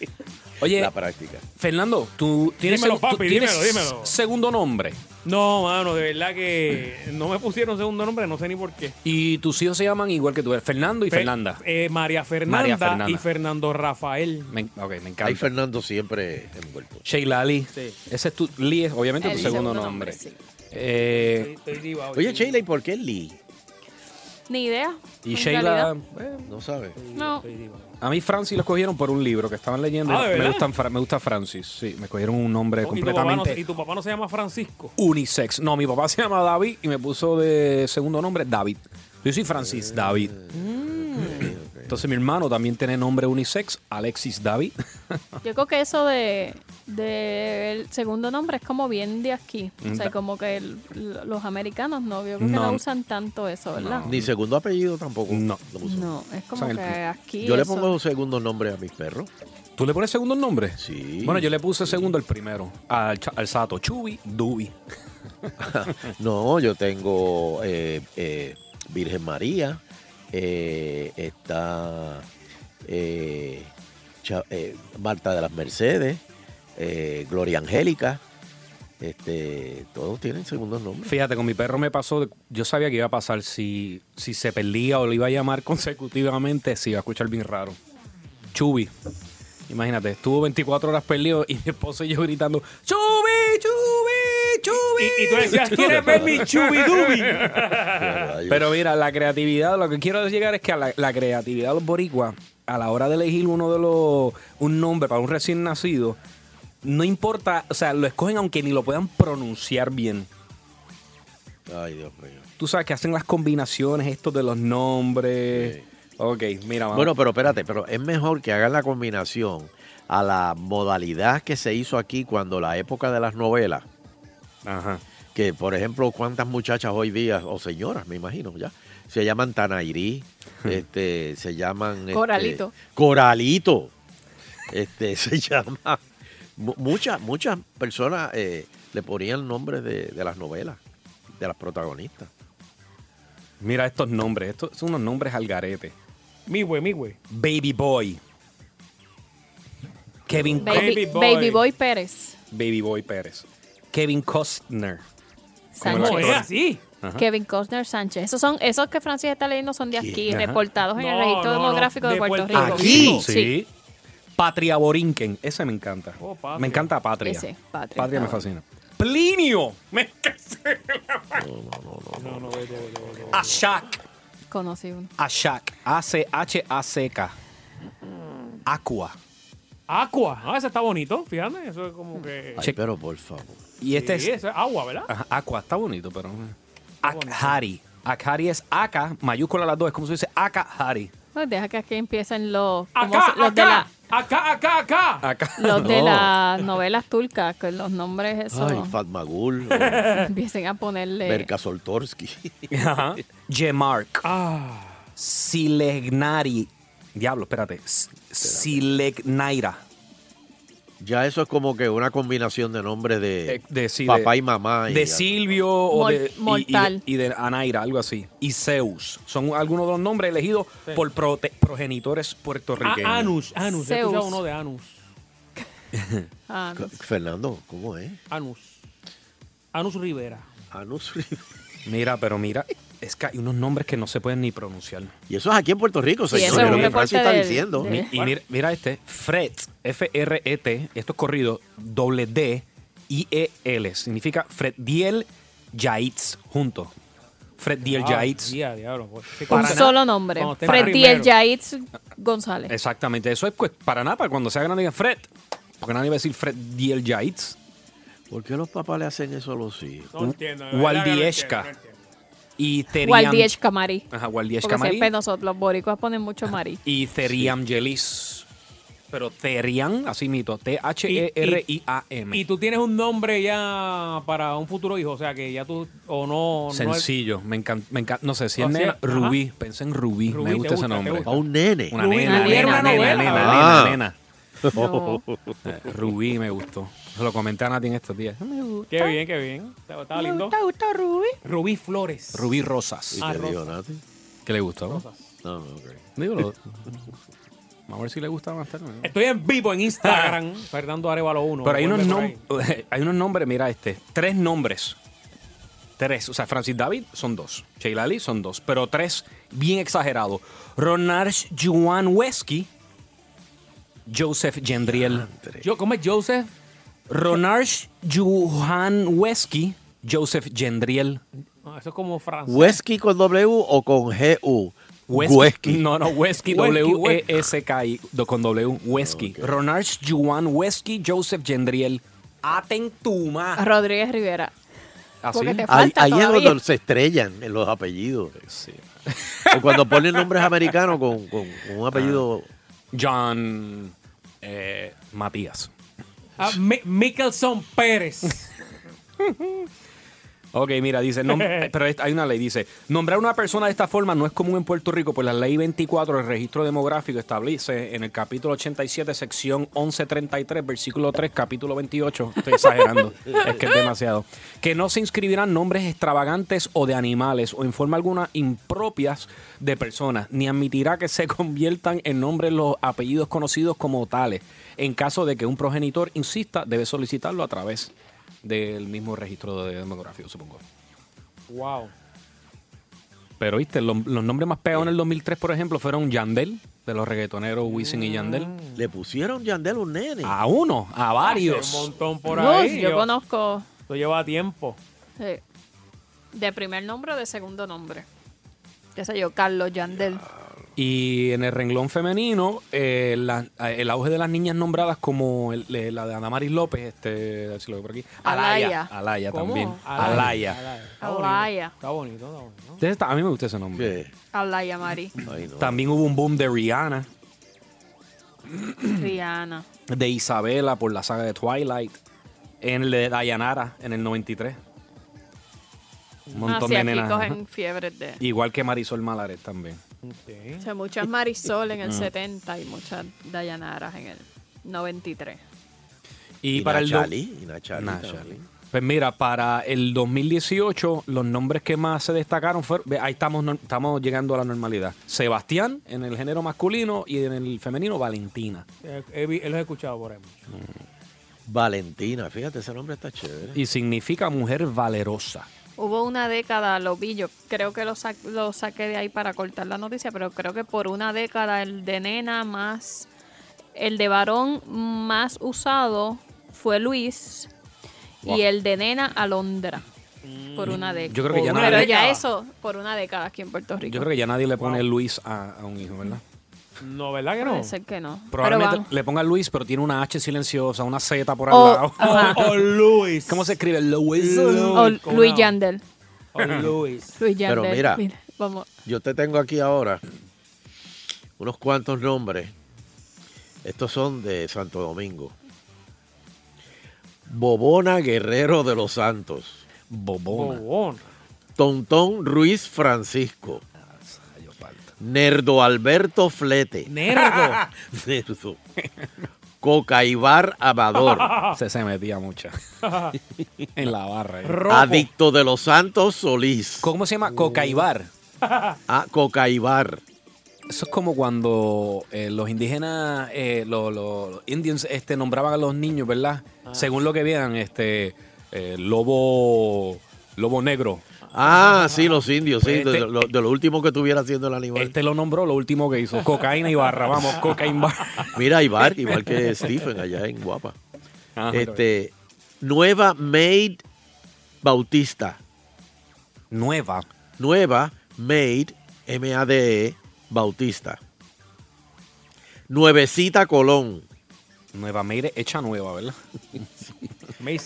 F: Oye.
D: La práctica.
F: Fernando, tú tienes,
B: Dímelo,
F: seg- tú
B: papi,
F: tienes
B: dímelo, dímelo.
F: segundo nombre.
B: No, mano, de verdad que no me pusieron segundo nombre, no sé ni por qué.
F: Y tus hijos se llaman igual que tú, Fernando y
B: Fe-
F: Fernanda.
B: eh, María, Fernanda
F: María Fernanda.
B: y Fernando Rafael.
F: Me, ok, me encanta.
D: Ahí Fernando siempre envuelto.
F: Sheila Lee. Ese es tu, Lee es obviamente
E: El
F: tu segundo,
E: segundo
F: nombre.
E: nombre,
F: Eh,
D: Oye, Sheila, ¿y por qué Lee?
E: Ni idea.
F: y
E: en
F: Sheila,
E: realidad.
D: eh, no sabe.
E: No.
F: A mí Francis los cogieron por un libro que estaban leyendo.
B: Ah, ¿de
F: me,
B: verdad?
F: gustan Fra- me gusta Francis, sí. Me cogieron un nombre
B: ¿Y tu, papá no,
F: Eh, completamente
B: se- y tu papá no se llama Francisco.
F: unisex. No, mi papá se llama David y me puso de segundo nombre David. Yo soy
D: Eh,
F: Francis David. Mm. Entonces mi hermano también tiene nombre unisex, Alexis David.
E: Yo creo que eso de, de el segundo nombre es como bien de aquí. O sea,
D: Da-
E: como que el- los americanos no, yo creo que
D: Mm. No.
E: no usan tanto eso, ¿verdad?
D: Ni segundo apellido tampoco. No.
E: No, es como
D: O sea, el-
E: que aquí.
D: Yo le
E: eso-
D: pongo segundo nombre a mis perros.
F: ¿Tú le pones segundo nombre?
D: Sí.
F: Bueno, yo le puse segundo el primero, al, cha- al Sato, Chubi, Dubi.
D: No, yo tengo eh, eh, Virgen María, eh, está eh, Cha- eh, Marta de las Mercedes, eh, Gloria Angélica, este, todos tienen segundos nombres.
F: Fíjate, con mi perro me pasó, de- yo sabía que iba a pasar si, si se perdía o le iba a llamar consecutivamente, se iba a escuchar bien raro. Chubi. Imagínate, estuvo 24 horas perdido y mi esposo y yo gritando, ¡Chubi, chubi, chubi!
B: Y tú decías, ¿quieres ver mi chubidubi?
F: Pero mira, la creatividad, lo que quiero llegar es que a la, la creatividad de los boricuas, a la hora de elegir uno de los un nombre para un recién nacido, no importa, o sea, lo escogen aunque ni lo puedan pronunciar bien.
D: Ay, Dios mío.
F: Tú sabes que hacen las combinaciones estos de los nombres. Ok, mira, vamos.
D: Bueno, pero espérate, pero es mejor que hagan la combinación a la modalidad que se hizo aquí cuando la época de las novelas.
F: Ajá.
D: Que, por ejemplo, cuántas muchachas hoy día, o señoras, me imagino, ya, se llaman Tanairí, este, se llaman... este,
E: Coralito.
D: Coralito. Este, se llama... mu- Muchas, muchas personas eh, le ponían nombres de, de las novelas, de las protagonistas.
F: mira estos nombres, estos son unos nombres al garete.
B: Mi güey, mi güey.
F: Baby Boy. Kevin Co-
E: Baby, Baby Boy. Pérez.
F: Baby Boy Pérez. Kevin Costner.
E: Sánchez.
F: ¿Cómo
E: No, es Kevin Costner Sánchez. Esos son esos que Francis está leyendo son de aquí,
F: Ajá.
E: reportados en el
B: No,
E: registro
B: no, no,
E: demográfico de
B: de
E: Puerto,
B: Puerto
E: Rico.
F: Aquí, sí.
E: sí.
F: Patria Borinquen, ese me encanta.
B: Oh, Patria.
F: me encanta Patria.
B: Ese, Patria.
F: Patria, me
B: Ah.
F: fascina. Plinio. Me Oh,
B: No, no, vete, vete, vete.
F: Ashak.
E: Conocí uno.
F: Ashak. A-C-H-A-C-K. Aqua.
B: Aqua. Ah, ese está bonito, fíjate. Eso es como que.
D: Ay, pero por favor.
F: Y este
B: Sí,
F: es.
B: eso es agua, ¿verdad?
F: Ajá, Aqua, está bonito, pero. Akhari. Akhari es Aka, mayúscula las dos, es como se dice Akahari.
E: Pues deja que aquí empiecen los, como
B: Acá,
E: se- los de la,
B: acá, acá, acá, acá.
F: Acá.
E: los de
D: No.
E: las novelas turcas, con los nombres esos.
D: Ay, Fatmagul,
E: Empiecen a ponerle
D: Berka Soltorsky.
F: Ajá. Jemark.
B: Ah.
F: Silegnari. Diablo, espérate. S- Silegnaira.
D: Ya eso es como que una combinación de nombres de,
F: Eh, de- sí,
D: papá
F: de-
D: y mamá. y-
F: de Silvio o
E: Mol-
F: de, y- y,
E: mortal.
F: y de Anaira, algo así. Y Zeus. Son algunos de los nombres elegidos
B: Sí.
F: por prote- progenitores puertorriqueños.
B: A- Ah, Anus, Anus. He
E: Zeus. Ah.
B: escuchado uno de Anus.
E: a
D: C- Fernando, ¿cómo es?
B: Anus. Anus Rivera.
D: Anus Rivera.
F: Mira, pero mira, es que hay unos nombres que no se pueden ni pronunciar.
D: Y eso es aquí en Puerto Rico,
E: Sí,
D: señor.
E: eso es
D: lo
E: un
D: que Francis está
E: reporte del-
D: diciendo.
E: del-
F: Mi- y mira, mira este, Fred, F-R-E-T, esto es corrido, doble D, I-E-L, significa Fred Diel Yaitz, junto. Fred Diel
B: Ah,
F: Yaitz.
B: ya, diablo, pues. Sí,
E: un
B: para nada.
E: solo nombre.
B: Cuando esté
E: Freddy
B: primero.
E: el Yaitz González.
F: Exactamente, eso es pues, para nada, para cuando sea grande digan Fred, porque nadie va a decir Fred Diel Yaitz.
D: ¿Por qué los papás le hacen eso a los hijos?
B: No entiendo. de verdad que no
F: Waldieshka.
B: entiendo, no entiendo.
F: Y Teriam.
E: Waldiech Camari.
F: Ajá, Waldieshka
E: Porque
F: Marí.
E: siempre nosotros, los boricuas, ponen mucho Marí.
F: Y Therian Yelis. Pero Therian, así mito, E
B: Y
F: T-H-E-R-I-A-M.
B: tú tienes un nombre ya para un futuro hijo, o sea que ya tú o no. no es-
F: Sencillo, me encanta, me encanta. No sé, si
B: O
F: es
B: sea,
F: nena,
B: ajá.
F: Rubí, pensé en Rubí,
B: Rubí,
F: me
B: te
F: gusta ese
B: gusta, te
F: nombre.
B: gusta.
D: A un nene.
F: Una
B: Rubí,
F: nena,
B: Rubí era
F: nena,
B: una
F: nena,
B: novela.
F: nena,
D: Ah.
F: nena, nena.
E: No.
F: Eh, Rubí me gustó. Se lo comenté a Nati en estos días.
B: Qué bien, qué bien. Estaba, estaba
E: Me
B: lindo.
E: gusta, gusta Ruby.
B: Rubí Flores.
F: Rubí Rosas.
D: ¿Y
B: Ah,
D: qué
B: Rosa.
D: dijo Nati?
F: ¿Qué le gustó?
D: No, no, ok.
F: Digo, lo- Vamos a ver si le gusta más tarde.
B: Estoy en vivo en Instagram, Fernando Arevalo 1.
F: Pero hay unos,
B: Vuelve por
F: nom- hay unos nombres, mira este, tres nombres. Tres, o sea, Francis David son dos, Sheila Lee son dos, pero tres bien exagerados. Ronald Juan Wesky, Joseph Gendriel.
B: ahí. Yo, ¿Cómo es Joseph?
F: Ronald Juan Wesky, Joseph Gendriel.
B: Ah, eso es como francés.
D: ¿Wesky con W o con G-U?
F: Wesky.
D: Wesky.
F: No, no, Wesky, E
B: Wesky,
F: W-E-S-K-I, do- con W, Wesky. Ronald Juan Wesky, Joseph Gendriel. Atentumas.
E: Rodríguez Rivera.
F: Así.
E: Porque te
D: Ahí,
E: falta
D: ahí es
E: todavía.
D: donde se estrellan en los apellidos.
F: Eh,
D: O cuando ponen nombres americanos con, con- con un
F: Ah.
D: apellido.
F: John eh, Matías.
B: Ah, Mi- Mickelson Pérez.
F: Ok, mira, dice, nom- eh, pero es- hay una ley, dice, nombrar una persona de esta forma no es común en Puerto Rico, pues la ley 24 del registro demográfico establece en el capítulo 87, sección 1133, versículo 3, capítulo 28, estoy exagerando, es que es demasiado, que no se inscribirán nombres extravagantes o de animales o en forma alguna impropias de personas, ni admitirá que se conviertan en nombres los apellidos conocidos como tales. En caso de que un progenitor insista, debe solicitarlo a través del mismo registro de demográfico, supongo.
B: wow.
F: Pero viste, lo- los nombres más pegados en el 2003, por ejemplo, fueron Yandel, de los reggaetoneros Wisin y Yandel.
D: Le pusieron Yandel un nene.
F: A uno, a varios.
B: Hace un montón por
E: No,
B: ahí.
E: yo conozco
B: Esto lleva tiempo.
E: sí, de primer nombre o de segundo nombre. Qué sé yo, Carlos Yandel.
F: Y en el renglón femenino, eh, la- el auge de las niñas nombradas como el- de- la de Anamaris López, este, a ver si lo veo por aquí.
E: Alaya.
F: Alaya. Alaya
E: ¿Cómo?
F: también.
B: Alaya.
F: Alaya.
E: Alaya.
B: Está bonito, está bonito.
F: Entonces, está- a mí me gusta ese nombre.
E: Alaya Mari.
F: También hubo un boom de Rihanna,
E: Rihanna.
F: de Isabela por la saga de Twilight, en el de Dayanara en el 93. Un montón
E: Así
F: de
E: Ah, aquí
F: nenas.
E: cogen fiebres de...
F: Igual que Marisol Malares también.
E: O sea, muchas Marisol en el
F: Mm.
E: 70 y muchas Dayanaras en el 93.
F: Y,
D: Y
F: para el do-
D: Nachali, y Nachali también.
F: Pues mira, para el 2018 los nombres que más se destacaron fueron, ve, ahí estamos, no- estamos llegando a la normalidad. Sebastián en el género masculino y en el femenino Valentina.
B: Eh, he vi- los he escuchado por ahí.
D: Valentina, fíjate, ese nombre está chévere.
F: Y significa mujer valerosa.
E: Hubo una década, lo vi yo, creo que lo, sa- lo saqué de ahí para cortar la noticia, pero creo que por una década el de nena más, el de varón más usado fue Luis
F: Wow. Mm.
E: y el de nena Alondra. Por una década.
F: Yo creo que ya
E: Pero
F: nadie-
E: ya eso, por una década aquí en Puerto Rico.
F: Yo creo que ya nadie le pone Luis a, a un hijo, ¿verdad?
B: No, ¿verdad que
E: Puede
B: no?
E: ser que no.
F: Probablemente
E: Pero vamos.
F: le ponga Luis, pero tiene una H silenciosa, una Z por al
E: O-
F: lado.
E: ajá.
B: O Luis.
F: ¿Cómo se escribe? Luis.
E: O Luis Yandel.
B: O Luis.
E: Luis
D: Pero
E: Yandel.
D: mira.
E: vamos.
D: Yo te tengo aquí ahora unos cuantos nombres. Estos son de Santo Domingo. Bobona Guerrero de los Santos.
F: Bobona.
D: Tontón Ruiz Francisco. Nerdo Alberto Flete.
B: Nerdo.
D: Nerdo. Cocaibar Amador.
F: Se se metía mucha. en la barra. eh.
D: Adicto de los Santos Solís.
F: ¿Cómo se llama? Cocaibar.
D: Ah, Cocaibar.
F: Eso es como cuando eh, los indígenas, eh, lo- lo- los indians, este, nombraban a los niños, ¿verdad?
B: Ah.
F: Según lo que vean, este, eh, lobo, lobo negro.
D: Ah, sí, los indios, sí,
F: Pues
D: de,
F: este-
D: lo, de lo último que estuviera haciendo el animal.
F: Este lo nombró, lo último que hizo, cocaína y barra, vamos, cocaína y barra.
D: Mira, Ibar, igual que Stephen allá en Guapa.
F: Ah, mira,
D: este, nueva Maid Bautista.
F: Nueva.
D: Nueva Maid, M-A-D-E, E, Bautista. Nuevecita Colón.
F: Nueva Meire, hecha nueva, ¿verdad?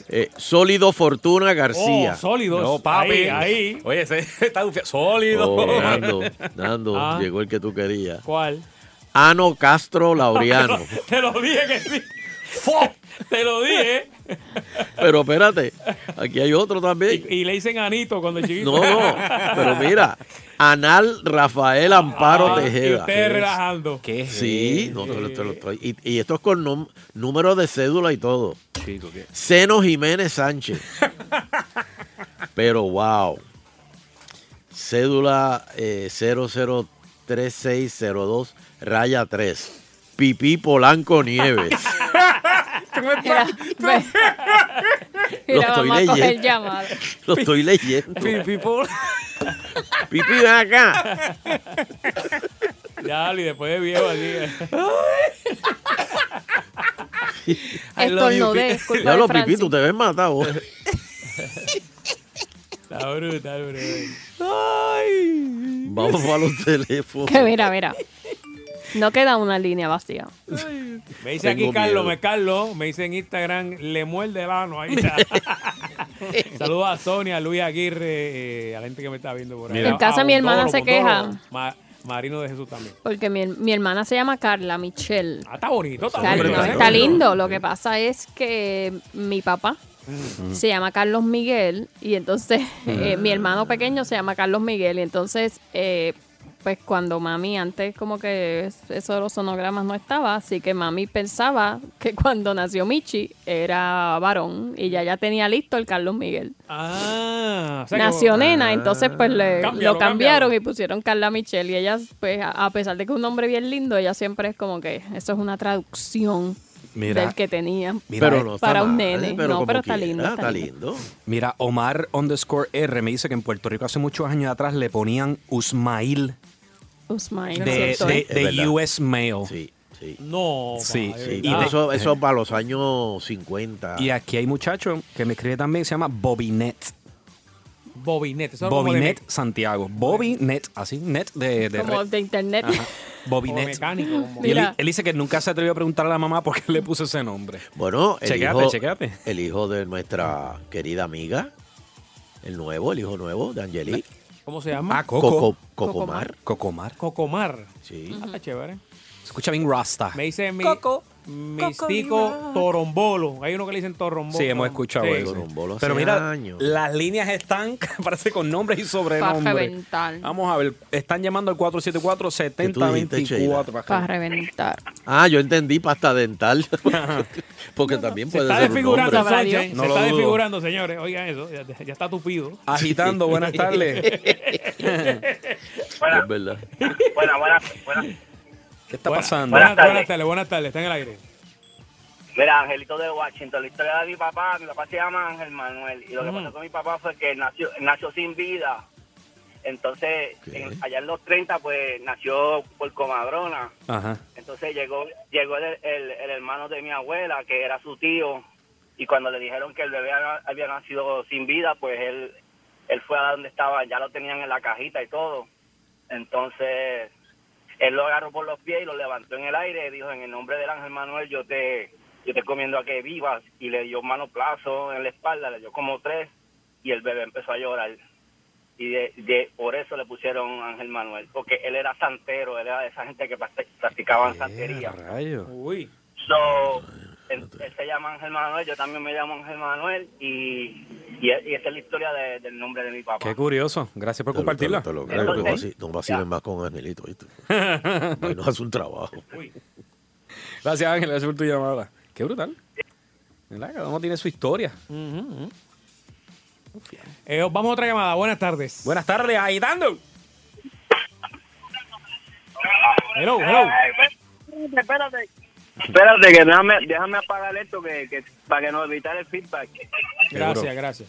D: Eh, Sólido Fortuna García.
B: Oh, sólidos.
F: No, papi.
B: Ahí, ahí.
F: Oye, ese está dufia- Sólido.
D: Oh, Nando, Nando,
B: Ah.
D: llegó el que tú querías.
B: ¿Cuál?
D: Ano Castro Laureano.
B: Te lo dije que sí. Te lo dije.
D: Pero espérate, aquí hay otro también.
B: Y le dicen Anito cuando es chiquito.
D: No, no, pero mira, Anal Rafael Amparo
B: Ah, Y
D: Tejeda.
B: ustedes relajando.
F: ¿Qué es
D: Sí, no, te lo- te lo estoy- Y, y esto es con num- número de cédula y todo.
F: eso, chico? ¿Qué?
D: Seno Jiménez Sánchez. Pero wow. Cédula eh, 003602, raya 3. Pipí Polanco Nieves.
E: Mira, ve.
D: Lo
E: Mira,
D: estoy
E: vamos a coger
D: leyendo.
E: llamada.
D: Lo estoy leyendo.
F: Pipi por-
D: Pipí, ven acá.
B: Ya, y después de viejo así.
E: Estornudé, es culpa
D: Ya
E: de
D: lo
E: Francis.
D: pipí, tú te ves matado.
B: Está brutal, bro.
D: Vamos a los teléfonos.
E: Que mira, mira. No queda una línea vacía.
B: Me dice
D: Tengo
B: aquí Carlos,
D: miedo.
B: me Carlos, me dice en Instagram, le muerde el ano ahí. Saludos a Sonia, a Luis Aguirre, eh, a la gente que me está viendo por ahí.
E: Mira. En casa
B: A
E: mi hermana se
B: Bondoro,
E: queja.
B: Bondoro, Ma- Marino de Jesús también.
E: Porque mi, mi hermana se llama Carla Michelle.
B: Ah, está bonito, está
E: Está,
B: bonito. ¿eh?
E: lindo,
B: Está
E: está
B: lindo.
E: lindo. Lo que pasa es que mi papá
B: Mm.
E: se llama Carlos Miguel y entonces eh,
M: Mm.
E: mi hermano pequeño se llama Carlos Miguel y entonces eh, pues cuando mami antes como que es- eso de los sonogramas no estaba, así que mami pensaba que cuando nació Michi era varón y ya ya tenía listo el Carlos Miguel.
B: Ah, o sea que-
E: Nació nena, entonces pues le,
B: Cámbialo,
E: lo cambiaron y pusieron Carla Michelle. Y ella, pues, a, a pesar de que es un nombre bien lindo, ella siempre es como que eso es una traducción
F: Mira. eh,
E: del que tenía
F: Pero no está
E: para un
F: mal,
D: eh,
E: nene.
F: pero
E: no,
F: como
E: pero está
F: quiera,
E: lindo.
F: está Mira, Omar underscore R me dice que en Puerto Rico hace muchos años atrás le ponían Usmail
E: Usmael,
F: de,
E: ¿cierto?
F: de-
E: eh?
F: de
D: Es verdad.
F: US Mail.
D: Sí, sí.
B: No.
F: Sí,
D: Sí,
F: y
D: no,
F: de-
D: eso, eso para los años 50.
F: Y aquí hay muchacho que me escribe también, se llama Bobinet.
B: Bobinet. eso es como de-
F: Bobinet Santiago. Bobinet, así, net de, de
E: Como
F: red.
E: de internet.
F: Ajá. Bobinet.
E: Como mecánico, como-
F: Y él,
E: Mira.
F: él dice que nunca se atrevió a preguntar a la mamá por qué le puso ese nombre.
D: Bueno, el
F: Checate,
D: hijo,
F: checate.
D: El hijo de nuestra querida amiga, el nuevo, el hijo nuevo de Angelique.
B: ¿Cómo se llama?
D: Ah, Coco. Coco- Cocomar.
F: Cocomar.
B: Cocomar.
D: Sí.
B: Ah, está chévere.
F: Escucha bien Rasta.
B: Me dice mi,
F: Coco.
B: Mistico
F: Coco,
B: Torombolo. Hay uno que le dicen Torombolo.
F: Sí, hemos escuchado
B: Sí.
F: eso.
D: hace
F: Pero mira,
D: años.
F: las líneas están, parece con nombres y
E: Para
F: sobrenombres.
E: reventar.
F: Vamos a ver, están llamando al 474-7024.
E: Para reventar.
D: Ah, yo entendí pasta dental. Porque también
B: Se
D: puede
B: está
D: ser un
B: desfigurando,
D: nombre.
B: Sánchez. se está desfigurando, señores. Oigan eso, ya, ya está tupido.
F: Agitando, buenas tardes.
D: Es verdad.
B: Buenas, buenas,
F: ¿Qué está pasando?
B: Buenas,
N: Buenas tardes.
B: buenas tardes, buenas tardes. Está en el aire.
N: Mira, Angelito de Washington, la historia de mi papá, mi papá se llama Ángel Manuel, y lo que
B: Mm.
N: pasó con mi papá fue que él nació, él nació sin vida. Entonces, en- allá en los 30, pues nació por Comadrona.
F: Ajá.
N: Entonces llegó llegó el, el- el hermano de mi abuela, que era su tío, y cuando le dijeron que el bebé había- había nacido sin vida, pues él, él fue a donde estaba, ya lo tenían en la cajita y todo. Entonces, él lo agarró por los pies y lo levantó en el aire y dijo, en el nombre del ángel Manuel, yo te, yo te comiendo a que vivas. Y le dio mano plazo en la espalda, le dio como tres, y el bebé empezó a llorar. Y de, de- por eso le pusieron Ángel Manuel, porque él era santero, él era de esa gente que practi- practicaban santería.
B: Uy.
N: So, él, él se llama Ángel Manuel, yo también me llamo Ángel Manuel, y, y, y esa es la historia de- del nombre de mi papá.
F: Qué curioso. Gracias por
D: Te lo-
F: compartirla.
D: te lo creo, que vaci- no vacilen más con Angelito, ¿viste? No, y nos hace un trabajo.
F: Gracias, Ángel, gracias por tu llamada. Qué brutal. ¿Verdad? Cada uno tiene su historia.
B: Eh, vamos a otra llamada. Buenas tardes.
F: Buenas tardes, agitando.
B: Hello, hello.
N: Espérate, espérate. Espérate, que déjame, déjame apagar esto que, que- para que no evitar el feedback.
B: Gracias, gracias.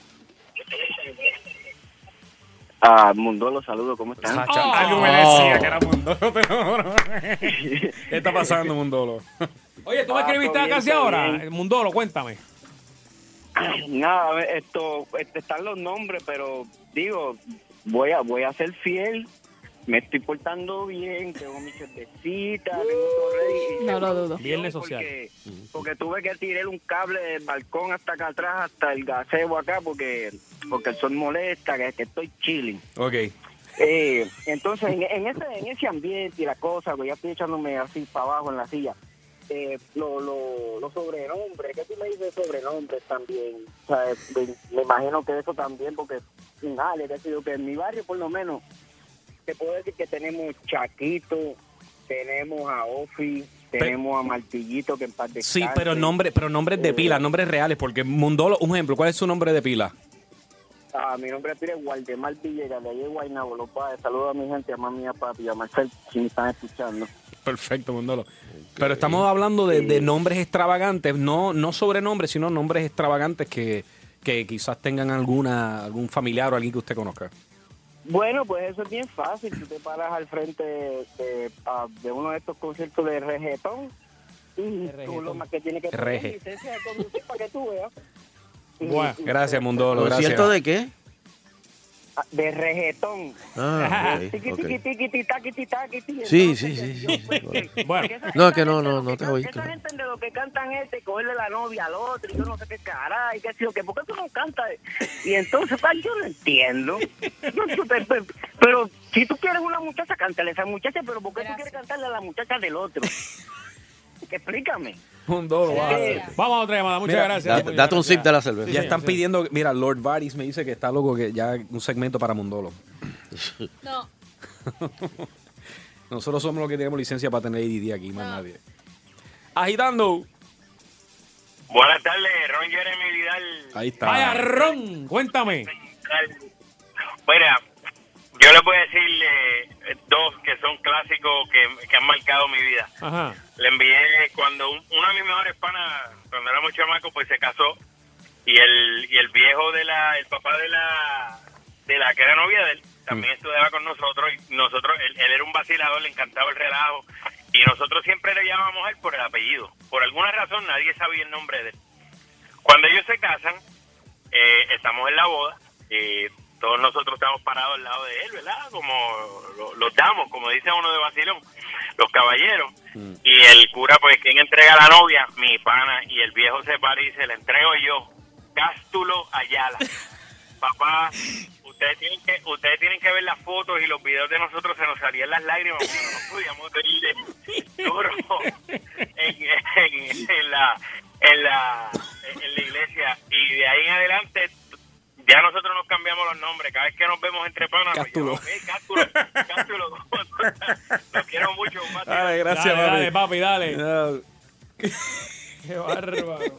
N: Ah, Mundo, los saludo, ¿cómo están?
B: Ah,
O: Ah.
F: Algo me decía que era Mundolo, te lo juro. ¿Qué está pasando, Mundolo?
B: Oye, tú me
N: Ah,
B: escribiste
N: todo bien,
B: casi
N: todo
B: ahora.
N: bien.
B: El Mundolo, cuéntame.
N: Nada, esto, este, están los nombres, pero digo, voy a, voy a ser fiel. Me estoy portando bien, tengo mi cervecita, tengo todo ready.
E: No lo dudo.
B: Viernes social. Mm.
N: Porque, porque tuve que tirar un cable del balcón hasta acá atrás, hasta el gazebo acá, porque, porque el sol molesta, que, que estoy chilling.
F: Ok.
N: Eh, entonces, en, en ese, en ese ambiente y la cosa, pues ya estoy echándome así para abajo en la silla. Eh, lo, lo, lo sobrenombre, ¿qué tú me dices de sobrenombres también? O sea, me, me imagino que eso también, porque en Ale, qué sé yo, que en mi barrio por lo menos, te puedo decir que tenemos Chaquito, tenemos a Ofi, tenemos a Martillito, que en paz
F: Sí,
N: descanse.
F: pero nombre, pero nombres de
D: Eh.
F: pila, nombres reales, porque Mundolo, un ejemplo, ¿cuál es su nombre de pila?
N: Ah, mi nombre es Waldemar Villegas, de allá de Guaynabo, los padres. Saludos a mi gente, a mami, a papi, a Marcel, si me están escuchando.
F: Perfecto, Mundolo. Pero estamos hablando de, de nombres extravagantes, no, no sobrenombres, sino nombres extravagantes que, que quizás tengan alguna, algún familiar o alguien que usted conozca.
N: Bueno, pues eso es bien fácil. Tú te paras al frente de, de-
K: ah,
N: a- de uno de estos conciertos de reggaetón y tú lo más que tienes que tener
F: Reje.
N: es licencia de conducir para que tú veas.
F: Gracias, Mundolo.
D: ¿Concierto
F: gracias.
D: de qué?
K: Ah, de rejetón.
D: Ah, ok,
K: Tiqui,
D: ok.
K: tiqui, tiqui, ti, taqui, ti, taqui, ti.
D: Sí,
K: Entonces,
D: sí, sí,
K: yo,
D: sí,
K: pues,
D: sí.
K: que-
D: Bueno.
K: que esa
D: No,
K: gente
D: que no,
K: de
D: no,
K: lo
D: no
K: que
D: te
K: can-
D: oí,
K: esa
D: claro.
K: gente de lo que cantan este, cogerle la novia al otro, y yo no sé qué caray, qué sé yo, que por qué tú no cantas. Y entonces, pues, yo no entiendo. No, tú te- pe- pero si tú quieres una muchacha, cántale a esa muchacha, pero ¿por qué tú quieres cantarle a la muchacha del otro? Explícame.
C: Un dólar.
B: Vamos a otra llamada, muchas
F: Mira,
B: gracias.
F: da-
B: muchas
F: date
B: gracias.
F: sip de
D: la cerveza.
B: Sí,
F: ya
B: señor,
F: están
B: sí.
F: pidiendo, mira, Lord Varis me dice que está loco que ya un segmento para Mundolo.
E: No,
F: Nosotros somos los que tenemos licencia para tener ADD aquí, más
E: No.
F: nadie. Agitando.
M: Buenas tardes, Ron Jeremy Vidal.
F: Ahí está.
B: Vaya ron, cuéntame.
M: Mira, yo les voy a decir eh, dos que son clásicos que, que han marcado mi vida.
B: Ajá.
M: Le envié cuando un- uno de mis mejores panas, cuando éramos chamacos, pues se casó y el, y el viejo de la, el papá de la, de la que era novia de él, también estudiaba con nosotros y nosotros, él, él era un vacilador, le encantaba el relajo y nosotros siempre le llamábamos a él por el apellido. Por alguna razón nadie sabía el nombre de él. Cuando ellos se casan, eh, estamos en la boda, eh, todos nosotros estamos parados al lado de él, ¿verdad? Como lo- los damos, como dice uno de vacilón, los caballeros. Y el cura, pues, ¿quién entrega a la novia? Mi pana. Y el viejo se para y dice, la entrego yo. Cástulo Ayala. Papá, ustedes tienen que ustedes tienen que ver las fotos y los videos de nosotros, se nos salían las lágrimas porque no podíamos reírle duro en, en- en la, en, la, en la iglesia. Y de ahí en adelante, ya nosotros nos cambiamos los nombres. Cada vez que nos vemos entre panas, pues,
F: Cástulo.
M: yo, "Hey, Cástulo, Cástulo, ¿cómo estás? Lo quiero mucho, Mati".
F: Dale, gracias,
B: Dale,
F: papi.
B: dale, papi, dale.
F: Dale.
B: Qué bárbaro.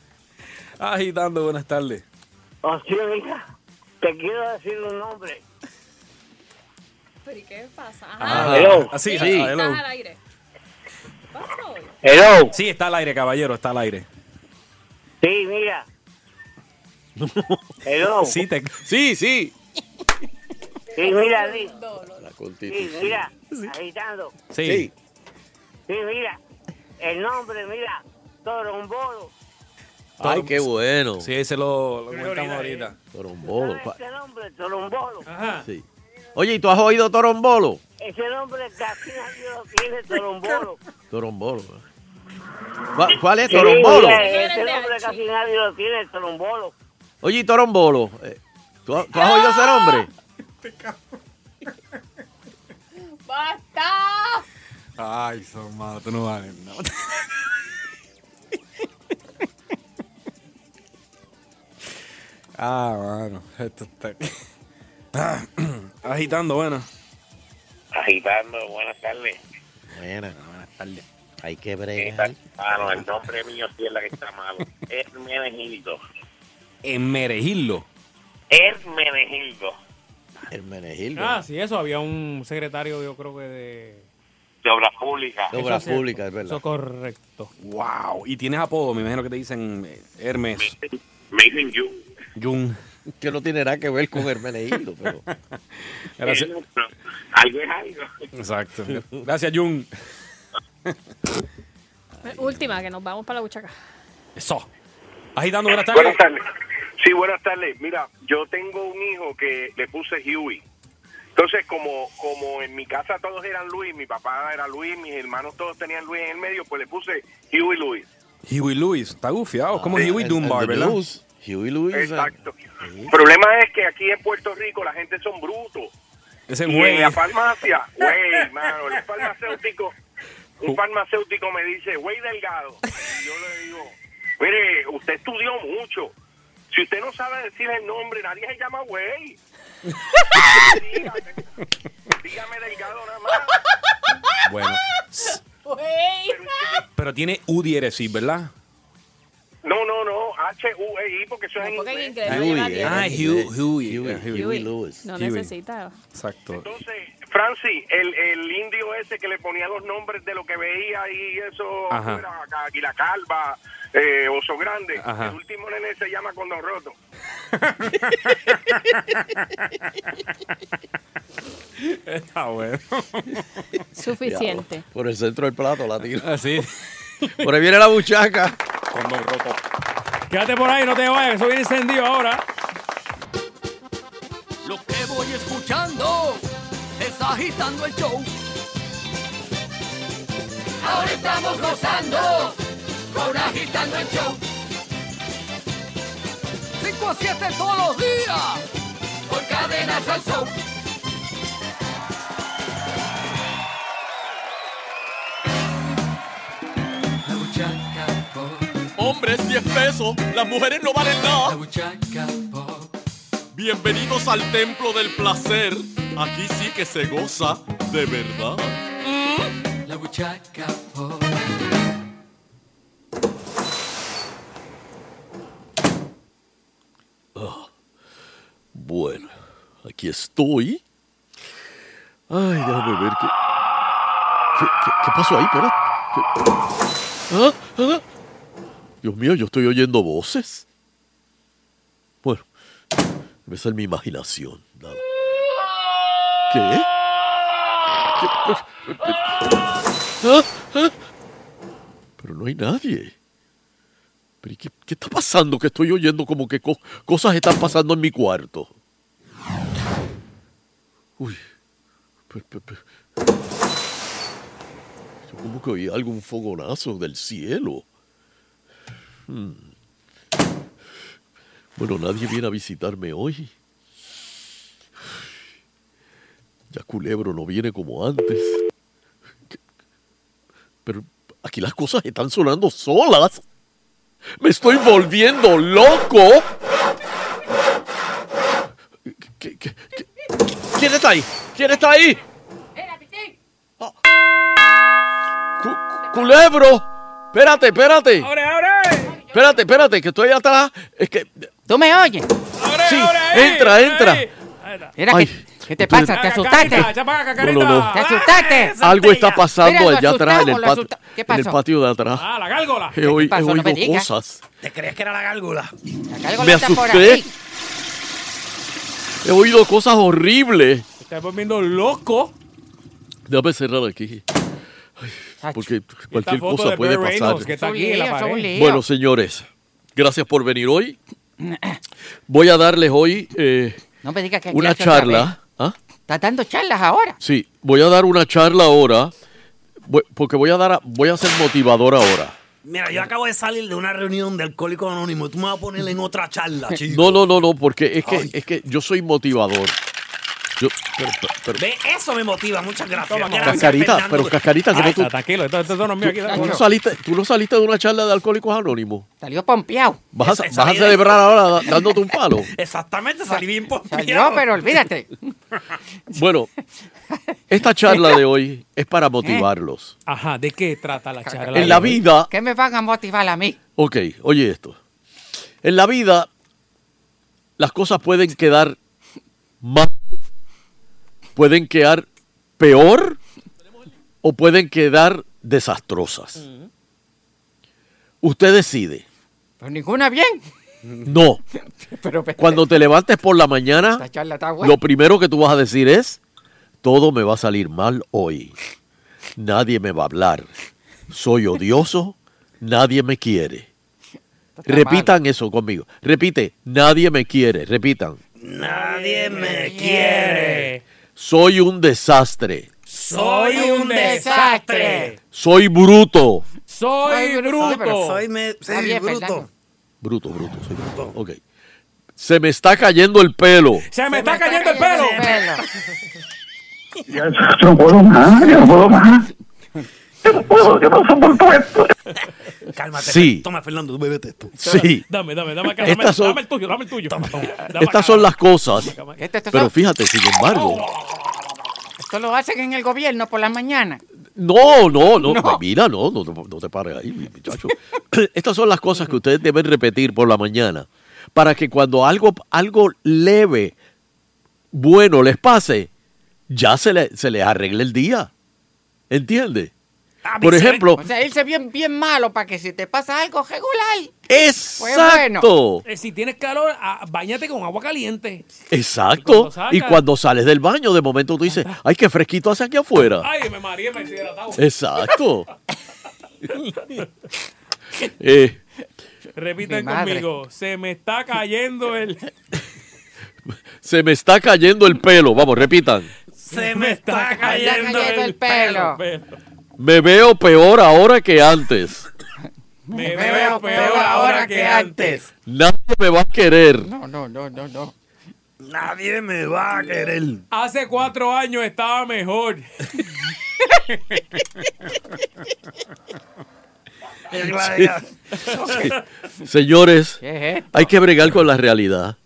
F: Agitando, buenas tardes.
K: Así, oiga, Oh, te quiero decir un nombre.
E: pero ¿y qué pasa?
F: Ajá.
K: Hello.
F: Ah, sí,
E: Sí,
F: sí.
E: Estás
F: hello.
E: al aire.
K: Hello.
F: Sí, está al aire, caballero, está al aire.
K: Sí, mira. Hello.
F: Sí, te- sí, sí.
K: Sí, mira, Liz.
D: La
K: Sí,
D: constitución.
K: mira, agitando.
D: Sí.
K: Sí, mira, el nombre, mira, Torombolo.
D: Ay, qué bueno.
F: Sí, ese lo, lo
K: Prioridad,
F: comentamos ahorita.
D: Torombolo. pa-
K: Ese nombre, Torombolo.
D: Sí. Oye, ¿y tú has oído Torombolo?
K: Ese nombre casi nadie lo tiene, Torombolo.
D: Torombolo. ¿Cuál, cuál es
K: Sí,
D: Torombolo?
K: mira, ese nombre casi nadie lo tiene, Torombolo.
D: Oye, ¿y Torombolo? eh, ¿Tú, ha- tú has oído ese nombre?
E: ¡Basta!
L: Ay, Somado, tú no vales nada.
F: Ah, bueno, esto está. Ah, Agitando, bueno.
M: Agitando, buenas tardes.
D: Buenas.
F: Buenas tardes.
D: Hay que bregar.
M: Ah, no, el nombre mío sí es la que está malo. Hermenegildo.
F: En Merejillo.
M: Hermenegildo.
D: Hermenegildo.
B: Ah, sí, eso. Había un secretario, yo creo que de...
M: De obras públicas.
D: De obras
B: Eso sí,
D: públicas, es verdad.
B: Eso correcto.
F: Wow. Y tienes apodo, me imagino que te dicen eh, Hermes.
M: Made in you.
F: Jun.
D: Que no tiene nada que ver con Hermenegildo, pero...
F: Gracias.
M: Algo es algo.
F: Exacto. Gracias, Jun.
E: Última, que nos vamos para la buchaca.
F: Eso. Agitando, buenas tardes.
P: Buenas tardes. Sí, buenas tardes. Mira, yo tengo un hijo que le puse Huey. Entonces, como como en mi casa todos eran Luis, mi papá era Luis, mis hermanos todos tenían Luis en el medio, pues le puse Huey Luis.
F: Huey Lewis. Está gufiado. Como Huey
D: Ah, El-
F: Dunbar,
D: el de
F: ¿verdad?
D: blues, Huey Lewis. eh.
P: Exacto. El problema es que aquí en Puerto Rico la gente son brutos.
F: Ese
P: Y en
F: güey.
P: la farmacia, güey, mano, el farmacéutico, un farmacéutico me dice, güey delgado. Y yo le digo, mire, usted estudió mucho. Si usted no sabe decir el nombre, nadie se llama güey. dígame, dígame delgado nada más.
F: Bueno. Pero tiene U diéresis, ¿verdad?
P: No, no, no, H-U-E-I, porque eso es en inglés.
F: Ah, Huey. Huey. Huey.
D: eh. Huey Lewis.
E: No
F: Huey.
E: necesita.
F: Exacto.
P: Francis, el, el indio ese que le ponía los nombres de lo que veía y eso,
F: Ajá.
P: era Águila Calva, eh, Oso Grande,
F: Ajá.
P: el último nene se llama Condón Roto.
F: Está bueno.
E: Suficiente.
D: Por el centro del plato la tiro.
F: Así.
D: Por ahí viene la buchaca.
F: Con los rotos.
B: Quédate por ahí, no te vayas. Eso viene encendido ahora.
A: Lo
G: escuchando es agitando el show. Ahora estamos gozando con agitando el show. 5 a 7 todos los días por cadenas al show.
O: Hombres 10 pesos, las mujeres no valen nada. Bienvenidos al templo del placer. Aquí sí que se goza de verdad.
G: La buchaca pop.
O: Ah, bueno, aquí estoy. Ay, déjame ver qué. ¿Qué, qué- qué pasó ahí, Espera. ¿Qué- Ah, ah. Dios mío, yo estoy oyendo voces. Bueno, debe ser mi imaginación. nada. ¿Qué? ¿Qué? Ah, ah. Pero no hay nadie. ¿Pero y qué, qué está pasando? Que estoy oyendo como que co- cosas están pasando en mi cuarto. Uy. Pe- pe- pe- Yo como que oí algo, un fogonazo del cielo. Hmm. Bueno, nadie viene a visitarme hoy. Ya Culebro no viene como antes. ¿Qué? Pero aquí las cosas están sonando solas. Me estoy volviendo loco. ¿Qué- qué- qué- ¿Quién está ahí? ¿Quién está ahí? Ah. Cu- ¡Culebro! Espérate, espérate. ¡Abre, abre! Espérate, espérate, que estoy atrás. Es que.
Q: ¿Tú me oyes?
O: sí, entra, entra.
Q: Mira,
O: Ay,
Q: ¿qué, qué te pasa? ¿Te asustaste?
O: No, no, no.
Q: ¿Te asustaste?
O: Algo está pasando
Q: Mira, lo
O: allá atrás en el,
Q: asustamos, lo
O: pat-
Q: asusta- ¿Qué
O: en el
Q: pasó?
O: patio de atrás.
Q: Ah, la gárgola.
O: He,
Q: ¿Qué
O: oí- he
Q: pasó? No me
O: oído
Q: digas.
O: cosas.
B: ¿Te crees que era la gárgola? La
Q: gárgola
O: Me asusté. He oído cosas horribles.
B: Estás volviendo loco.
O: Déjame cerrar aquí. Ay, Porque cualquier
B: foto
O: cosa
B: de
O: puede
B: Burt Reynolds
O: pasar.
B: que está aquí en la Son líos, son pared. líos.
O: Bueno, señores, gracias por venir hoy. Voy a darles hoy eh,
Q: No me digas que
O: una
Q: clase otra
O: charla. ¿Ah?
Q: vez. Estás dando charlas ahora.
O: Sí, voy a dar una charla ahora. voy- Porque voy a dar, a- voy a ser motivador ahora.
R: Mira, yo acabo de salir de una reunión de Alcohólicos Anónimos. Tú me vas a poner en otra charla, chico.
O: No, no, no, no, porque es que, es que yo soy motivador. Yo, pero, pero- pero-
R: Ve, eso me motiva. Muchas gracias. gracias
O: cascarita,
R: Fernando.
O: pero cascarita, que
Q: Ah,
R: Ay,
O: no tú,
B: Tranquilo, esto, esto no es mío
O: tú-
B: aquí.
O: tú no
B: tranquilo.
O: saliste, tú no saliste de una charla de Alcohólicos Anónimos.
Q: Salió pompeado.
O: Vas a,
Q: Esa- esa
O: vas a
Q: vida-
O: celebrar ahora da- dándote un palo.
R: Exactamente, salí bien pompeado.
Q: Salió, pero olvídate.
O: Bueno, esta charla de hoy es
Q: Eh,
O: para motivarlos.
B: Ajá, ¿de qué trata la charla?
O: En la vida,
Q: ¿Qué me van a motivar a mí?
O: ok, oye esto. En la vida, las cosas pueden quedar mal, pueden quedar peor o pueden quedar desastrosas. Usted decide.
Q: Pues ninguna bien.
O: No.
Q: Pero
O: Cuando te levantes por la mañana,
Q: esta charla está buena.
O: Lo primero que tú vas a decir es, todo me va a salir mal hoy. Nadie me va a hablar. Soy odioso, nadie me quiere.
R: está
O: Repitan eso conmigo. Repite, nadie me quiere. Repitan,
R: Nadie me quiere.
O: soy un desastre.
R: Soy un desastre.
O: Soy bruto.
B: Soy bruto.
R: Soy me, sí,
B: Está bien,
R: bruto.
B: Fernando.
O: Bruto, bruto, soy bruto. Ok. Se me está cayendo el pelo.
B: Se me está cayendo el pelo.
S: No puedo más, ya no puedo más.
R: Cálmate.
O: Sí.
R: Toma, Fernando, bébete esto.
O: Sí.
B: Dame, dame, dame acá. Dame,
O: Estas son-
B: dame el tuyo, dame el tuyo. Dame acá.
O: Estas son las cosas.
Q: Este- este-
O: Pero fíjate, sin
Q: Oh.
O: embargo.
Q: Esto lo hacen en el gobierno por la mañana.
O: No, no, no, Mira, no, no, no, no te pares ahí, mi- muchacho. Estas son las cosas que ustedes deben repetir por la mañana para que cuando algo, algo leve, bueno les pase, ya se, le, se les arregle el día. ¿Entiendes? Por ejemplo,
Q: Ah, pues O sea, irse bien, bien malo para que si te pasa algo regular. pues
O: exacto.
B: Eh, si tienes calor, ah, bañate con agua caliente.
O: Exacto.
B: Y cuando salgas-
O: Y cuando sales del baño, de momento tú dices, ay, qué fresquito hace aquí afuera.
B: Ay, me mareé, me deshidratado.
O: Exacto. Eh,
B: Repitan
O: Mi madre.
B: conmigo. Se me está cayendo el.
O: Se me está cayendo el pelo. Vamos, repitan.
R: Se me está
Q: cayendo el pelo.
O: Me veo peor ahora que antes.
B: Me veo peor ahora que antes.
O: Nadie me va a querer.
Q: No, no, no, no, no.
R: Nadie me va a querer.
B: Hace cuatro años estaba mejor.
R: El
O: Sí.
R: gladiador.
O: Sí. Señores,
R: ¿Qué es esto?
O: hay que bregar con la realidad.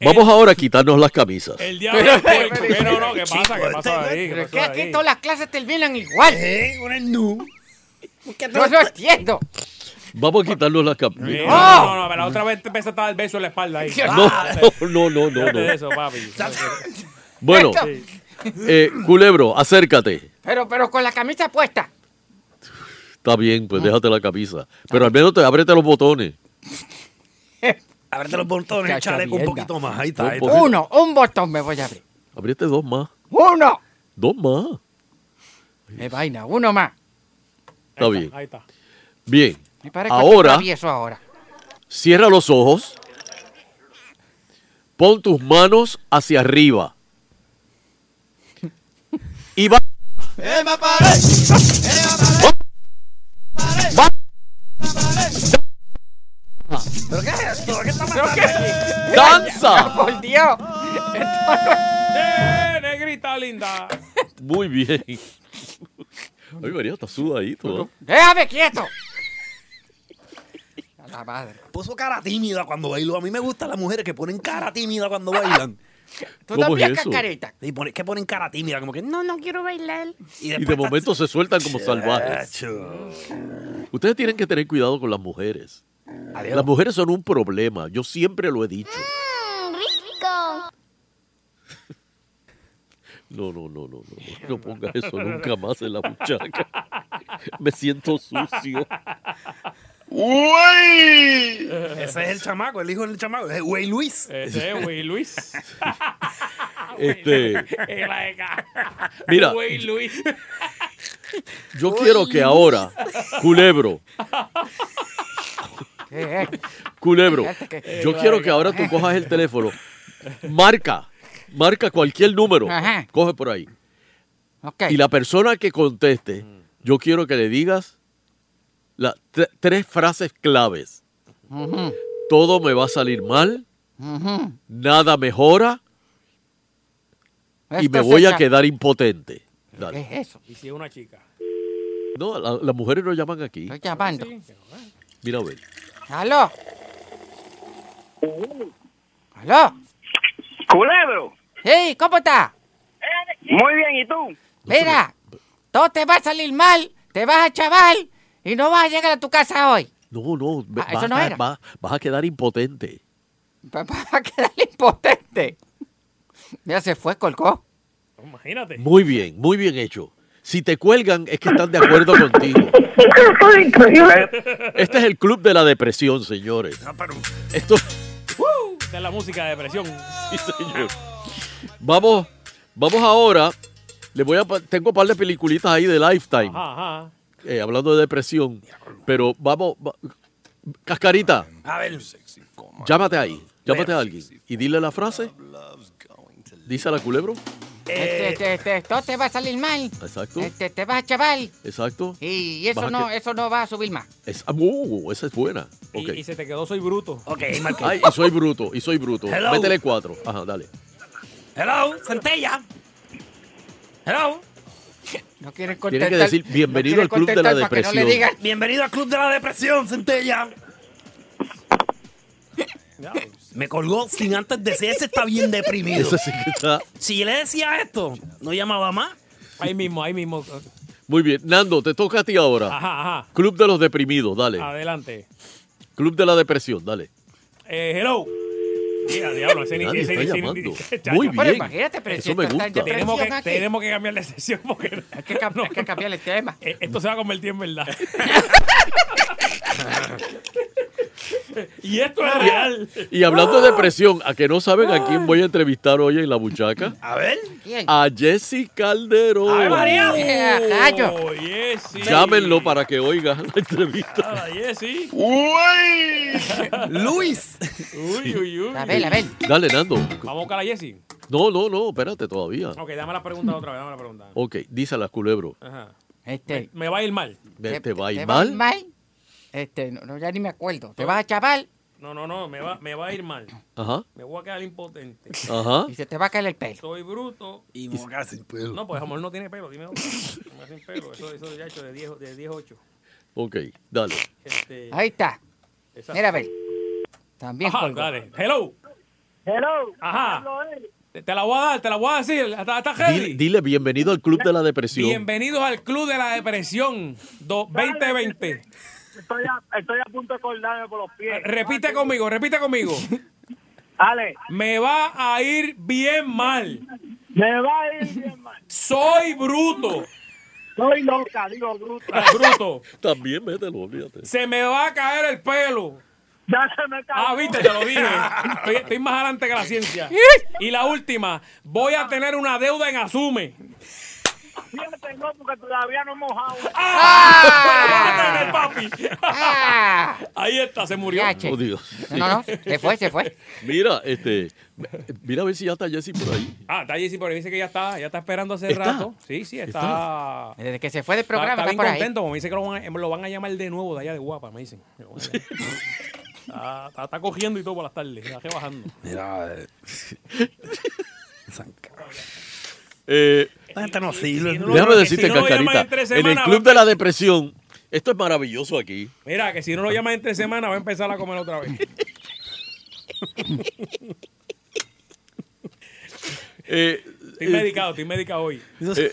O: Vamos ahora a quitarnos las camisas.
B: El diablo es puerco. Pero no, ¿qué pasa? ¿Qué pasa ahí? ¿Qué
Q: Pero es que
B: pasa
Q: aquí
B: ahí?
Q: todas las clases terminan igual.
R: ¿Eh? Con el nu.
Q: No lo entiendo.
O: Vamos a quitarnos las
B: Sí,
O: camisas.
B: No, Eh,
R: ¡Ah!
B: no, no, pero la otra vez te empezaste a dar el beso en la espalda ahí.
O: No, no, no, no,
B: Déjate
O: no.
B: de eso, papi.
O: Bueno,
Q: Sí.
O: eh, Culebro, acércate.
Q: Pero, pero con la camisa puesta.
O: Está bien, pues déjate la camisa. Pero al menos te ábrete los botones.
R: Ábrete los botones,
Q: Chacho,
R: chaleco un
Q: mierda.
R: poquito más. Ahí está.
O: Un
R: ahí está.
Q: Uno, un botón me voy a abrir.
O: Abriste dos más.
Q: Uno.
O: Dos más.
Q: Me vaina, uno más.
O: Está bien.
B: Ahí está.
O: Bien.
Q: Me parece
O: Ahora,
Q: travieso ahora.
O: cierra los ojos. Pon tus manos hacia arriba. Y va. Va-
R: ¿Pero qué es esto? ¿Qué está
Q: pasando? aquí?
O: ¡Danza!
Q: Por Dios.
B: ¡Eh, negrita linda!
O: Muy bien. Ay, María, está sudadito. ¿eh?
Q: Déjame quieto. A la madre.
R: Puso cara tímida cuando bailó. A mí me gustan las mujeres que ponen cara tímida cuando bailan.
Q: Tú también cascarita.
R: Y pone- que ponen cara tímida, como que no, no quiero bailar. Y
O: Y de
R: después
O: momento se sueltan como salvajes.
R: Chacho.
O: Ustedes tienen que tener cuidado con las mujeres. Las mujeres son un problema. Yo siempre lo he dicho.
T: rico.
O: No, no, no, no, no. No pongas eso nunca más en la muchacha. Me siento sucio.
R: ¡Uy! Ese es el chamaco, el hijo del chamaco. Es Güey Luis.
B: Ese es Wey Luis.
O: Este,
B: Es la de ca-
O: Mira.
B: Wey Luis.
O: yo quiero que ahora, culebro,
Q: ¿Qué es?
O: culebro, yo quiero que ahora tú cojas el teléfono. Marca, marca cualquier número.
Q: Ajá.
O: Coge por ahí.
Q: Ok.
O: Y la persona que conteste, yo quiero que le digas la- tre- tres frases claves.
Q: Ujú,
O: Todo me va a salir mal,
Q: ujú.
O: nada mejora y
Q: Esto
O: me
Q: se
O: voy a
Q: llama-
O: quedar impotente. Dale.
Q: ¿Qué es eso?
B: Y si es una chica.
O: No, la- las mujeres no llaman aquí.
Q: Estoy llamando.
O: Mira, a ver.
Q: ¿Aló? ¿Aló?
K: Culebro,
Q: Sí, ¿cómo está?
K: muy bien, ¿y tú?
Q: Mira, todo te va a salir mal, te vas a chaval y no vas a llegar a tu casa hoy.
O: No, no, ve-
Q: Ah,
O: vas,
Q: eso no
O: a,
Q: era.
O: quedar- va- vas a quedar impotente.
Q: Vas a quedar impotente. Ya se fue, colgó.
B: Imagínate.
O: Muy bien, muy bien hecho. Si te cuelgan es que están de acuerdo contigo. Este es el club de la depresión, señores.
B: Ah,
O: Esto,
B: ¡Woo! Esta es la música de depresión.
O: Sí, señor. Vamos, vamos ahora. Le voy a pa- tengo un par de peliculitas ahí de Lifetime,
B: Ajá, ajá.
O: eh, hablando de depresión. Pero vamos, va- cascarita,
R: A ver.
O: llámate ahí, llámate a alguien y dile la frase. Dice a la culebro.
Q: Este, este, este, todo te va a salir mal.
O: Exacto,
Q: Este, te vas a chaval
O: exacto.
Q: y eso
O: Vas a
Q: no,
O: que-
Q: eso no va a subir más.
O: Es- ah, uh, esa es buena.
B: Y,
O: Ok.
B: y se te quedó soy bruto.
R: Ok, Marco.
O: Ay, y soy bruto, y soy bruto.
R: Hello.
O: Métele cuatro. Ajá, dale.
R: Hello, centella. Hello.
Q: No quieren
O: Tienen
Q: contestar.
O: que decir bienvenido al club de la depresión.
R: Bienvenido al Club de la Depresión, centella. Me colgó sin antes decir, ese está bien deprimido.
O: Esa sí que está.
R: Si le decía esto, no llamaba más.
B: Ahí mismo, ahí mismo.
O: Muy bien. Nando, te toca a ti ahora.
B: Ajá, Ah. ajá.
O: Club de los deprimidos, dale.
B: Adelante.
O: Club de la depresión, dale.
B: Eh, hello. Mira, diablo, ese ni
O: Nadie
B: ese
O: está
B: ni- ese ni-
O: llamando.
B: Chacho.
O: Muy
Q: Pero
O: bien.
Q: imagínate, pero si
O: Eso me
Q: esto está en
O: gusta.
Q: depresión.
B: Tenemos que,
Q: aquí.
B: tenemos que cambiar la sesión porque
Q: Hay que, cam- hay que cambiar el tema.
B: eh, esto se va a convertir en verdad. y esto es
Q: Ah.
B: real. Ah.
O: Y hablando de depresión, a que no saben a quién voy a entrevistar hoy en La Buchaca,
R: A ver.
Q: ¿Quién?
O: a Jessy Calderón.
R: Ay, María.
Q: Eh, rayo.
B: Oye, Jessy.
O: Llámenlo para que oiga la entrevista.
B: Ah, Jessy.
O: Luis.
B: Uy, uy, uy.
O: Dale, Nando.
B: Vamos a buscar a Jessy.
O: No, no, no, espérate todavía.
B: Ok, dame la pregunta otra vez, dame la pregunta.
O: Ok, dísela, culebro.
B: Ajá.
Q: Este.
B: Me, me va a ir mal.
O: ¿Te, te va a ir
Q: ¿Te va
O: mal? Ah.
Q: a ir mal? Este, no, no, ya ni me acuerdo. ¿Te vas a chaval?
B: No, no, no, me va, me va a ir mal.
O: Ajá.
B: Me voy a quedar impotente.
O: Ajá.
Q: Y se te va a caer el pelo.
B: Soy bruto.
R: Y me voy a quedar sin pelo.
B: No, pues amor no tiene pelo, dime otra. Me hacen pelo. Eso, eso ya hecho de 10, de 10 8.
O: Ok, dale.
B: Este,
Q: Ahí está.
B: esa-
Q: Mira, a ver. También
B: Ajá,
Q: colgó.
B: dale. Hello.
K: Hello. eh?
B: Ajá. Te, te la voy a dar, te la voy a decir. ¿Estás estás
O: Dile,
B: ready?
O: dile, bienvenido al Club de la Depresión.
B: Bienvenidos al Club de la Depresión do- 2020.
K: Estoy a, estoy a punto de acordarme por los pies.
B: Repite conmigo, repite conmigo.
K: Ale.
B: Me va a ir bien mal.
K: Me va a ir bien mal.
B: Soy bruto.
K: Soy loca, digo bruto.
B: Bruto.
O: También mételo, olvídate.
B: Se me va a caer el pelo.
K: Ya se me cayó.
B: Ah, viste, te lo dije. Estoy, estoy más adelante que la ciencia. Y la última, voy a tener una deuda en Asume.
K: Fíjate, no, porque todavía no he mojado.
B: ¡Ah! Voy a tener, papi.
Q: Ah.
B: Ahí está, se murió.
O: Oh, Dios.
Q: No, no, no, se fue, se fue.
O: Mira, este, mira a ver si ya está Jessy por ahí.
B: Ah, está Jessy, pero dice que ya está, ya está esperando hace
O: ¿Está?
B: rato. Sí, sí, está.
Q: Desde que se fue del programa,
B: está,
Q: está
B: bien
Q: por ahí.
B: contento, como me dice que lo van, a, lo van a llamar de nuevo de allá de guapa, me dicen. Lo van a llamar. está, está- está cogiendo y todo por las tardes, está rebajando.
R: Mira, eh,
O: Eh,
R: la gente no sirve.
O: déjame decirte,
B: si no lo llaman
O: Cascarita,
B: en tres
O: en el
B: semanas,
O: Club
B: va-
O: de la Depresión, esto es maravilloso aquí.
B: Mira, que si no lo llaman entre semanas, va a empezar a comer otra vez.
O: Eh,
B: Estoy
O: eh,
B: medicado, estoy medicado hoy.
O: eh,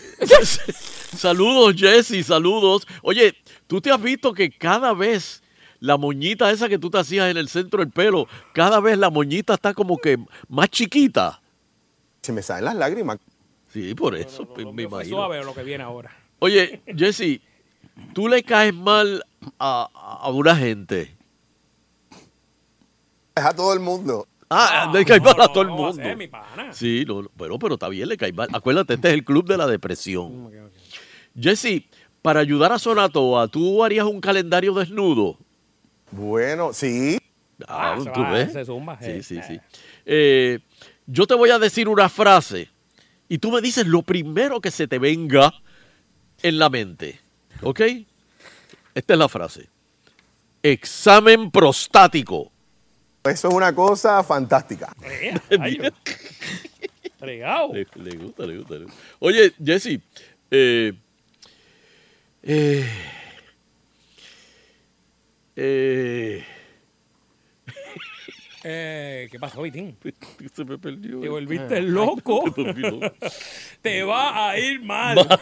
O: saludos, Jessy, saludos. Oye, tú te has visto que cada vez la moñita esa que tú te hacías en el centro del pelo, cada vez la moñita está como que más chiquita.
U: Se me salen las lágrimas.
O: Sí, por eso, pues, me
B: Fue
O: imagino.
B: suave lo que viene ahora.
O: Oye, Jesse, tú le caes mal a, a una gente.
U: Es a todo el mundo.
O: Ah, le caes mal a todo el
U: ¿cómo va a
O: mundo.
U: ser, mi
O: Sí, no, no, pero, pero está bien, le caes mal. Acuérdate, este es el club de la
U: Mm,
O: depresión. Jesse, para ayudar a Sonatoa, ¿tú harías un calendario desnudo?
U: Bueno, sí.
O: Ah,
U: se
O: tú
U: va,
O: ves.
U: se zumba,
O: sí,
U: eh.
O: sí, sí. Eh, yo te voy a decir una frase y tú me dices lo primero que se te venga en la mente. ¿Ok? Esta es la frase. Examen prostático.
U: Eso es una cosa fantástica.
O: Le, le gusta, le gusta. le gusta. Oye, Jesse, eh, eh, eh,
B: Eh, ¿Qué pasó, Vitín?
O: Se me perdió. Ah,
B: Te volviste loco.
O: Me volví loco.
B: Te va a ir mal.
O: Ma-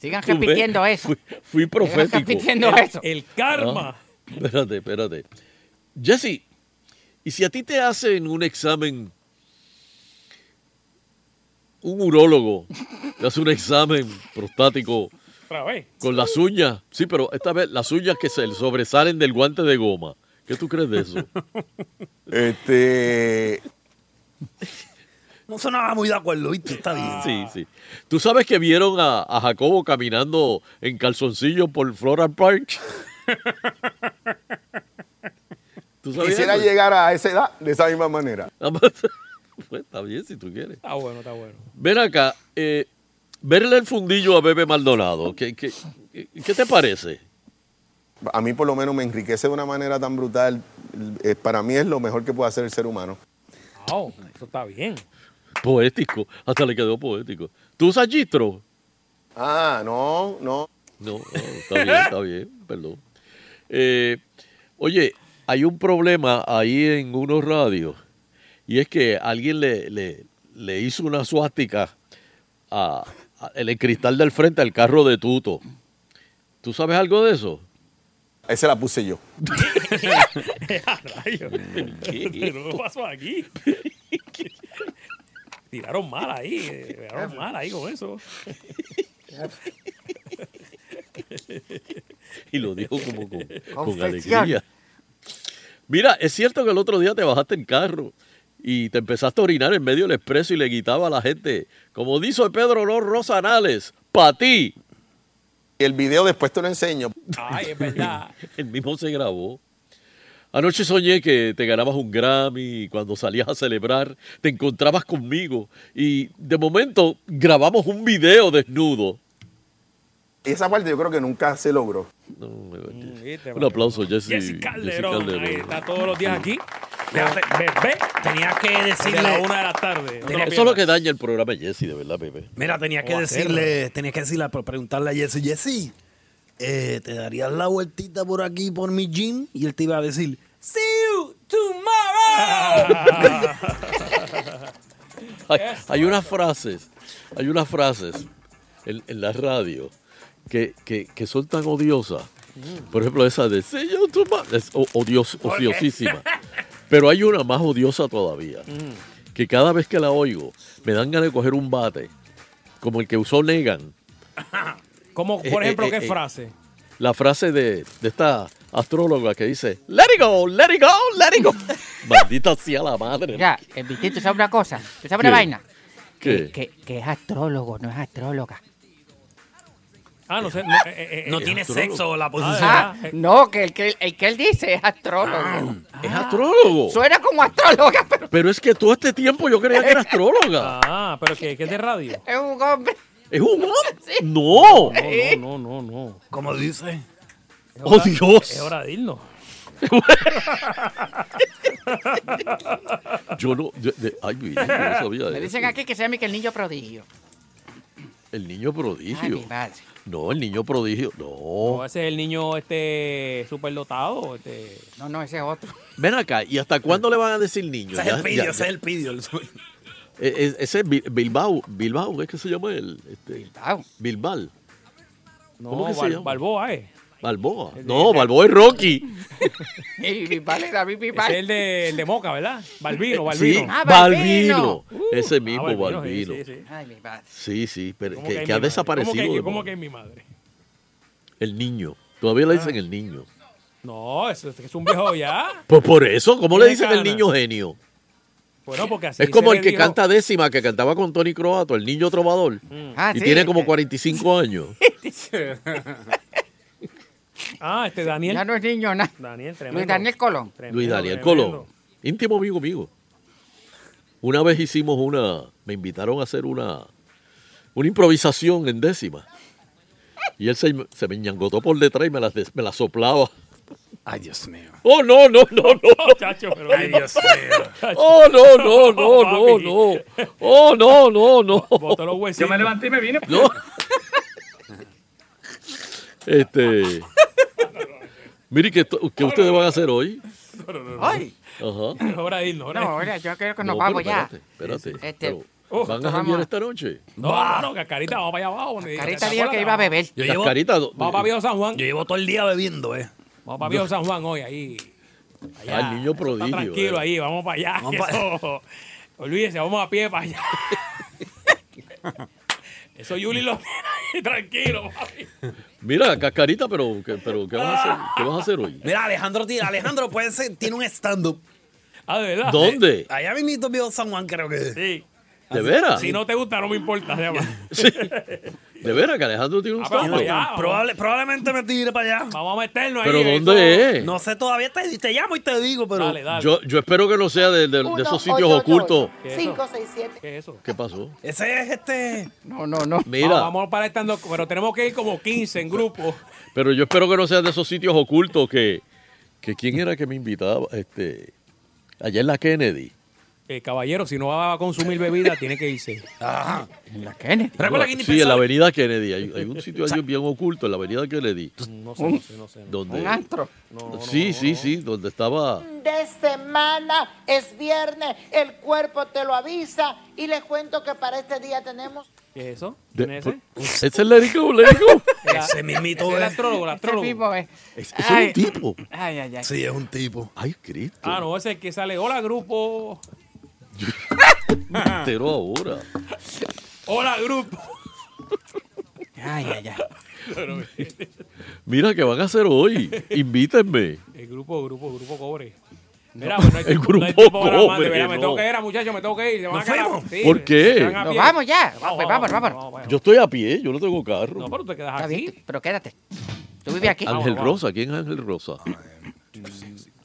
Q: Sigan
O: Tú ves,
Q: repitiendo
B: Pues,
Q: eso.
O: Fui, fui profético.
Q: repitiendo El- eso.
B: el karma.
O: Ah, espérate, espérate. Jesse, ¿y si a ti te hacen un examen, un urólogo te hace un examen prostático
B: Otra vez.
O: con las uñas? Sí, pero esta vez las uñas que se le sobresalen del guante de goma. ¿Qué tú crees de eso?
U: Este.
R: No sonaba muy de acuerdo, ¿viste? Está bien.
O: Sí, sí. ¿Tú sabes que vieron a, a Jacobo caminando en calzoncillo por Floral Park? ¿Tú sabías
U: Quisiera
O: eso?
U: llegar a esa edad de esa misma manera.
O: Nada más- Pues está bien si tú quieres.
B: Está bueno, está bueno.
O: Ven acá, eh, verle el fundillo a Bebe Maldonado, ¿qué, qué, qué- qué te parece?
U: A mí por lo menos me enriquece de una manera tan brutal. Eh, Para mí es lo mejor que puede hacer el ser humano.
B: Wow, eso está bien.
O: Poético, hasta le quedó poético. ¿Tú usas gistro?
U: Ah, no, no.
O: No, oh, está bien, está bien, perdón. Eh, oye, hay un problema ahí en unos radios y es que alguien le, le- le hizo una suástica a- a- en el cristal del frente al carro de Tuto. ¿Tú sabes algo de eso?
U: Esa la puse yo.
B: Rayos. Pero ¿qué pasó aquí? Tiraron mal ahí. eh, Tiraron mal ahí con eso.
O: Y lo dijo como con, con
B: Confesión.
O: alegría. Mira, es cierto que el otro día te bajaste en carro y te empezaste a orinar en medio del expreso y le gritaba a la gente, como dice Pedro Lor Rosanales, pa' ti.
U: Y el video después te lo enseño.
B: Ay, es verdad.
O: El mismo se grabó. Anoche soñé que te ganabas un Grammy y cuando salías a celebrar te encontrabas conmigo y de momento grabamos un video desnudo.
U: Y esa parte yo creo que nunca se logró.
O: Un aplauso, Jesse.
U: Jesse
B: Calderón,
O: Jesse Calderón.
B: ahí está todos los días aquí.
R: Mm.
B: Fíjate, Bebé,
R: Tenía que decirle.
B: de la una de la tarde. No te
O: Eso es
B: pierdas.
O: lo que daña el programa Jesse, de verdad, Pepe.
R: Mira, tenía que
B: O hacerlo.
R: decirle, tenía que decirle, pero preguntarle a Jesse, Jesse, eh, ¿te darías la vueltita por aquí, por mi gym? Y él te iba a decir,
G: See you tomorrow.
O: Hay, hay unas frases, hay unas frases en, en la radio que, que- que son tan odiosas. Por ejemplo, esa de "See you tomorrow", es o- odios- odiosísima. Pero hay una más odiosa todavía,
R: Mm.
O: que cada vez que la oigo me dan ganas de coger un bate, como el que usó Negan.
B: Como,
O: Eh,
B: por
O: eh,
B: ejemplo,
O: eh,
B: ¿qué
O: eh.
B: frase?
O: La frase de, de esta astróloga que dice, let it go, let it go, let it go. Maldita sea la madre.
Q: Mira, el Vitito, eh, ¿tú sabes una cosa? ¿Tú sabes
O: ¿Qué?
Q: una vaina?
O: ¿Qué?
Q: Que, que es astrólogo, no es astróloga.
B: Ah, no sé. No, eh, eh,
R: No
B: eh,
R: tiene
B: astrólogo.
R: sexo la posición.
Q: Ah, no, que el, que el que él dice es astrólogo.
O: Ah, Es
B: Ah.
O: astrólogo.
Q: Suena como astróloga, pero
O: Pero es que todo este tiempo yo creía que era astróloga.
B: Ah, pero que, que es de radio.
Q: es un hombre.
O: ¿Es un hombre? No.
B: No, no, no, no.
R: ¿Cómo dice?
O: ¡Oh, Dios!
B: Es hora de irnos.
O: Yo no. yo- de- ay, mi hijo, yo no sabía
Q: Me
O: de
Q: dicen
O: eso.
Q: aquí que se llama que el niño prodigio.
O: El niño
Q: Ay,
O: prodigio.
Q: mi madre.
O: No, el niño prodigio. No.
B: O ese es el niño este superdotado. Este.
Q: No, no, ese es otro.
O: Ven acá, ¿y hasta cuándo le van a decir niño?
R: Ese es
O: Ya-
R: el
O: ya-
R: pidio, ese
O: ya-
R: es el pidio.
O: Eh, eh, Ese es Bi- Bilbao. Bilbao, ¿es que se llama el? Este,
Q: Bilbao.
O: Bilbal.
B: No,
O: ¿Cómo que se
B: Bal-
O: llama?
B: Balboa, eh.
O: Balboa. No, Balboa es Rocky.
Q: Y Bisbal es David
B: Ese
Q: Bisbal.
B: es el de, el de Moca, ¿verdad? Balbino,
O: Sí,
B: Balbino.
Q: Ah,
O: Balbino.
Q: Balbino.
O: Ese mismo,
B: Ah, Balbino, sí,
O: Balbino. Sí,
Q: Ay, mi padre.
O: sí, pero
B: ¿Cómo
O: que,
B: es
O: que ha
B: mi madre?
O: desaparecido.
B: ¿Cómo que,
O: de
B: cómo
O: moda.
B: que es mi madre?
O: El niño. Todavía le
B: Ah.
O: dicen el niño.
B: No, eso es, es un viejo ya.
O: Pues por eso, ¿cómo le
B: Tiene
O: dicen el
B: cana.
O: niño genio?
B: Bueno, porque así
O: es como
B: se
O: el
B: le
O: que
B: dijo.
O: canta décima, que cantaba con Tony Croato, el niño trovador.
B: Ah,
O: y
B: sí.
O: tiene
Q: este.
O: como 45 años.
B: ah, este Daniel.
Q: Ya no es niño, nada.
B: Daniel, tremendo.
Q: Luis Daniel Colón.
B: Tremendo,
O: Luis Daniel
B: tremendo.
O: Colón. Íntimo amigo mío. Una vez hicimos una, me invitaron a hacer una, una improvisación en décima. Y él se, se me ñangotó por detrás y me la, des- me la soplaba.
R: Ay, Dios mío.
O: Oh, no, no, no, no.
B: Oh, Chacho, pero
R: Ay, Dios mío.
O: Oh, no, no, no, no, no. Oh, no, no, no.
B: Botó los huesitos. Yo me levanté y me vine.
O: No. Este. Mire, que, to-
B: Oh,
O: que ustedes van a hacer hoy.
Q: Ay,
O: Ajá.
B: Hora de irnos, hora de
Q: no,
B: irnos.
Q: ahora yo creo que nos
O: No,
Q: vamos
O: pero
Q: ya.
O: Espérate, espérate.
Q: Este,
O: Pero,
B: Oh,
O: ¿Van a
Q: vamos
O: janguear
Q: a-
O: esta noche?
B: No, no, Cascarita, vamos para allá abajo. donde-
Q: Carita
B: ¿te
Q: dijo
B: acuerdas?
Q: que iba a beber.
R: Yo
O: Las
R: llevo,
O: caritas. do-
B: Vamos para Viejo San Juan.
R: yo llevo todo el día bebiendo, eh.
B: Vamos para Viejo San Juan hoy, ahí. Allá.
O: Ah, el niño
B: Eso está
O: prodigio.
B: tranquilo
O: eh.
B: ahí, vamos para allá.
R: Vamos pa-
B: eso- Olvídese, vamos a pie para allá. Eso Yuli lo tiene ahí, tranquilo. papi.
O: Mira, cascarita, pero, ¿qué- pero ¿qué, vas a hacer, ¿qué vas a hacer hoy?
R: Mira, Alejandro, tira- Alejandro puede ser, tiene un stand-up. Eh,
B: Ah, de verdad.
O: ¿Dónde?
R: Allá mismito vio San Juan, creo que.
B: Sí.
O: ¿De veras?
B: Si no te gusta, no me importa. se llama.
O: Sí. ¿De veras que Alejandro tiene un
B: Ah, pero
O: stand
B: vamos allá.
R: Probable- probablemente me tire para allá.
B: Vamos a meternos ahí.
O: ¿Pero
B: en
O: dónde
B: eso.
O: es?
R: No sé todavía, te, te llamo y te digo, pero.
B: Dale, dale.
O: Yo, yo espero que no sea de, de- de esos sitios ocultos.
B: ¿Qué es eso?
T: 5, 6, 7.
B: ¿Qué es eso?
O: ¿Qué pasó?
R: Ese es este.
Q: No, no, no.
B: Vamos,
O: Mira,
B: vamos para estando, pero tenemos que ir como 15 en grupo.
O: pero yo espero que no sea de esos sitios ocultos que, que quién era que me invitaba, este, allá en la Kennedy.
B: Eh, caballero, si no va a consumir bebida, tiene que irse.
Q: En la Kennedy.
R: Recuerda que ni
O: Sí, en la
R: pensaba-
O: avenida Kennedy. Hay, hay un sitio allí bien oculto, en la avenida Kennedy.
B: Pues No sé, no sé, no sé.
O: Donde,
Q: Un antro.
O: sí, sí, sí, donde estaba...
H: de semana, es viernes, el cuerpo te lo avisa y les cuento que para este día tenemos...
B: ¿Qué es eso?
O: de-
B: ¿Quién es ese?
O: ¿Ese es Let It Go, Let It Go?
B: Era-
R: Ese mismito
B: ese era
R: es.
B: astrólogo, el
Q: Este
B: astrólogo.
Q: mismo es.
O: Es- ese
Q: Ay.
O: es un tipo.
Q: Ay, ay, ay.
R: Sí, es un tipo.
O: Ay, Cristo.
B: Ah, no, ese es el que sale. Hola, grupo.
Q: Ah.
B: Ah.
O: me entero ahora.
B: Hola, grupo.
Q: Ay, ay, ay.
O: Mira, ¿qué van a hacer hoy? Invítenme.
B: El grupo, grupo, grupo cobre. Mira, pues no hay
O: El
B: tiempo- no hay
O: grupo
B: tiempo para más, de
O: cobre,
B: verdad, me
O: no.
B: tengo que ir, ah, muchachos, me tengo que ir. se van
O: ¿Nos
B: a quedar-
O: fuimos?
B: sí,
O: ¿Por qué?
B: se van a
O: Nos
B: pie.
Q: vamos ya.
B: Vamos,
Q: Pues
B: vamos,
Q: vámonos, vámonos.
O: Yo estoy a pie, yo no tengo carro.
B: No, pero te quedas
Q: Está
B: aquí. Ah,
Q: bien, pero quédate. Tú vives aquí.
O: Ángel Rosa, ¿quién es Ángel Rosa?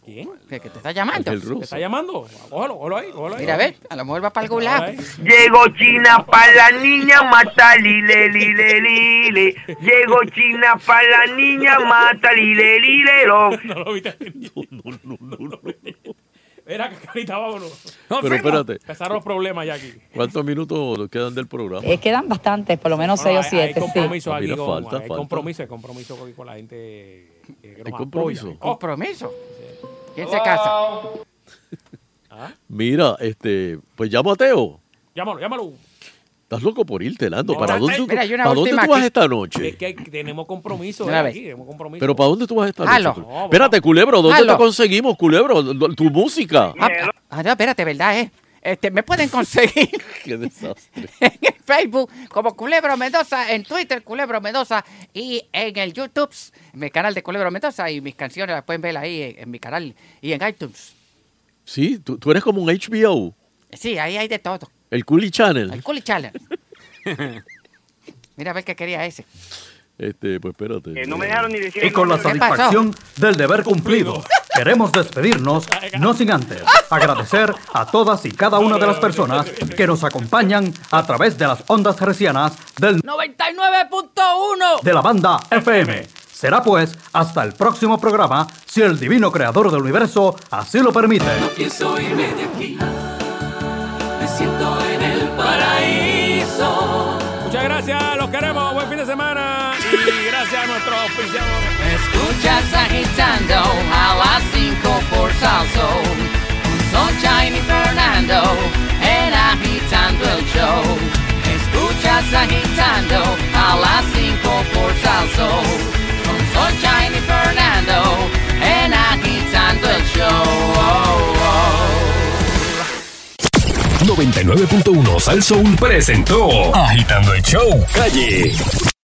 B: ¿Quién?
Q: Que que te está llamando.
O: Ángel Rosa.
B: ¿Te está llamando? Cógelo, cógelo ahí, cógelo ahí.
Q: Mira, a ver, a lo mejor va para algún lado. Ah,
K: Llegó China para la niña, mata lile, lile, lile. Llegó China para la niña, mata lile, lile, lo.
B: No lo viste venir.
O: No, no, no, no.
B: Mira, Cascarita, vámonos.
O: Pero espérate.
B: Empezaron los problemas ya aquí.
O: ¿Cuántos minutos nos quedan del programa?
I: Eh, quedan bastantes, por lo menos
B: Bueno,
I: 6 o
B: hay- hay
I: 7.
B: compromiso
O: Ah,
B: aquí
O: mira,
B: con-
O: falta,
B: hay
O: falta.
B: compromiso, hay compromiso con, con la gente eh, que nos apoya.
O: compromiso.
Q: Compromiso. ¿Quién se casa?
O: Mira, este, pues ya Mateo.
B: Llámalo, llámalo.
O: Estás loco por irte, Lando.
B: No,
O: ¿Para
B: está-
O: dónde, tú-
B: mira, hay una
O: ¿para dónde
B: última
O: tú vas
B: aquí.
O: esta noche?
B: Es que hay- tenemos compromiso.
O: De una
B: eh,
O: vez.
B: aquí, tenemos compromiso.
O: Pero ¿para dónde tú vas esta
Q: Halo.
O: noche?
Q: No,
O: Espérate, Culebro, ¿dónde
Q: Halo.
O: te conseguimos, Culebro? Do- Tu música.
Q: Ah, ah, no, espérate, ¿verdad? Eh? Este, me pueden conseguir
O: Qué desastre.
Q: en Facebook como Culebro Mendoza, en Twitter Culebro Mendoza y en el YouTube, mi canal de Culebro Mendoza y mis canciones las pueden ver ahí en, en mi canal y en iTunes.
O: Sí, tú, tú eres como un HBO,
Q: Sí, ahí hay de todo.
O: el Coolie
Q: El
O: Channel.
Q: Culi Challenge. Mira a ver qué quería ese.
O: Este, pues espérate.
Q: no me dejaron ni decir
V: Y con la satisfacción del deber cumplido, queremos despedirnos, no sin antes agradecer a todas y cada una de las personas que nos acompañan a través de las ondas hercianas del,
Q: 99.1
V: de la banda FM. Será pues hasta el próximo programa, si el divino creador del universo así lo permite.
G: Quiso irme de aquí. Me siento en el paraíso.
B: Muchas gracias, los queremos. Buen fin de semana. Y gracias a nuestros auspiciadores.
G: Escuchas agitando a las 5 por Salso. Con Sunshine y Fernando en agitando el show. Escuchas agitando a las 5 por Salso. Con Sunshine y Fernando en agitando el show. Oh,
A: 99.1 Sal Soul presentó Agitando el Show Calle.